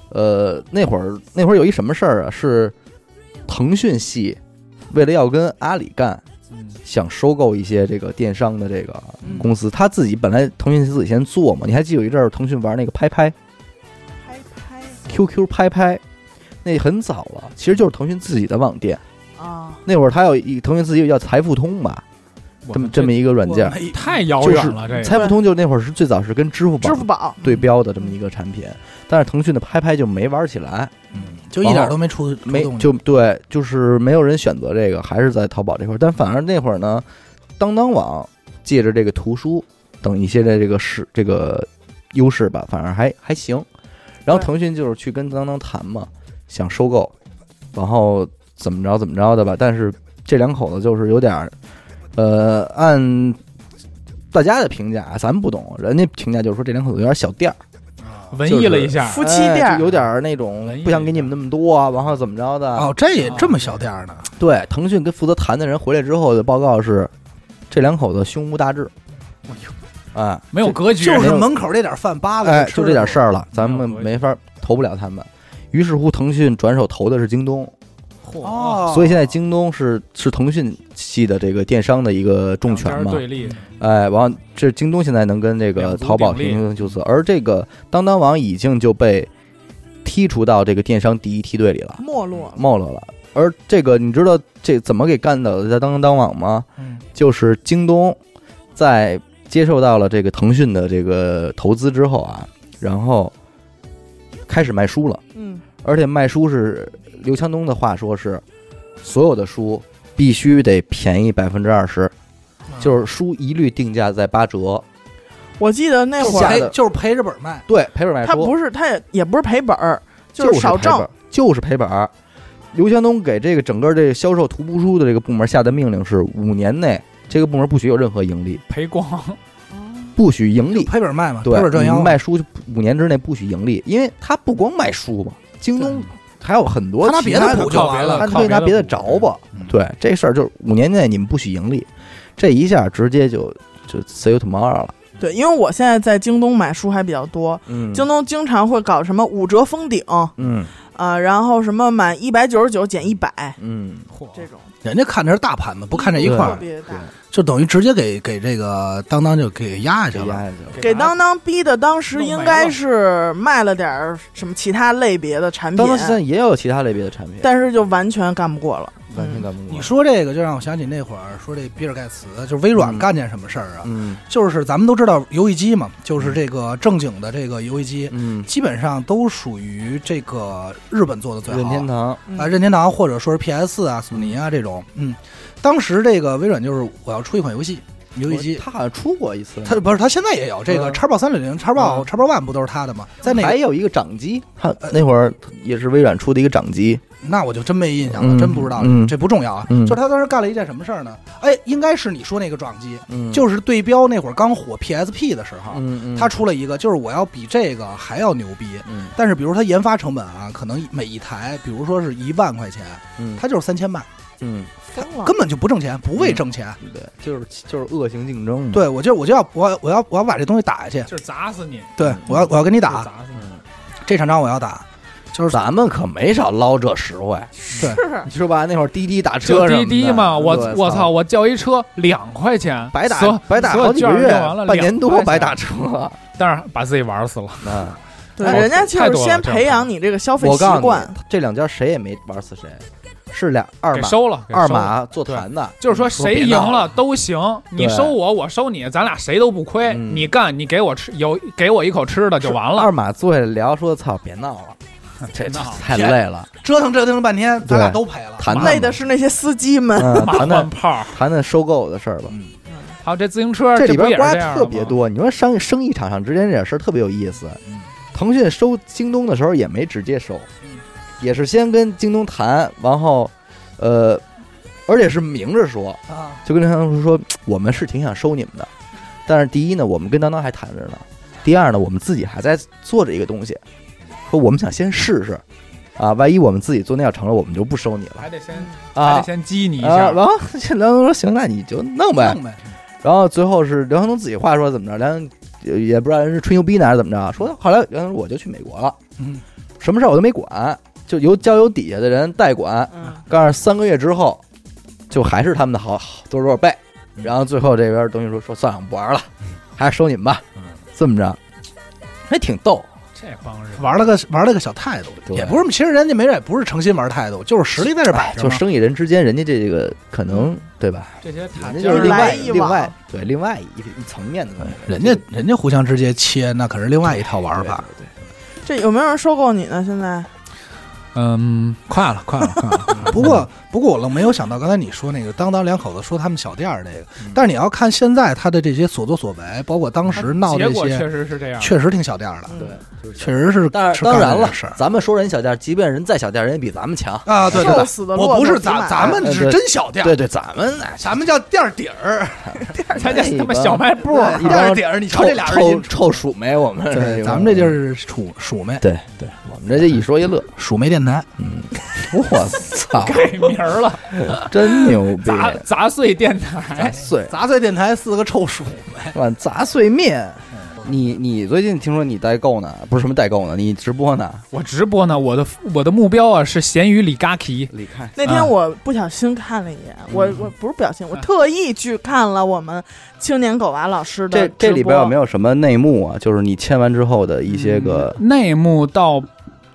Speaker 1: 呃，那会儿那会儿有一什么事儿啊？是腾讯系为了要跟阿里干，
Speaker 4: 嗯
Speaker 1: 想收购一些这个电商的这个
Speaker 3: 嗯
Speaker 1: 公司，他自己本来腾讯自己先做嘛，你还记得有一阵儿腾讯玩那个拍拍
Speaker 3: 拍拍
Speaker 1: QQ 拍拍，那很早了，其实就是腾讯自己的网店。
Speaker 3: 啊，
Speaker 1: 那会儿他有一腾讯自己有叫财付通吧，
Speaker 4: 我
Speaker 1: 这么
Speaker 4: 们
Speaker 1: 这么一个软件
Speaker 2: 我，没
Speaker 4: 太遥远了，这个
Speaker 1: 财付通就那会儿是最早是跟支付宝
Speaker 3: 支付宝
Speaker 1: 对标的这么一个产品，但是腾讯的拍拍就没玩起来，
Speaker 2: 就一点都没出
Speaker 1: 没
Speaker 2: 出动
Speaker 1: 就对，就是没有人选择这个，还是在淘宝这块儿。但反而那会儿呢，当当网借着这个图书等一些的这个是这个优势吧，反而还还行。然后
Speaker 3: 对
Speaker 1: 腾讯就是去跟当当谈嘛，想收购，然后怎么着怎么着的吧。但是这两口子就是有点儿，呃，按大家的评价啊，咱们不懂，人家评价就是说这两口子有点小店儿。
Speaker 4: 文艺了一下，
Speaker 3: 夫妻店
Speaker 1: 哎
Speaker 3: 儿
Speaker 1: 就有点儿那种不想给你们那么多啊，然后怎么着的。
Speaker 2: 哦，这也这么小店儿呢？
Speaker 1: 对，腾讯跟负责谈的人回来之后的报告是，这两口子胸无大志。哎
Speaker 4: 没有格局，
Speaker 2: 就是门口这点饭扒拉，
Speaker 1: 哎，就这点事
Speaker 2: 儿。
Speaker 1: 儿了，咱
Speaker 4: 嗯
Speaker 1: 们没法投不了他们。于是乎，腾讯转手投的是京东，
Speaker 4: 嚯
Speaker 2: 哦，
Speaker 1: 所以现在京东是是腾讯系的这个电商的一个重拳
Speaker 4: 两
Speaker 1: 嘛
Speaker 4: 边。对立，
Speaker 1: 哎，完了，这京东现在能跟这
Speaker 4: 两
Speaker 1: 个
Speaker 4: 足
Speaker 1: 淘宝
Speaker 4: 鼎立
Speaker 1: 平行就色，而这个当当网已经就被剔除到这个电商第一梯队里了。
Speaker 3: 没落了，
Speaker 1: 没落了。而这个你知道这怎么给干倒的？在当当网吗？
Speaker 2: 嗯
Speaker 1: 就是京东在接受到了这个腾讯的这个投资之后啊，然后开始卖书了，
Speaker 3: 嗯，
Speaker 1: 而且卖书是刘强东的话说是所有的书必须得便宜百分之二十，
Speaker 3: 啊
Speaker 1: 就是书一律定价在八折。
Speaker 3: 我记得那会
Speaker 1: 下
Speaker 3: 儿
Speaker 1: 的
Speaker 2: 赔就是赔着本儿卖，
Speaker 1: 对，赔本卖
Speaker 3: 他
Speaker 1: 书，
Speaker 3: 不是他也也不是赔本儿，
Speaker 1: 就是
Speaker 3: 少
Speaker 1: 赔本
Speaker 3: 挣，
Speaker 1: 就是赔本儿。刘强东给这个整个这个销售图书书的这个部门下的命令是：五年内这个部门不许有任何盈利，
Speaker 4: 赔光，
Speaker 1: 不许盈
Speaker 2: 就
Speaker 1: 利。
Speaker 2: 赔本儿卖嘛，赔
Speaker 1: 对
Speaker 2: 本儿，赚吆
Speaker 1: 你
Speaker 2: 喝。
Speaker 1: 卖书就不五年之内不许盈利，因为他不光卖书嘛，京东还有很多
Speaker 2: 他拿
Speaker 1: 其
Speaker 2: 别的
Speaker 1: 的
Speaker 2: 补就
Speaker 4: 靠
Speaker 2: 完
Speaker 4: 别
Speaker 2: 了
Speaker 4: 的，
Speaker 1: 他
Speaker 4: 靠
Speaker 1: 可以拿别的
Speaker 4: 补
Speaker 1: 着吧。
Speaker 2: 嗯
Speaker 1: 对，这事儿就是五年内你们不许盈利，这一下直接就就 see you tomorrow 了。
Speaker 3: 对，因为我现在在京东买书还比较多，
Speaker 1: 嗯
Speaker 3: 京东经常会搞什么五折封顶啊、
Speaker 1: 嗯
Speaker 3: 然后什么满一百九十九减一百
Speaker 1: 嗯，
Speaker 4: 嚯
Speaker 3: 这种，
Speaker 2: 人家看的是大盘子，不看这一块
Speaker 3: 特
Speaker 2: 儿，
Speaker 3: 别大，
Speaker 2: 就等于直接给给这个当当就给压下去
Speaker 1: 这
Speaker 2: 了。
Speaker 1: 压下去了。
Speaker 3: 给当当逼的，当时
Speaker 4: 弄没
Speaker 3: 应该是卖了点儿什么其他类别的产品
Speaker 1: 当，当现在也有其他类别的产品，
Speaker 3: 但是就完全干不过了。
Speaker 1: 完全干不过。
Speaker 2: 嗯你，说这个就让我想起那会儿说这比尔盖茨，就是微软
Speaker 1: 嗯
Speaker 2: 干件什么事儿啊？
Speaker 1: 嗯
Speaker 2: 就是咱们都知道游戏机嘛，就是这个正经的这个游戏机，
Speaker 1: 嗯，
Speaker 2: 基本上都属于这个日本做的最
Speaker 1: 任
Speaker 2: 好
Speaker 1: 天堂，
Speaker 3: 嗯
Speaker 2: 啊，任天堂或者说是 PS 啊、索尼啊这种。嗯，当时这个微软就是我要出一款游戏，游戏机。
Speaker 1: 他好像出过一次，
Speaker 2: 它不是，它现在也有这个
Speaker 1: 嗯哎
Speaker 2: 叉 box 三六零、叉 box 叉 box one 不都是它的吗？在那
Speaker 1: 还
Speaker 2: 个
Speaker 1: 有一个掌机，他那会儿也是微软出的一个掌机，
Speaker 2: 那我就真没印象了，
Speaker 1: 嗯
Speaker 2: 真不知道了，
Speaker 1: 嗯
Speaker 2: 这不重要啊。
Speaker 1: 嗯
Speaker 2: 就是他当时干了一件什么事儿呢？哎，应该是你说那个撞击，
Speaker 1: 嗯
Speaker 2: 就是对标那会儿刚火 PSP 的时候，
Speaker 1: 嗯
Speaker 2: 他出了一个，就是我要比这个还要牛逼。
Speaker 1: 嗯
Speaker 2: 但是，比如它研发成本啊，可能每一台，比如说是一万块钱，
Speaker 1: 嗯
Speaker 2: 它就是三千卖，
Speaker 1: 嗯，
Speaker 3: 疯了，
Speaker 2: 根本就不挣啊钱，不为挣钱。
Speaker 1: 对，就是就是恶性竞争嘛，
Speaker 2: 对我就我就要我要我要我要把这东西打下去，
Speaker 4: 就是砸死你，
Speaker 2: 对我要我要跟你
Speaker 4: 就是
Speaker 2: 打
Speaker 4: 砸死
Speaker 1: 嗯，
Speaker 2: 这场仗，我要打，就是
Speaker 1: 咱们可没少捞这实惠，
Speaker 2: 对
Speaker 3: 是
Speaker 1: 你说吧？那会儿滴滴打
Speaker 4: 就
Speaker 1: 车什么
Speaker 4: 滴
Speaker 1: 的，
Speaker 4: 滴嘛，我
Speaker 1: 对
Speaker 4: 我操，，我叫一车两块钱，
Speaker 1: 白打
Speaker 4: 所有
Speaker 1: 白打
Speaker 4: 所有
Speaker 1: 好几个
Speaker 4: 券
Speaker 1: 月
Speaker 4: 用完了，
Speaker 1: 半年多
Speaker 4: 2块钱
Speaker 1: 白打，车。
Speaker 4: 但是把自己玩死了。
Speaker 1: 啊，
Speaker 3: 对，
Speaker 4: 好
Speaker 3: 人家就
Speaker 4: 太
Speaker 3: 是
Speaker 4: 多了
Speaker 3: 先
Speaker 4: 这样
Speaker 3: 培养你这个消费
Speaker 1: 我
Speaker 3: 习
Speaker 1: 告诉
Speaker 3: 惯
Speaker 1: 你，，这两家谁也没玩死谁，是俩二
Speaker 4: 给
Speaker 1: 马
Speaker 4: 收了，给收
Speaker 1: 二
Speaker 4: 了。
Speaker 1: 马做团的，嗯
Speaker 4: 就是说谁赢了都行，你
Speaker 1: 对
Speaker 4: 收我，我收你，咱俩谁都不亏。
Speaker 1: 嗯
Speaker 4: 你干，你给我吃，有给我一口吃的就完了
Speaker 1: 二。马坐下来聊说：“操，别闹 了，这这
Speaker 4: 闹了
Speaker 1: 太累了，
Speaker 2: 折腾折腾了半天，咱俩
Speaker 1: 对
Speaker 2: 都赔了。嗯
Speaker 1: 谈谈吧
Speaker 3: 累的是那些司机们。
Speaker 1: 嗯，
Speaker 4: 马
Speaker 1: 谈
Speaker 4: 换
Speaker 1: 谈
Speaker 4: 炮，
Speaker 1: 谈谈收购的事儿吧。
Speaker 4: 还有这自行车，
Speaker 1: 这里
Speaker 4: 不
Speaker 1: 边
Speaker 4: 也是
Speaker 1: 瓜
Speaker 4: 这样的
Speaker 1: 特
Speaker 4: 吗
Speaker 1: 别。多。你说商生意场上之间这点事儿特别有意思
Speaker 2: 嗯。
Speaker 1: 腾讯收京东的时候也没直接收
Speaker 2: 嗯，
Speaker 1: 也是先跟京东谈，然后，呃，而且是明着说，
Speaker 2: 啊，
Speaker 1: 就跟刘强东说，我们是挺想收你们的，但是第一呢，我们跟当当还谈着呢；第二呢，我们自己还在做着一个东西，说我们想先试试，啊，万一我们自己做那要成了，我们就不收你了
Speaker 4: 还得先还
Speaker 1: 啊
Speaker 4: 得。先激你一
Speaker 1: 啊，
Speaker 4: 下。
Speaker 1: 然后梁强东说：“行，那你就弄呗。
Speaker 2: 弄呗，”
Speaker 1: 然后最后是梁强东自己话说怎么着，梁也也不知道人是吹牛逼呢还是怎么着，说后来梁强东说我就去美国了，
Speaker 2: 嗯，
Speaker 1: 什么事儿我都没管，就由交由底下的人代管，
Speaker 3: 嗯，
Speaker 1: 告诉三个月之后，就还是他们的好好多少多少倍。
Speaker 2: 嗯
Speaker 1: 然后最后这边东西说说算了，我不玩了，还是收你们吧。这么着，还挺逗。
Speaker 4: 这帮人
Speaker 2: 玩了个玩了个小态度，
Speaker 1: 对
Speaker 2: 也不是，其实人家没准也不是诚心玩态度，就是实力在这摆
Speaker 1: 哎，
Speaker 2: 着
Speaker 1: 就
Speaker 2: 嘛。
Speaker 1: 生意人之间，人家这个可
Speaker 2: 嗯
Speaker 1: 能对吧？
Speaker 4: 这些塔
Speaker 1: 人家
Speaker 4: 尖
Speaker 1: 就
Speaker 4: 儿
Speaker 1: 是另外
Speaker 3: 来一
Speaker 1: 另
Speaker 3: 往
Speaker 1: 外对另外一个一层面的东西。
Speaker 2: 人家人家互相之间切，那可是另外一套玩法。
Speaker 1: 对，对对
Speaker 3: 这有没有人收购你呢？现在
Speaker 4: 嗯，快了，快了，快了。 嗯
Speaker 2: 不过不过我愣没有想到，刚才你说那个当当两口子说他们小店儿这个
Speaker 1: 嗯，
Speaker 2: 但是你要看现在他的这些所作所为，包括当
Speaker 1: 嗯
Speaker 2: 时闹
Speaker 4: 结
Speaker 2: 这
Speaker 4: 果
Speaker 2: 些，
Speaker 4: 确实是这样。
Speaker 2: 确实挺小店儿的，
Speaker 1: 对
Speaker 3: 嗯
Speaker 1: 啊对就是
Speaker 2: 确实是。
Speaker 1: 但
Speaker 2: 是
Speaker 1: 是当
Speaker 2: 干
Speaker 1: 然
Speaker 2: 这
Speaker 1: 了
Speaker 2: 个事儿，
Speaker 1: 咱们说人小店儿，即便人再小店儿，人也比咱们强。
Speaker 2: 啊，对对
Speaker 3: 瘦
Speaker 2: 对，
Speaker 3: 死的骆
Speaker 2: 我
Speaker 3: 驼
Speaker 2: 不是
Speaker 3: 比马
Speaker 2: 咱咱们是真小店儿，
Speaker 1: 哎对对，咱们哎
Speaker 2: 咱们叫店儿底儿，
Speaker 4: 他家他妈
Speaker 1: 一帮
Speaker 4: 小卖部儿，
Speaker 1: 哎
Speaker 4: 啊
Speaker 1: 对一
Speaker 2: 店
Speaker 1: 帮
Speaker 2: 儿底儿。你瞧
Speaker 1: 臭
Speaker 2: 这俩人
Speaker 1: 臭
Speaker 2: 一，
Speaker 1: 臭鼠没我们
Speaker 2: 对，
Speaker 1: 是，
Speaker 2: 咱们这就是鼠鼠妹
Speaker 1: 对对，我们这就一说一乐。
Speaker 2: 鼠妹电台，
Speaker 1: 我操，
Speaker 4: 改名儿了，
Speaker 1: 真 牛逼！
Speaker 4: 砸砸碎电台
Speaker 1: 砸。碎，
Speaker 2: 杂碎电台四个臭鼠
Speaker 1: 碗砸碎面。你你最近听说你代购呢？不是什么代购呢？你直播呢？
Speaker 4: 我直播呢，我的我的目标啊是咸鱼里嘎奇，
Speaker 1: 李看
Speaker 3: 那
Speaker 4: 啊
Speaker 3: 天我不小心看了一眼，我
Speaker 4: 嗯
Speaker 3: 我不是不小心，我
Speaker 4: 啊
Speaker 3: 特意去看了我们青年狗娃老师的
Speaker 1: 这这里边有没
Speaker 3: 有？
Speaker 1: 有什么内幕啊？就是你签完之后的一
Speaker 4: 嗯
Speaker 1: 些个，
Speaker 4: 内幕倒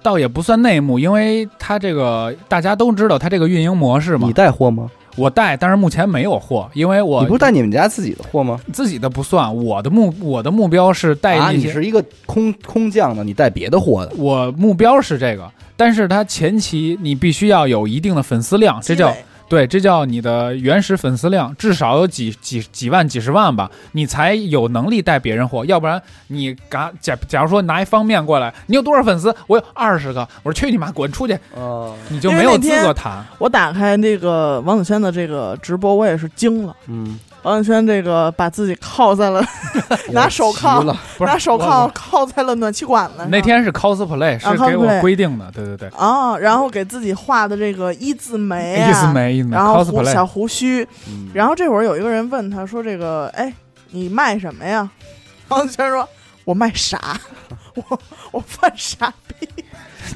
Speaker 4: 倒也不算内幕，因为它这个大家都知道它这个运营模式嘛
Speaker 1: 你。带货吗？
Speaker 4: 我带，但是目前没有货，因为我
Speaker 1: 你不是带你们家自己的货吗？
Speaker 4: 自己的不算，我的目我的目标是带
Speaker 1: 啊，
Speaker 4: 那
Speaker 1: 你
Speaker 4: 些，
Speaker 1: 是一个空空降的，你带别的货的。
Speaker 4: 我目标是这个，但是它前期你必须要有一定的粉丝量，这叫对，这叫你的原始粉丝量，至少有几几几万、几十万吧，你才有能力带别人货。要不然你嘎假假如说拿一方面过来，你有多少粉丝？我有二十个，我说去你妈，滚出去，
Speaker 1: 哦，
Speaker 4: 你就
Speaker 3: 因为
Speaker 4: 没有
Speaker 3: 那
Speaker 4: 资
Speaker 3: 天
Speaker 4: 格谈。
Speaker 3: 我打开那个王子轩的这个直播，我也是惊了。
Speaker 1: 嗯，
Speaker 3: 王子轩这个把自己铐在了， 拿手铐
Speaker 1: 急了，
Speaker 4: 不是
Speaker 3: 拿手
Speaker 4: 我
Speaker 3: 铐
Speaker 4: 我
Speaker 3: 铐在了暖气管子上。
Speaker 4: 那天是 cosplay，
Speaker 3: 啊
Speaker 4: 是给我
Speaker 3: cosplay
Speaker 4: 规定的，对对对，
Speaker 3: 哦，然后给自己画的这个一字眉、啊，
Speaker 4: 意思没意思没
Speaker 3: 然后胡小
Speaker 4: ，cosplay
Speaker 3: 胡须，
Speaker 1: 嗯
Speaker 3: 然后这会儿有一个人问他说：“这个，哎，你卖什么呀？” 王子轩说：“我卖傻， 我我犯傻逼。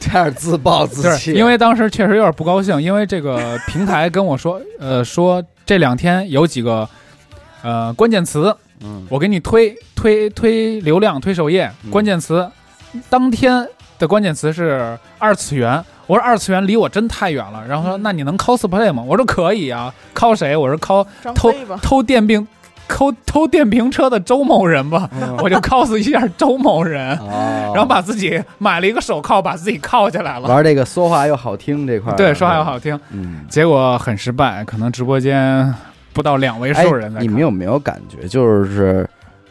Speaker 1: 这样自暴自
Speaker 4: 对，
Speaker 1: 弃，
Speaker 4: 因为当时确实有点不高兴，因为这个平台跟我说，呃，说这两天有几个呃关键词，
Speaker 1: 嗯
Speaker 4: 我给你推推推流量、推首页
Speaker 1: 嗯
Speaker 4: 关键词，当天的关键词是二次元。我说二次元离我真太远了。然
Speaker 1: 嗯
Speaker 4: 后说那你能 cosplay 吗？我说可以啊，cos 谁？我说 cos
Speaker 3: 张
Speaker 4: 偷
Speaker 3: 飞吧，
Speaker 4: 偷电瓶偷偷电瓶车的周某人吧，我就 cos 一下周某人，
Speaker 1: 嗯哦
Speaker 4: 然后把自己买了一个手铐，把自己铐起来了。
Speaker 1: 玩这个说话又好听这块儿，啊
Speaker 4: 对，说话又，好听，
Speaker 1: 嗯。
Speaker 4: 结果很失败，可能直播间不到两位
Speaker 1: 哎
Speaker 4: 数人在看。
Speaker 1: 你们有没有感觉，就是，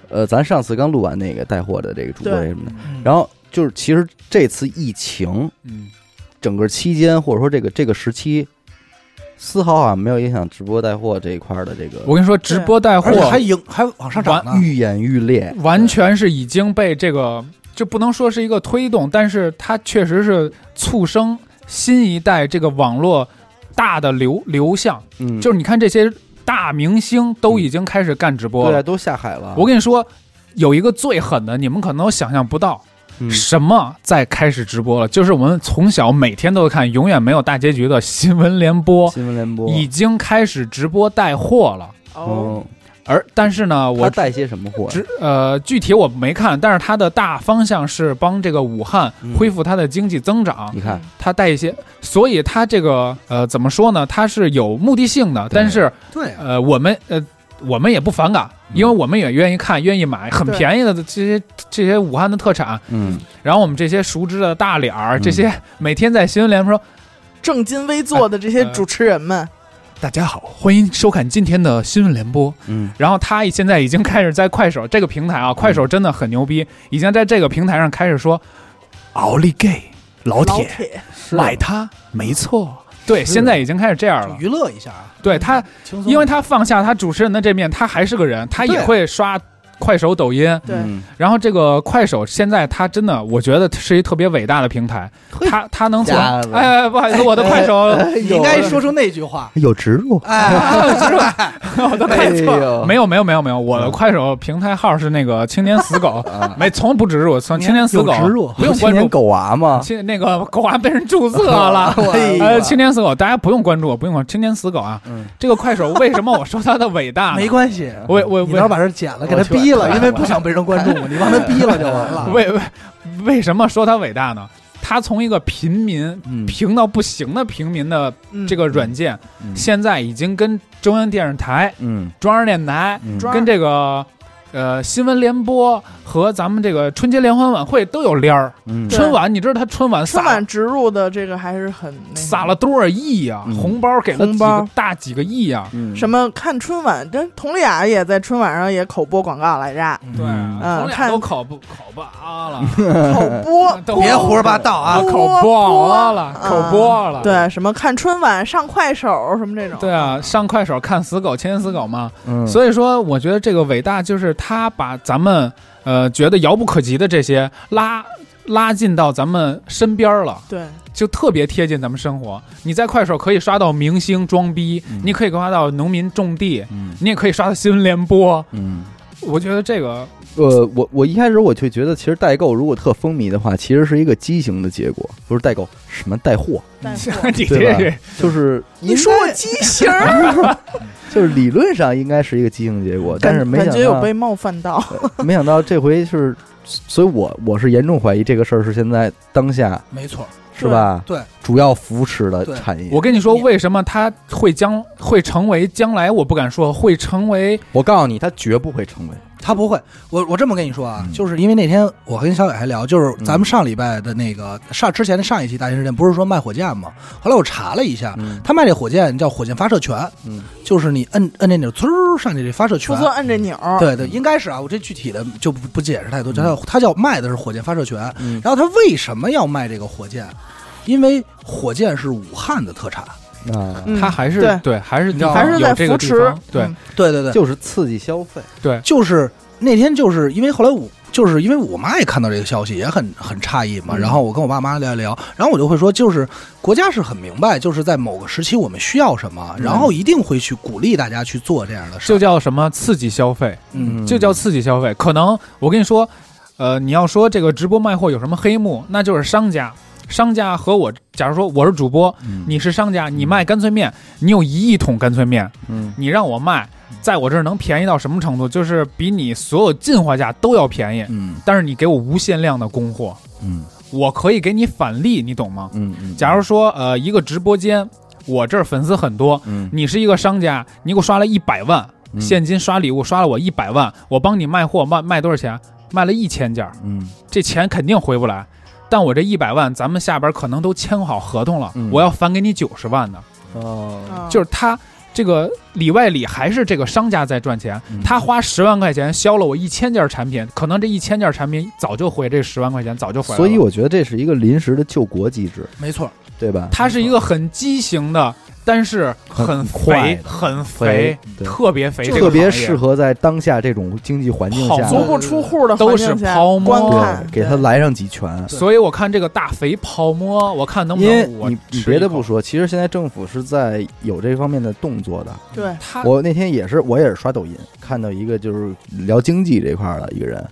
Speaker 1: 呃，咱上次刚录完那个带货的这个主播
Speaker 3: 对
Speaker 1: 什么的，
Speaker 2: 嗯
Speaker 1: 然后就是其实这次疫情
Speaker 4: 嗯，
Speaker 1: 整个期间，或者说这个这个时期，丝毫好像没有影响直播带货这一块儿的这
Speaker 4: 我
Speaker 1: 个
Speaker 4: 跟你说，直播带货
Speaker 2: 而且还赢还往上涨呢。
Speaker 1: 愈演愈烈，
Speaker 4: 完全是已经被这个，就不能说是一个推动，但是它确实是促生新一代这个网络大的流流向。
Speaker 1: 嗯，
Speaker 4: 就是你看这些大明星都已经开始干直播
Speaker 1: 对啊，
Speaker 4: 了。
Speaker 1: 都下海了。
Speaker 4: 我跟你说，有一个最狠的，你们可能都想象不到，
Speaker 1: 嗯
Speaker 4: 什么在开始直播了？就是我们从小每天都会看，永远没有大结局的新闻联播，
Speaker 1: 新闻联播，
Speaker 4: 已经开始直播带货了。
Speaker 3: 哦，
Speaker 1: 嗯，
Speaker 4: 而但是呢，
Speaker 1: 他
Speaker 4: 我
Speaker 1: 带些什么货呀？
Speaker 4: 只呃，具体我没看，但是它的大方向是帮这个武汉
Speaker 1: 嗯
Speaker 4: 恢复它的经济增长。
Speaker 1: 你
Speaker 3: 嗯
Speaker 1: 看，
Speaker 4: 它带一些，所以它这个呃，怎么说呢？它是有目的性的，
Speaker 1: 对嗯
Speaker 4: 但是
Speaker 2: 对啊，
Speaker 4: 呃，我们呃，我们也不反感，因为我们也愿意看，愿意买，很
Speaker 3: 对
Speaker 4: 便宜的这些这些武汉的特产。
Speaker 1: 嗯，
Speaker 4: 然后我们这些熟知的大脸儿，
Speaker 1: 嗯
Speaker 4: 这些每天在新闻联播说
Speaker 3: 正襟危坐的这些
Speaker 4: 哎呃
Speaker 3: 主持人们，
Speaker 4: “大家好，欢迎收看今天的新闻联播”，
Speaker 1: 嗯，
Speaker 4: 然后他现在已经开始在快手这个平台啊，快手真的很牛逼，已经在这个平台上开始说奥利给老
Speaker 3: 老
Speaker 4: 铁
Speaker 3: 铁，
Speaker 1: 是
Speaker 4: 买它没错。对，现在已经开始这样
Speaker 2: 就
Speaker 4: 了。
Speaker 2: 娱乐一下啊，
Speaker 4: 对他，
Speaker 2: 轻松。
Speaker 4: 因为他放下他主持人的这面，他还是个人，他也
Speaker 2: 对
Speaker 4: 会刷快手、抖音。
Speaker 3: 对，
Speaker 1: 嗯
Speaker 4: 然后这个快手现在他真的，我觉得是一特别伟大的平台，
Speaker 2: 嘿
Speaker 4: 他他能从
Speaker 1: 家伙
Speaker 4: 哎不好意思，我的快手
Speaker 3: 呃
Speaker 2: 你应该说出那句 话。
Speaker 1: 哎有植入，
Speaker 2: 哎，
Speaker 4: 我都
Speaker 1: 哎
Speaker 4: 看错
Speaker 1: 呦
Speaker 4: 了，没有没有没有没有，我的
Speaker 1: 嗯
Speaker 4: 快手平台号是那个青年死狗，
Speaker 1: 啊
Speaker 4: 没，从不植入，从青年死狗
Speaker 2: 有植入
Speaker 4: 不用
Speaker 1: 青
Speaker 4: 关
Speaker 1: 年
Speaker 4: 注。
Speaker 1: 狗娃嘛，，
Speaker 4: 青那个狗啊娃被人注册了
Speaker 1: 哎呀
Speaker 4: 呃，青年死狗大家不用关注，不用关注青年死狗啊。
Speaker 1: 嗯
Speaker 4: 这个快手为什么我说它的伟大呢？
Speaker 2: 没关系，
Speaker 4: 我我
Speaker 2: 你到时候
Speaker 4: 我
Speaker 2: 把这剪了，给
Speaker 1: 我
Speaker 2: 他
Speaker 1: 去
Speaker 2: 逼
Speaker 1: 我
Speaker 2: 了，因为不想被人关注嘛，你帮他逼了就完了。
Speaker 4: 为为为什么说它伟大呢？它从一个平民
Speaker 1: 嗯
Speaker 4: 平到不行的平民的
Speaker 3: 嗯
Speaker 4: 这个软件，
Speaker 1: 嗯
Speaker 4: 现在已经跟中央电视台、
Speaker 1: 嗯
Speaker 4: 中央电台
Speaker 1: 嗯
Speaker 3: 抓
Speaker 4: 跟这个呃新闻联播和咱们这个春节联欢晚会都有联儿。
Speaker 1: 嗯
Speaker 3: 对
Speaker 4: 春晚，你知道他春晚撒
Speaker 3: 春晚植入的这个还是很那
Speaker 4: 撒
Speaker 3: 个
Speaker 4: 了多少亿呀、
Speaker 1: 嗯
Speaker 4: 红包给了几
Speaker 3: 红包
Speaker 4: 个大几个亿啊呀、
Speaker 1: 嗯
Speaker 3: 什么看春晚，这佟丽娅也在春晚上也口播广告来着，
Speaker 2: 嗯
Speaker 4: 对啊，
Speaker 3: 嗯
Speaker 4: 我俩
Speaker 3: 看
Speaker 4: 都考不考吧了，
Speaker 1: 嗯
Speaker 3: 口 播
Speaker 4: 都
Speaker 2: 别胡说八道啊！
Speaker 4: 口播
Speaker 3: 播
Speaker 4: 了，口播了，啊
Speaker 3: 对什么看春晚上快手什么这种，
Speaker 4: 对啊，上快手看死狗，牵死狗嘛。
Speaker 1: 嗯
Speaker 4: 所以说，我觉得这个伟大就是他把咱们呃觉得遥不可及的这些拉拉近到咱们身边儿了。
Speaker 3: 对，
Speaker 4: 就特别贴近咱们生活。你在快手可以刷到明星装逼，
Speaker 1: 嗯
Speaker 4: 你可以刷到农民种地，
Speaker 1: 嗯
Speaker 4: 你也可以刷到新闻联播。
Speaker 1: 嗯，
Speaker 4: 我觉得这个
Speaker 1: 呃，我我一开始我就觉得，其实代购如果特风靡的话，其实是一个畸形的结果，不是代购，什么带货，
Speaker 3: 带货
Speaker 4: 你
Speaker 1: 对吧
Speaker 4: 这
Speaker 1: 就是
Speaker 3: 你说我
Speaker 1: 应
Speaker 3: 畸形儿，
Speaker 1: 该就是理论上应该是一个畸形结果，但是没
Speaker 3: 感
Speaker 1: 想
Speaker 3: 觉有被
Speaker 1: 到
Speaker 3: 冒犯到，
Speaker 1: 没想到这回是，所以我我是严重怀疑这个事儿是现在当下
Speaker 2: 没错，
Speaker 1: 是吧？
Speaker 2: 对，
Speaker 1: 主要扶持的
Speaker 2: 对
Speaker 1: 产业，
Speaker 4: 我跟你说，为什么它会将会成为将来？我不敢说会成为
Speaker 1: 我告诉你，它绝不会成为，
Speaker 4: 啊
Speaker 2: 他不会。我我这么跟你说啊
Speaker 1: 嗯，
Speaker 2: 就是因为那天我跟小伟还聊，就是
Speaker 1: 嗯
Speaker 2: 咱们上礼拜的那个上之前的上一期大型事件，不是说卖火箭吗？后来我查了一下，
Speaker 1: 嗯
Speaker 2: 他卖这火箭叫火箭发射权，
Speaker 1: 嗯
Speaker 2: 就是你摁摁那钮，滋儿上去这发射
Speaker 3: 出
Speaker 2: 权。
Speaker 3: 错摁这钮儿，
Speaker 1: 嗯
Speaker 2: 对对，应该是啊，我这具体的就不不解释太多，就它它叫卖的是火箭发射权，
Speaker 1: 嗯
Speaker 2: 然后他为什么要卖这个火箭？因为火箭是武汉的特产，
Speaker 1: 啊，
Speaker 3: 嗯
Speaker 4: 它还是
Speaker 3: 对
Speaker 4: 对，还是
Speaker 2: 你知道吗
Speaker 3: 还是在
Speaker 4: 有这
Speaker 3: 扶
Speaker 4: 个地
Speaker 3: 持
Speaker 4: 方，对
Speaker 3: 嗯
Speaker 2: 对对对，
Speaker 1: 就是刺激消费，
Speaker 4: 对，
Speaker 2: 就是那天就是因为后来我就是因为我妈也看到这个消息，也很很诧异嘛。
Speaker 1: 嗯
Speaker 2: 然后我跟我爸妈聊一聊，然后我就会说，就是国家是很明白，就是在某个时期我们需要什么，然后一定会去鼓励大家去做这样的事
Speaker 4: 就
Speaker 2: 儿。
Speaker 4: 叫什么刺激消费，
Speaker 2: 嗯，
Speaker 4: 就叫刺激消费。可能我跟你说，呃，你要说这个直播卖货有什么黑幕，那就是商家。商家和我，假如说我是主播，
Speaker 1: 嗯
Speaker 4: 你是商家，你卖干脆面，你有一亿桶干脆面，
Speaker 1: 嗯
Speaker 4: 你让我卖，在我这儿能便宜到什么程度？就是比你所有进货价都要便宜，
Speaker 1: 嗯
Speaker 4: 但是你给我无限量的供货，
Speaker 1: 嗯
Speaker 4: 我可以给你返利，你懂吗？
Speaker 1: 嗯嗯，
Speaker 4: 假如说呃一个直播间，我这儿粉丝很多，
Speaker 1: 嗯
Speaker 4: 你是一个商家，你给我刷了一百万
Speaker 1: 嗯
Speaker 4: 现金刷礼物，刷了我一百万，我帮你卖货卖卖多少钱？卖了一千件儿，
Speaker 1: 嗯
Speaker 4: 这钱肯定回不来。但我这一百万，咱们下边可能都签好合同了，
Speaker 1: 嗯
Speaker 4: 我要返给你九十万呢。
Speaker 1: 哦，
Speaker 3: 啊
Speaker 4: 就是他这个里外里还是这个商家在赚钱，
Speaker 1: 嗯
Speaker 4: 他花十万块钱销了我一千件产品，可能这一千件产品早就回这十万块钱早就回来了。
Speaker 1: 所以我觉得这是一个临时的救国机制，
Speaker 2: 没错，
Speaker 1: 对吧？
Speaker 4: 它是一个很畸形的，但是很
Speaker 1: 很快
Speaker 4: 肥
Speaker 1: 的、
Speaker 4: 很
Speaker 1: 肥
Speaker 4: 肥、，
Speaker 1: 对
Speaker 4: 特别肥，
Speaker 1: 特别适
Speaker 4: 合。
Speaker 1: 合在当下这种经济环境
Speaker 4: 跑
Speaker 1: 下，
Speaker 3: 足不出户的
Speaker 4: 都
Speaker 3: 环
Speaker 4: 是
Speaker 3: 境下
Speaker 4: 泡沫
Speaker 3: 观看，
Speaker 1: 对，给他
Speaker 3: 对
Speaker 1: 来上几拳。
Speaker 4: 所以我看这个大肥泡沫，我看能不
Speaker 1: 因为
Speaker 4: 能我
Speaker 1: 你你
Speaker 4: 吃
Speaker 1: 别的
Speaker 4: 一口
Speaker 1: 不，说，其实现在政府是在有这方面的动作的。
Speaker 3: 对，
Speaker 4: 他
Speaker 1: 我那天也是，我也是刷抖音，看到一个就是聊经济这块儿的一个人，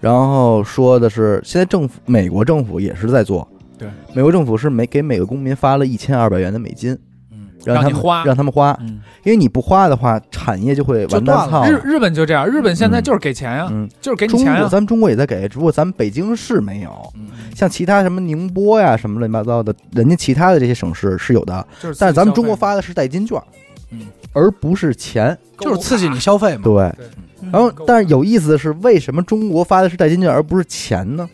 Speaker 1: 然后说的是现在政府，美国政府也是在做，
Speaker 4: 对，
Speaker 1: 美国政府是每给每个公民发了一千二百元的美金，
Speaker 2: 嗯，
Speaker 1: 让他
Speaker 4: 让
Speaker 1: 们
Speaker 4: 你花
Speaker 1: 让他们花，
Speaker 4: 嗯，
Speaker 1: 因为你不花的话，产业就会完蛋操。
Speaker 4: 日日本就这样，日本现在
Speaker 1: 嗯
Speaker 4: 就是给钱呀，
Speaker 1: 嗯，
Speaker 4: 就是给你
Speaker 1: 中
Speaker 4: 钱啊
Speaker 1: 国
Speaker 4: 呀。
Speaker 1: 咱们中国也在给，只不过咱们北京市没有，
Speaker 2: 嗯
Speaker 1: 像其他什么宁波呀什么乱七八糟的，人家其他的这些省市是有的，
Speaker 4: 就是
Speaker 1: 但是咱
Speaker 4: 自
Speaker 1: 们
Speaker 4: 己消费
Speaker 1: 中国发的是代金券，
Speaker 2: 嗯，
Speaker 1: 而不是钱。
Speaker 2: 就是刺激你消费嘛。
Speaker 1: 对，
Speaker 3: 嗯
Speaker 1: 然后
Speaker 4: 购物
Speaker 1: 但是有意思的是，为什么中国发的是代金券而不是钱呢？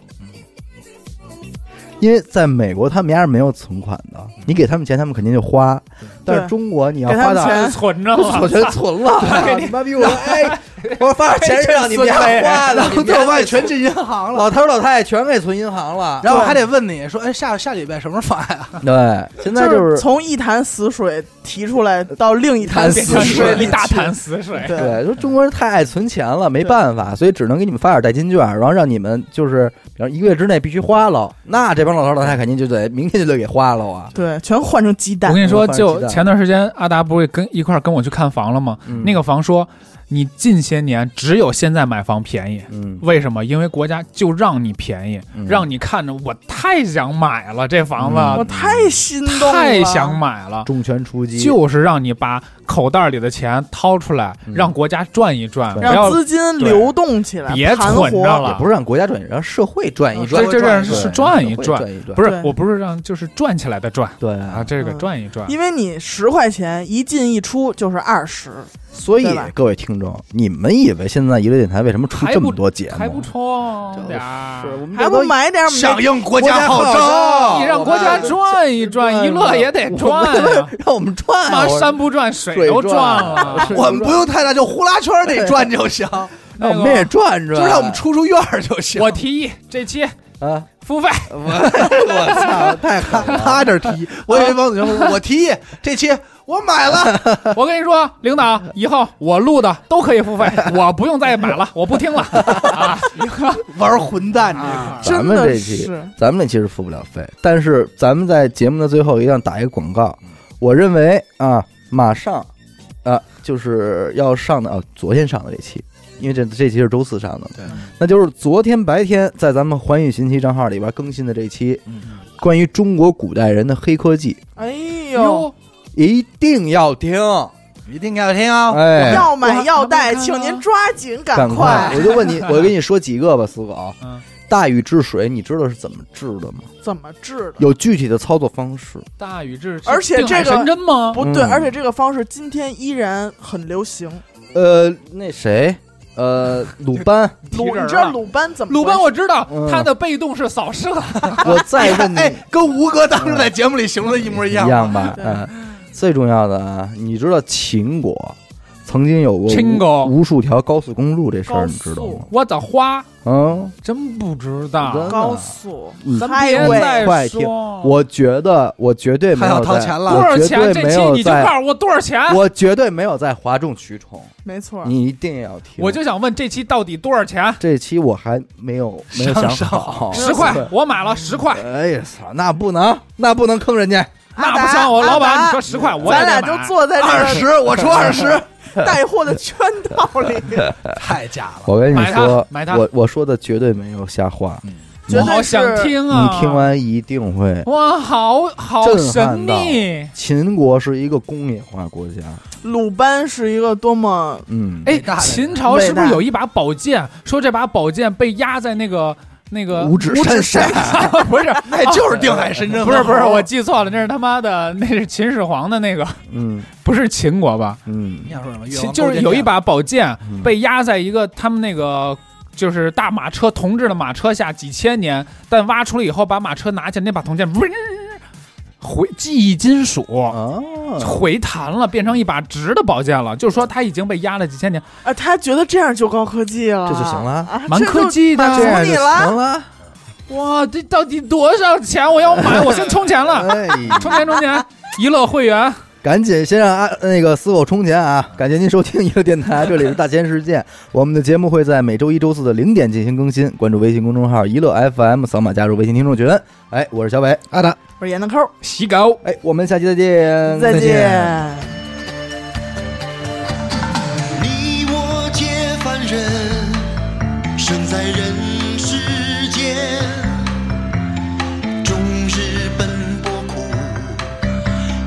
Speaker 1: 因为在美国，他们家是没有存款的，你给他们钱，他们肯定就花。但是中国，你要
Speaker 3: 给
Speaker 1: 花
Speaker 3: 他们
Speaker 1: 到
Speaker 3: 钱
Speaker 4: 存着
Speaker 1: 我
Speaker 4: 了，
Speaker 1: 全存 了，你妈逼我哎，我发点钱是让你们家花 的，你们
Speaker 2: 对
Speaker 1: 家
Speaker 2: 外
Speaker 1: 给存
Speaker 2: 全进银行了，
Speaker 1: 老头老太太全给存银行了。
Speaker 2: 然后还得问你说，哎，下下礼拜什么时候放呀？
Speaker 1: 对，现在
Speaker 3: 就是
Speaker 1: 是
Speaker 3: 从一潭死水提出来到另一潭
Speaker 1: 一
Speaker 4: 变
Speaker 1: 潭
Speaker 4: 成
Speaker 1: 死
Speaker 3: 水
Speaker 1: 水
Speaker 3: 里
Speaker 4: 一大
Speaker 3: 去
Speaker 4: 潭死水。
Speaker 3: 对，
Speaker 1: 对，说中国人太爱存钱了，没办法，所以只能给你们发点代金券，然后让你们就是，比方一个月之内必须花了，那这帮老头老太太肯定就得明天就得给花了啊。
Speaker 3: 对，全换成鸡
Speaker 4: 我
Speaker 3: 蛋
Speaker 4: 跟，你说，
Speaker 1: 放鸡
Speaker 4: 就
Speaker 1: 蛋
Speaker 4: 前段时间阿达不是跟一块儿跟我去看房了吗？
Speaker 1: 嗯
Speaker 4: 那个，房说，你近些年只有现在买房便宜，
Speaker 1: 嗯，
Speaker 4: 为什么？因为国家就让你便宜，
Speaker 1: 嗯
Speaker 4: 让你看着我太想买了这房
Speaker 3: 我
Speaker 4: 子，
Speaker 3: 太心动了，
Speaker 4: 太想买了。
Speaker 1: 重拳出击，
Speaker 4: 就是让你把口袋里的钱掏出来，
Speaker 1: 嗯
Speaker 4: 让国家转一转，不
Speaker 3: 让
Speaker 4: 要
Speaker 3: 资金流动起来，
Speaker 4: 别
Speaker 3: 盘
Speaker 4: 存
Speaker 3: 活
Speaker 4: 着
Speaker 1: 也
Speaker 4: 了
Speaker 1: 不是让国家转，让社会转一转，
Speaker 4: 这这
Speaker 2: 转一
Speaker 4: 这是是
Speaker 1: 对
Speaker 4: 转一
Speaker 1: 社会
Speaker 4: 转，
Speaker 1: 转一转，
Speaker 4: 不是
Speaker 3: 对，
Speaker 4: 我不是让就是转起来的转
Speaker 1: 对
Speaker 4: 啊，这个
Speaker 3: 嗯
Speaker 4: 转一转，
Speaker 3: 因为你十块钱一进一出就是二十，
Speaker 1: 所以
Speaker 3: 对吧
Speaker 1: 各位听众，你们以为现在娱乐电台为什么出这么多节目？
Speaker 4: 还不冲点儿
Speaker 1: 是，我们
Speaker 3: 还
Speaker 1: 这都
Speaker 3: 不买点美
Speaker 2: 响应国
Speaker 1: 家
Speaker 2: 家号
Speaker 1: 召
Speaker 2: 召，
Speaker 4: 你让国家转一转，
Speaker 1: 转
Speaker 4: 娱乐也得
Speaker 1: 我
Speaker 4: 转
Speaker 1: 们
Speaker 4: 呀，
Speaker 1: 让我们转啊
Speaker 4: 妈！
Speaker 1: 我
Speaker 4: 山不转水
Speaker 1: 水
Speaker 4: 都
Speaker 1: 转
Speaker 4: 转了，
Speaker 1: 是
Speaker 2: 我们不用太大，就呼啦圈那转就行，
Speaker 1: 让我们也转
Speaker 2: 就
Speaker 1: 转，
Speaker 2: 让我们出出院儿就行。
Speaker 4: 我提议这期
Speaker 1: 啊！
Speaker 4: 付费，
Speaker 1: 我 我操，太狠了！
Speaker 2: 他这提，我以为王子强 说，我提议这期我买了，
Speaker 4: 我跟你说，领导，以后我录的都可 以付费，我不用再买了，我不听了啊！
Speaker 2: 玩混蛋这块儿。
Speaker 3: 真
Speaker 1: 咱们
Speaker 3: 的
Speaker 1: 这期
Speaker 3: 是
Speaker 1: 咱们那期是付不了费，但是咱们在节目的最后一定要打一个广告。我认为啊，马上啊就是要上的啊，昨天上的这期，因为这这期是周四上的嘛，
Speaker 2: 对，
Speaker 1: 那就是昨天白天在咱们环宇新奇账号里边更新的这期
Speaker 2: 嗯
Speaker 1: 关于中国古代人的黑科技，
Speaker 3: 哎呦，
Speaker 4: 哟，
Speaker 1: 一定要听，
Speaker 2: 一定要听啊！
Speaker 1: 哎。
Speaker 3: 要买要带，
Speaker 4: 我还没看
Speaker 3: 请
Speaker 4: 呢
Speaker 3: 您抓紧
Speaker 1: 赶
Speaker 3: 赶
Speaker 1: 快！我就问你，我给你说几个吧，死狗。
Speaker 4: 嗯，
Speaker 1: 大禹治水，你知道是怎么治的吗？
Speaker 3: 怎么治的？
Speaker 1: 有具体的操作方式。
Speaker 4: 大禹治，
Speaker 3: 而且
Speaker 4: 定海
Speaker 3: 这个
Speaker 4: 神针吗？
Speaker 3: 不对，
Speaker 1: 嗯
Speaker 3: 而且这个方式今天依然很流行。
Speaker 1: 呃，那谁，呃，鲁 班，
Speaker 4: 提
Speaker 3: 鲁，
Speaker 4: 人
Speaker 3: 你知道
Speaker 4: 了
Speaker 3: 鲁班怎么？
Speaker 4: 鲁班我知道
Speaker 1: 嗯，
Speaker 4: 他的被动是扫射，
Speaker 1: 我再
Speaker 4: 呃
Speaker 1: 问你
Speaker 2: 哎，跟吴哥当时在节目里形容的一模一
Speaker 1: 一
Speaker 2: 样。
Speaker 1: 样吧？
Speaker 3: 对
Speaker 1: 嗯，最重要的啊，你知道秦国曾经有过
Speaker 4: 秦国
Speaker 1: 无无数条高速公路这事儿，
Speaker 3: 高
Speaker 1: 你知道
Speaker 3: 速
Speaker 1: 吗？
Speaker 4: 我的花
Speaker 1: 嗯，
Speaker 4: 真不知道
Speaker 1: 真，
Speaker 3: 高速
Speaker 1: 嗯
Speaker 4: 咱别
Speaker 3: highway
Speaker 1: 快
Speaker 4: 再
Speaker 1: 听
Speaker 4: 说，
Speaker 1: 我觉得我绝对没
Speaker 2: 他
Speaker 1: 有
Speaker 2: 哦要掏
Speaker 1: 在
Speaker 2: 钱了
Speaker 4: 多
Speaker 1: 我
Speaker 4: 少
Speaker 1: 绝
Speaker 4: 钱？
Speaker 1: 对
Speaker 4: 这
Speaker 1: 没
Speaker 4: 期
Speaker 1: 有
Speaker 4: 你就
Speaker 1: 在
Speaker 4: 告诉我多少钱？
Speaker 1: 我绝对没有在哗众取宠，
Speaker 3: 没错，
Speaker 2: 嗯
Speaker 4: 嗯
Speaker 1: 你一定要听。
Speaker 4: 我就想问这期到底多少钱？
Speaker 1: 这期我还没有没有
Speaker 2: 上
Speaker 1: 想
Speaker 2: 手
Speaker 1: 好，
Speaker 4: 十块，我买了十块，
Speaker 1: 哎呀操，那不能，那不能坑人家。
Speaker 4: 那
Speaker 3: 阿
Speaker 4: 不
Speaker 3: 达
Speaker 4: 行，我
Speaker 3: 阿
Speaker 4: 老板
Speaker 3: 达
Speaker 4: 你说十块，我也
Speaker 3: 咱俩
Speaker 4: 得
Speaker 3: 就
Speaker 4: 买。
Speaker 3: 坐在
Speaker 2: 二
Speaker 3: 这
Speaker 2: 十，我出二十，
Speaker 4: 嗯
Speaker 3: 个带货的圈套里，
Speaker 2: 太假了。
Speaker 1: 我跟你
Speaker 4: 买它
Speaker 1: 说，
Speaker 4: 买它
Speaker 1: 我我说的绝对没有瞎话，
Speaker 3: 绝
Speaker 4: 我
Speaker 3: 对
Speaker 4: 好想
Speaker 3: 是
Speaker 4: 听啊！
Speaker 1: 你听完一定会。
Speaker 4: 哇，好好
Speaker 1: 震
Speaker 4: 神
Speaker 1: 撼到
Speaker 4: 秘！
Speaker 1: 秦国是一个工业化国家，
Speaker 3: 鲁班是一个多么
Speaker 1: 嗯，
Speaker 4: 哎
Speaker 2: 伟大，的
Speaker 4: 秦朝是不
Speaker 3: 伟
Speaker 4: 是
Speaker 3: 大
Speaker 4: 有一把宝剑？说这把宝剑被压在那个那个
Speaker 1: 五指山山，
Speaker 4: 不是
Speaker 2: 那就是定海神针。
Speaker 4: 不是不是，我记错了，那是他妈的，那是秦始皇的那个，
Speaker 1: 嗯
Speaker 4: 不是秦国 吧？
Speaker 1: 嗯
Speaker 2: 你想说什么？越
Speaker 4: 秦
Speaker 2: 王
Speaker 4: 就是
Speaker 2: 勾践
Speaker 4: 有一把宝剑
Speaker 1: 嗯
Speaker 4: 被压在一个他们那个就是大马车铜制的马车下几千年，但挖出来以后，把马车拿起来，那把铜剑嗡 回记忆金属。
Speaker 1: 啊，
Speaker 4: 回弹了，变成一把直的宝剑了。就是说，它已经被压了几千年，
Speaker 3: 啊，他觉得这样就高科技了，
Speaker 1: 这就行了
Speaker 3: 啊、
Speaker 4: 蛮
Speaker 3: 这就
Speaker 4: 科技的。
Speaker 1: 这样就
Speaker 3: 你
Speaker 1: 行
Speaker 3: 了
Speaker 1: 了。
Speaker 4: 哇，这到底多少钱？我要买，我先充钱了，
Speaker 1: 哎，
Speaker 4: 充钱充钱，娱乐会员。
Speaker 1: 赶紧先让啊那个死狗充钱啊！感谢您收听娱乐电台，这里是大千世界。我们的节目会在每周一、周四的零点进行更新，关注微信公众号“娱乐 FM”，扫码加入微信听众群。哎，我是小伟，
Speaker 2: 啊的。
Speaker 3: 我是闫德抠，
Speaker 4: 洗狗。
Speaker 1: 哎，我们下期再见，
Speaker 3: 再
Speaker 5: 你我皆凡人，生在人世间，终日奔波苦，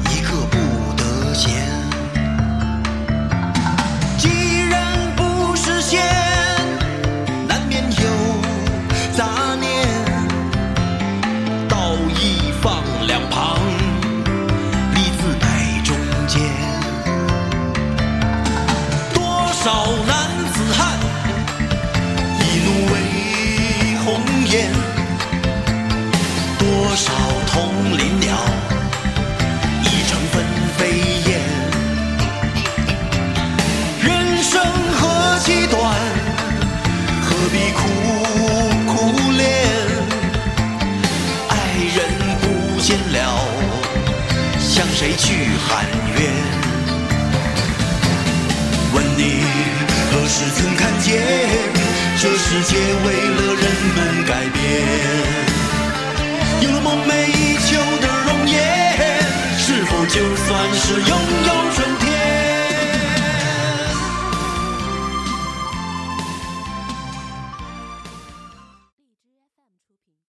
Speaker 5: 一刻不得闲。既然不实现，难免有杂念，道义放两旁，利字摆中间。多少男子汉，一怒为红颜；多少同林鸟，一成分飞燕。人生何其短，何必苦苦恋？爱人不见了，向谁去喊冤？问你何时曾看见，这世界为了人们改变？有了梦寐以求的容颜，